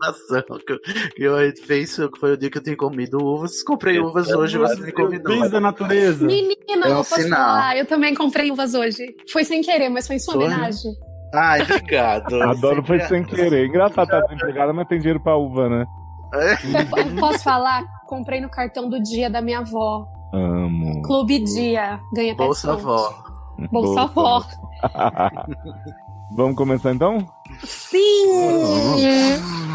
gravação que eu, que eu fez, foi o dia que eu tenho comido uvas. Comprei uvas hoje, você me convidou. Bis da natureza. Menina, É um eu posso sinal. falar, eu também comprei uvas hoje. Foi sem querer, mas foi em sua Foi? homenagem. Ai, obrigado. Adoro foi sem querer. Engraçado, tá desempregada, mas tem dinheiro pra uva, né? Eu posso falar? Comprei no cartão do dia da minha avó. Amo. Clube Dia. Ganha até Bolsa desconto. Vó. Bolsa avó. Vamos começar então? Sim!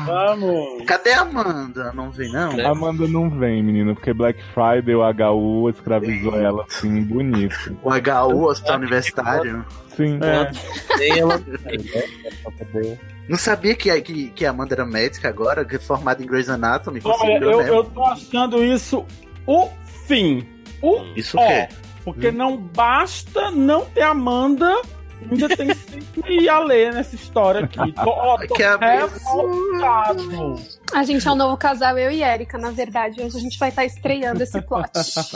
Vamos! Cadê a Amanda? Não vem, não? Amanda não vem, menino, porque Black Friday, o HU escravizou ela assim, bonito. O HU, Hospital Universitário? Sim. É. Não sabia que, a- que, que a Amanda era médica agora, que é formada em Grey's Anatomy. Olha, conseguiu, eu, né? eu tô achando isso o fim. O Isso ó, o quê? Porque não basta não ter Amanda, ainda tem que ir a ler nessa história aqui. Tô, ó, tô Que revoltado. A gente é um novo casal, eu e Erika, na verdade. Hoje a gente vai estar estreando esse plot.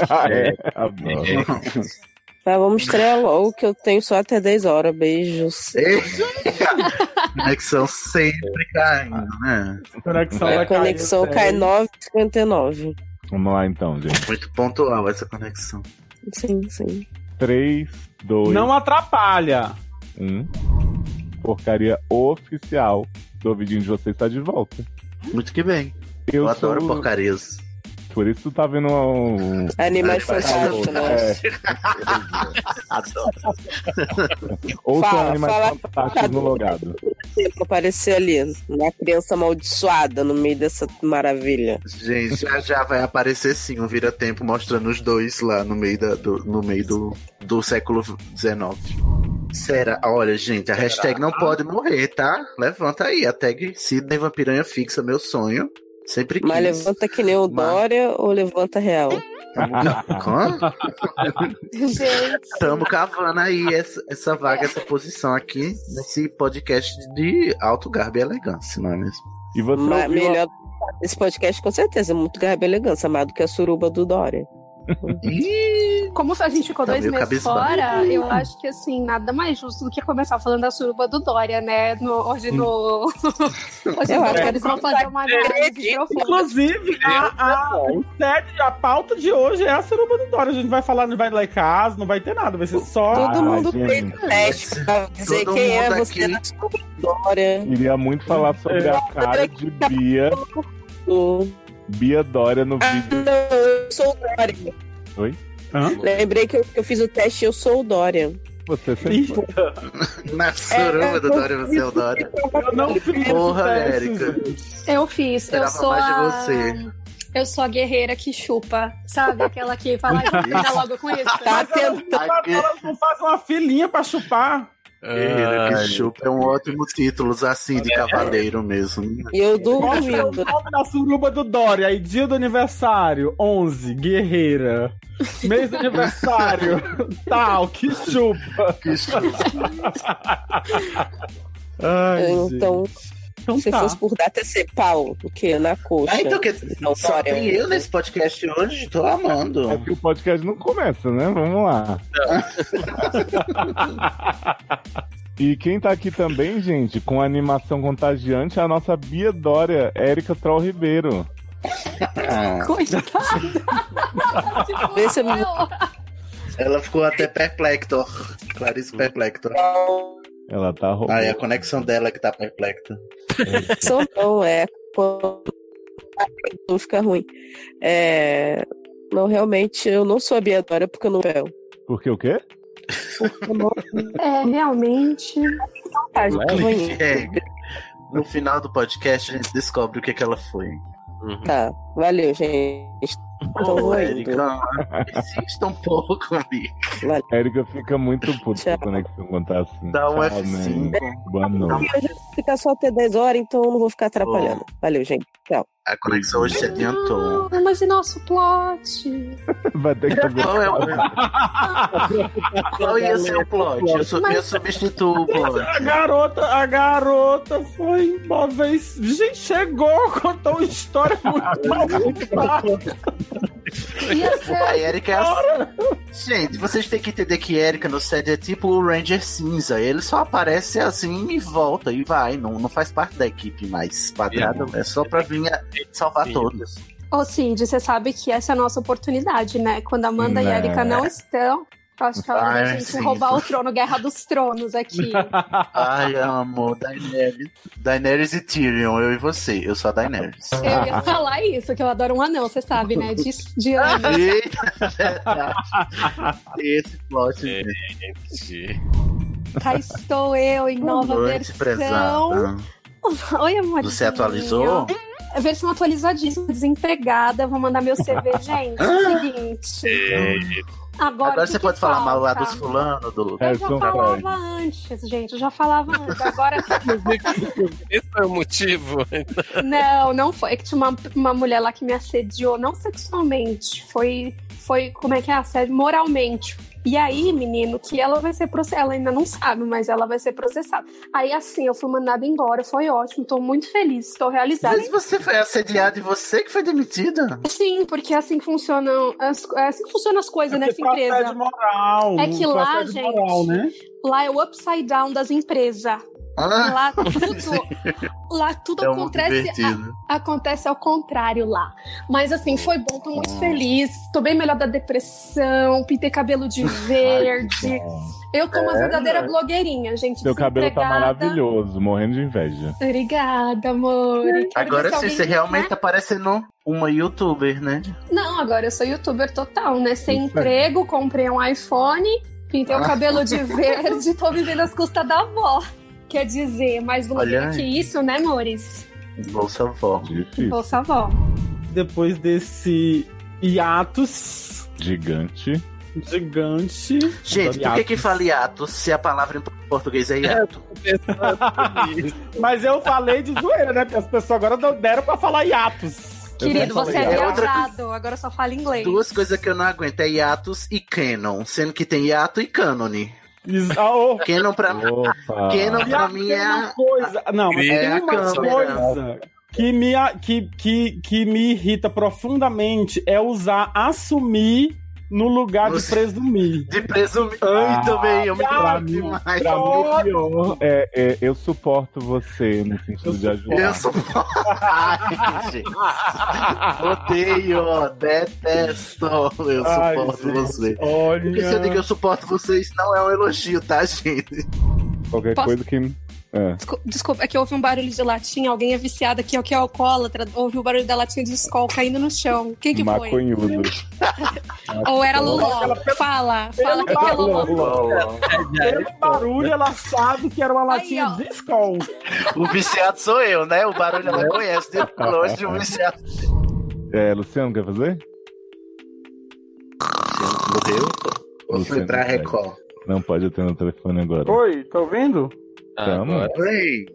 Ah, é? Adoro. Tá, vamos estrear logo que eu tenho só até 10 horas. Beijos. Conexão sempre caindo, né? Conexão A É, conexão cai 9,59. Vamos lá então, gente. Muito pontual essa conexão. Sim, sim. 3, 2, Não atrapalha. 1. Porcaria oficial do vidinho de vocês está de volta. Muito que bem. Eu, Eu adoro sou- porcarias. Por isso tu tá vendo um. Animais Ah, tá, fantásticos, né? é. Adoro. Ou são Fala, animais fala. fantásticos no logado. Tempo aparecer ali, uma criança amaldiçoada no meio dessa maravilha. Gente, já já vai aparecer sim um vira-tempo mostrando os dois lá no meio, da, do, no meio do, do século XIX. Será? Olha, gente, a hashtag não pode morrer, tá? Levanta aí a tag Sidney Vampiranha fixa, meu sonho. Sempre quis. Mas levanta que nem o Dória ou levanta real? Estamos cavando aí essa, essa vaga, essa posição aqui nesse podcast de alto garbo e elegância, não é mesmo? E você Mas melhor esse podcast com certeza, é muito garbo e elegância, mais do que a suruba do Dória. Como a gente ficou Tá dois meio meses cabisbaixo. fora, eu acho que assim, nada mais justo do que começar falando da suruba do Dória, né? No- hoje no. hoje Eu no- acho que eles vão fazer uma análise profunda. Inclusive, a, a, o set, a pauta de hoje é a suruba do Dória. A gente vai falar, não vai lá em casa, não vai ter nada, vai ser só. Ah, Todo mundo gente. tem leste pra dizer Todo quem é mundo você aqui. na suruba do Dória. Queria muito falar É. sobre a cara de Bia. Bia Dória no vídeo. Ah, Não, eu sou o Dória. Oi? Lembrei que eu, eu fiz o teste eu sou o Dória. Você sempre foi. Na suruba do Dória, você é o Dória. Eu não fiz Porra, esse teste, Érica. Eu fiz, eu Esperava sou mais a. de você. Eu sou a guerreira que chupa, sabe? Aquela que fala e fica logo com isso. né? Tá Mas elas não fazem- elas não fazem uma filhinha pra chupar. Ah, Guerreira que Ai. chupa é um ótimo título, assim, de cavaleiro mesmo. E eu Qual que é o nome da suruba do Dória? Aí, dia do aniversário, 11, guerreira. Mês do aniversário, tal, que chupa. Que então, se tá. fosse por data, ia ser pau, o quê? Na coxa. Ah, então que Não, só Dória, tem eu nesse podcast hoje, tô amando. É que o podcast não começa, né? Vamos lá. E quem tá aqui também, gente, com a animação contagiante, é a nossa Bia Dória, Érica Troll Ribeiro. tipo, Vê se eu me- Ah, Ela ficou até perplector. Clarice perplector. Ela tá roubando. Ah, é a conexão dela que tá perplecta. Sou não, é. quando Não fica ruim. É, Não, realmente, eu não sou a Bia Dória porque eu não pego. Porque o quê? É, realmente. Então tá, é, gente, eu vou indo. Cliffhanger. É. No final do podcast a gente descobre o que, que ela foi. Tá, valeu, gente. Então, eu Ô, vou Érica, indo. insista um pouco, amiga. Érica fica muito puta com a conexão quando tá assim. Dá um Tchau, F5. né? Boa noite. Eu já vou ficar só até 10 horas, então eu não vou ficar atrapalhando. Valeu, gente. Tchau. A conexão hoje se adiantou. Não, Ah, mas e nosso plot? Vai ter que fazer. Qual, é o... Qual ia ser o plot? Eu, su... Mas- eu substituo o plot. A garota, a garota foi uma vez. Gente, chegou, contou uma história muito mal contada. A Erika é assim. Gente, vocês têm que entender que Erika no set é tipo o Ranger Cinza. Ele só aparece assim e volta e vai. Não, não faz parte da equipe mais quadrada. É só pra vir a- salvar todos. Ô, Cid, você sabe que essa é a nossa oportunidade, né? Quando Amanda e Né. Erika não estão, eu acho que ela vai Ai, gente sim. roubar o trono, Guerra dos Tronos aqui. Ai, amo. Daenerys. Daenerys e Tyrion, eu e você. Eu sou a Daenerys. Eu ia falar isso, que eu adoro um anão, você sabe, né? De, de anos. Eita, verdade. Esse plot. Gente. Cá estou eu em Boa nova noite, versão. prezada. Oi, amor. Você atualizou? Versão atualizadíssima, desempregada. Vou mandar meu CV, gente. É o seguinte. Agora, Agora o que você que pode falar mal lá falta? dos fulano, do. Eu já falava antes, gente. Eu já falava antes. Agora. Esse foi o motivo. não, não foi. É que tinha uma, uma mulher lá que me assediou, não sexualmente. Foi. Foi. Como é que é? Assédio moralmente. E aí, menino, que ela vai ser processada. Ela ainda não sabe, mas ela vai ser processada. Aí, assim, eu fui mandada embora. Foi ótimo. Tô muito feliz. Tô realizada. Mas você foi assediada e você que foi demitida? Sim, porque é assim que funcionam as, é assim que funcionam as coisas nessa empresa. moral, é que um lá, assédio gente, moral, né? lá é o upside down das empresas. Ah. Lá tudo, lá tudo É um acontece, divertido. a- acontece ao contrário lá. Mas assim, foi bom, tô muito feliz, tô bem melhor da depressão, pintei cabelo de verde. Eu tô uma É, verdadeira né? blogueirinha, gente. Seu cabelo tá desempregada. maravilhoso, morrendo de inveja. Obrigada, amor. Ah, Quero ver Agora se sim, alguém- você realmente né? tá parecendo uma youtuber, né? Não, agora eu sou youtuber total, né? Sem é. emprego, comprei um iPhone, pintei o Ah. cabelo de verde, tô vivendo às custas da avó. Quer dizer, mais Olha blogueira aí. que isso, né, amores? Bolsa vó. Bolsa avó. Depois desse hiatus Gigante. gigante. Gente, por que que fala hiato se a palavra em português é hiato? Mas eu falei de zoeira, né? Porque as pessoas agora não deram pra falar hiatus. Querido, você é É outra viajado, agora só fala inglês. Duas coisas que eu não aguento é hiatos e canon, sendo que tem hiato e cânone. Canon pra mim. Opa. Canon pra Hiato mim tem é. oh, uma a- coisa. Não, mas é a tem uma câmera. coisa que me, a- que, que, que me irrita profundamente é usar assumir no lugar de presumir. De presumir. Ai, também, eu me Ah, pra irrito mim, demais. pra mim, o pior é, é, eu suporto você no sentido de ajudar. Eu sou. Ai, gente. Odeio, detesto. Eu Ai, suporto gente, você. Olha. Porque se eu digo que eu suporto vocês, não é um elogio, tá, gente? Qualquer Posso- coisa que. É. Desco- Desculpa, é que houve um barulho de latinha, alguém é viciado aqui, ó, que é alcoólatra, ouviu o barulho da latinha de escol caindo no chão. Quem que foi? Maconhudo. Ou era Luló? Fala, fala o que que é Luló. Pelo Né? barulho, ela sabe que era uma latinha de Skol. O viciado sou eu, né? O barulho ela conhece. De longe, o viciado. É, Luciano, quer fazer? Morreu? Ou Luciano, foi pra não pode. Record? Não pode atender o telefone agora. Oi, tá ouvindo? Ah, Tamo. Oi.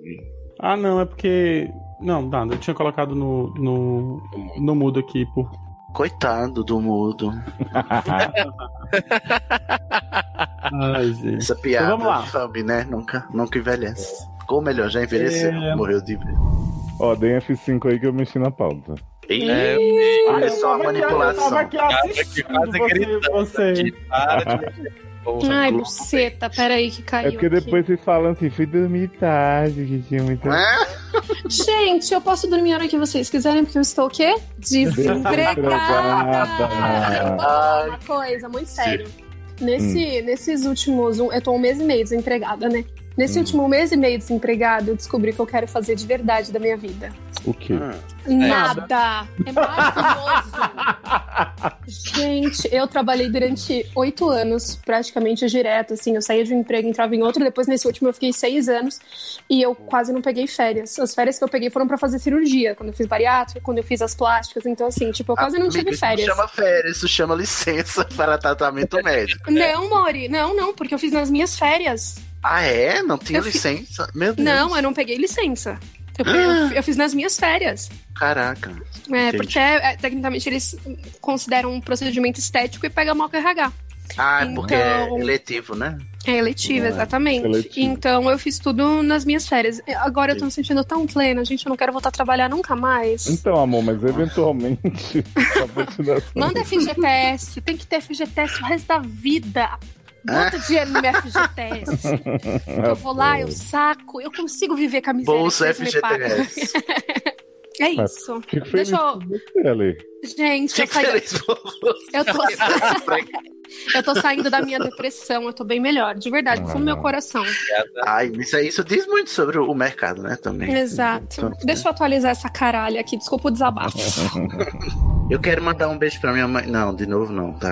Ah, não, é porque. Não, nada, eu tinha colocado no, no, no mudo aqui, pô. Coitado do mudo. Ai, gente. Essa piada Então vamos lá. sabe, né? Nunca, nunca envelhece. Ou melhor, já envelheceu. É. Morreu de velho. Ó, dei F5 aí que eu mexi na pauta. É, Começou a manipulação. você. Ai, né? buceta, peraí que caiu. É porque depois vocês falam assim, fui dormir tarde, é que tinha muita. é? Gente, eu posso dormir a hora que vocês quiserem, porque eu estou o quê? Desempregada. Desempregada. Uma coisa, muito sério. Nesse, Nesses últimos. um- Eu tô um mês e meio desempregada, né? Nesse último mês e meio desempregada, eu descobri o que eu quero fazer de verdade da minha vida. O quê? Nada. É maravilhoso. Gente, eu trabalhei durante oito anos, praticamente direto, assim. Eu saía de um emprego, entrava em outro. Depois, nesse último, eu fiquei seis anos. E eu quase não peguei férias. As férias que eu peguei foram pra fazer cirurgia. Quando eu fiz bariátrica, quando eu fiz as plásticas. Então, assim, tipo, eu quase não Ah, Amiga, tive isso não férias. chama férias, isso chama licença para tratamento médico. Não, Mori. Não, não. Porque eu fiz nas minhas férias. Ah, é? Não tinha Eu fi- licença? Meu Deus. Não, eu não peguei licença. Eu, eu- eu fiz nas minhas férias. Caraca. É, Entendi. porque é, tecnicamente eles consideram um procedimento estético e pega mal o RH. Ah, é porque Então- é eletivo, né? É eletivo, É, exatamente. eletivo. Então eu fiz tudo nas minhas férias. Agora eu tô me sentindo tão plena, gente, eu não quero voltar a trabalhar nunca mais. Então, amor, mas eventualmente. só pra te dar- então. Manda FGTS, tem que ter FGTS o resto da vida. Bota dinheiro no meu FGTS. É, Eu vou lá, eu saco, eu consigo viver com a miséria. Bolsa que vocês me pagam. FGTS. É isso. Fico feliz Deixa eu. por você, Ale. Gente, eu saí. Eu tô... eu tô saindo da minha depressão, eu tô bem melhor, de verdade, é do fundo do meu coração. Ai, isso, aí- isso diz muito sobre o mercado, né? Também. Exato. Então, Deixa eu atualizar essa caralha aqui, desculpa o desabafo. Eu quero mandar um beijo pra minha mãe. Não, de novo não, tá?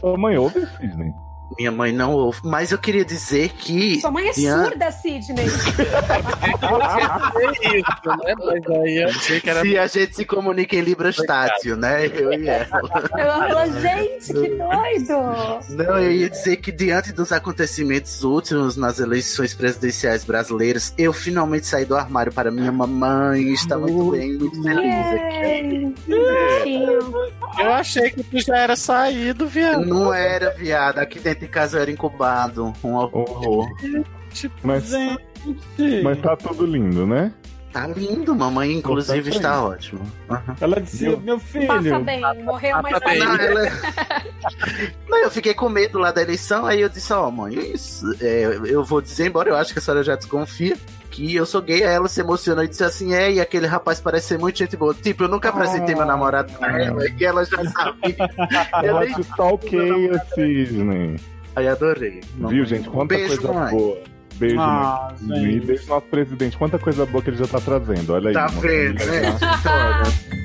Sua mãe ouve, Sidney? Minha mãe não ouve. Mas eu queria dizer que. Sua mãe é Dian- surda, Sidney. Se a gente se comunica em Libras tátil, né? Eu e ela. Ela falou, gente, que doido! Não, eu ia dizer que diante dos acontecimentos últimos nas eleições presidenciais brasileiras, eu finalmente saí do armário para minha mamãe. Está muito bem, muito feliz aqui. Eu achei que tu já era saído, viado. Não era, viado. Aqui dentro de casa eu era incubado. Um horror. Mas, mas tá tudo lindo, né? Tá lindo, mamãe, inclusive, está ótimo. Ela disse, é meu filho. Passa bem, morreu, mas tá Não, ela- Não, eu fiquei com medo lá da eleição, aí eu disse, ó, mãe, isso, é, eu vou dizer, embora eu acho que a senhora já desconfia, que eu sou gay, aí ela se emocionou e disse assim, é, e aquele rapaz parece ser muito gente boa. Tipo, eu nunca apresentei meu namorado pra ela, e ela já sabia. Ah, Ela te stalkeia, Sidney. Aí adorei. Viu, gente? Quanta um Beijo, coisa mãe. boa. Beijo, Ah, mãe. E beijo nosso presidente. Quanta coisa boa que ele já tá trazendo. Olha aí. Tá mano. vendo, né?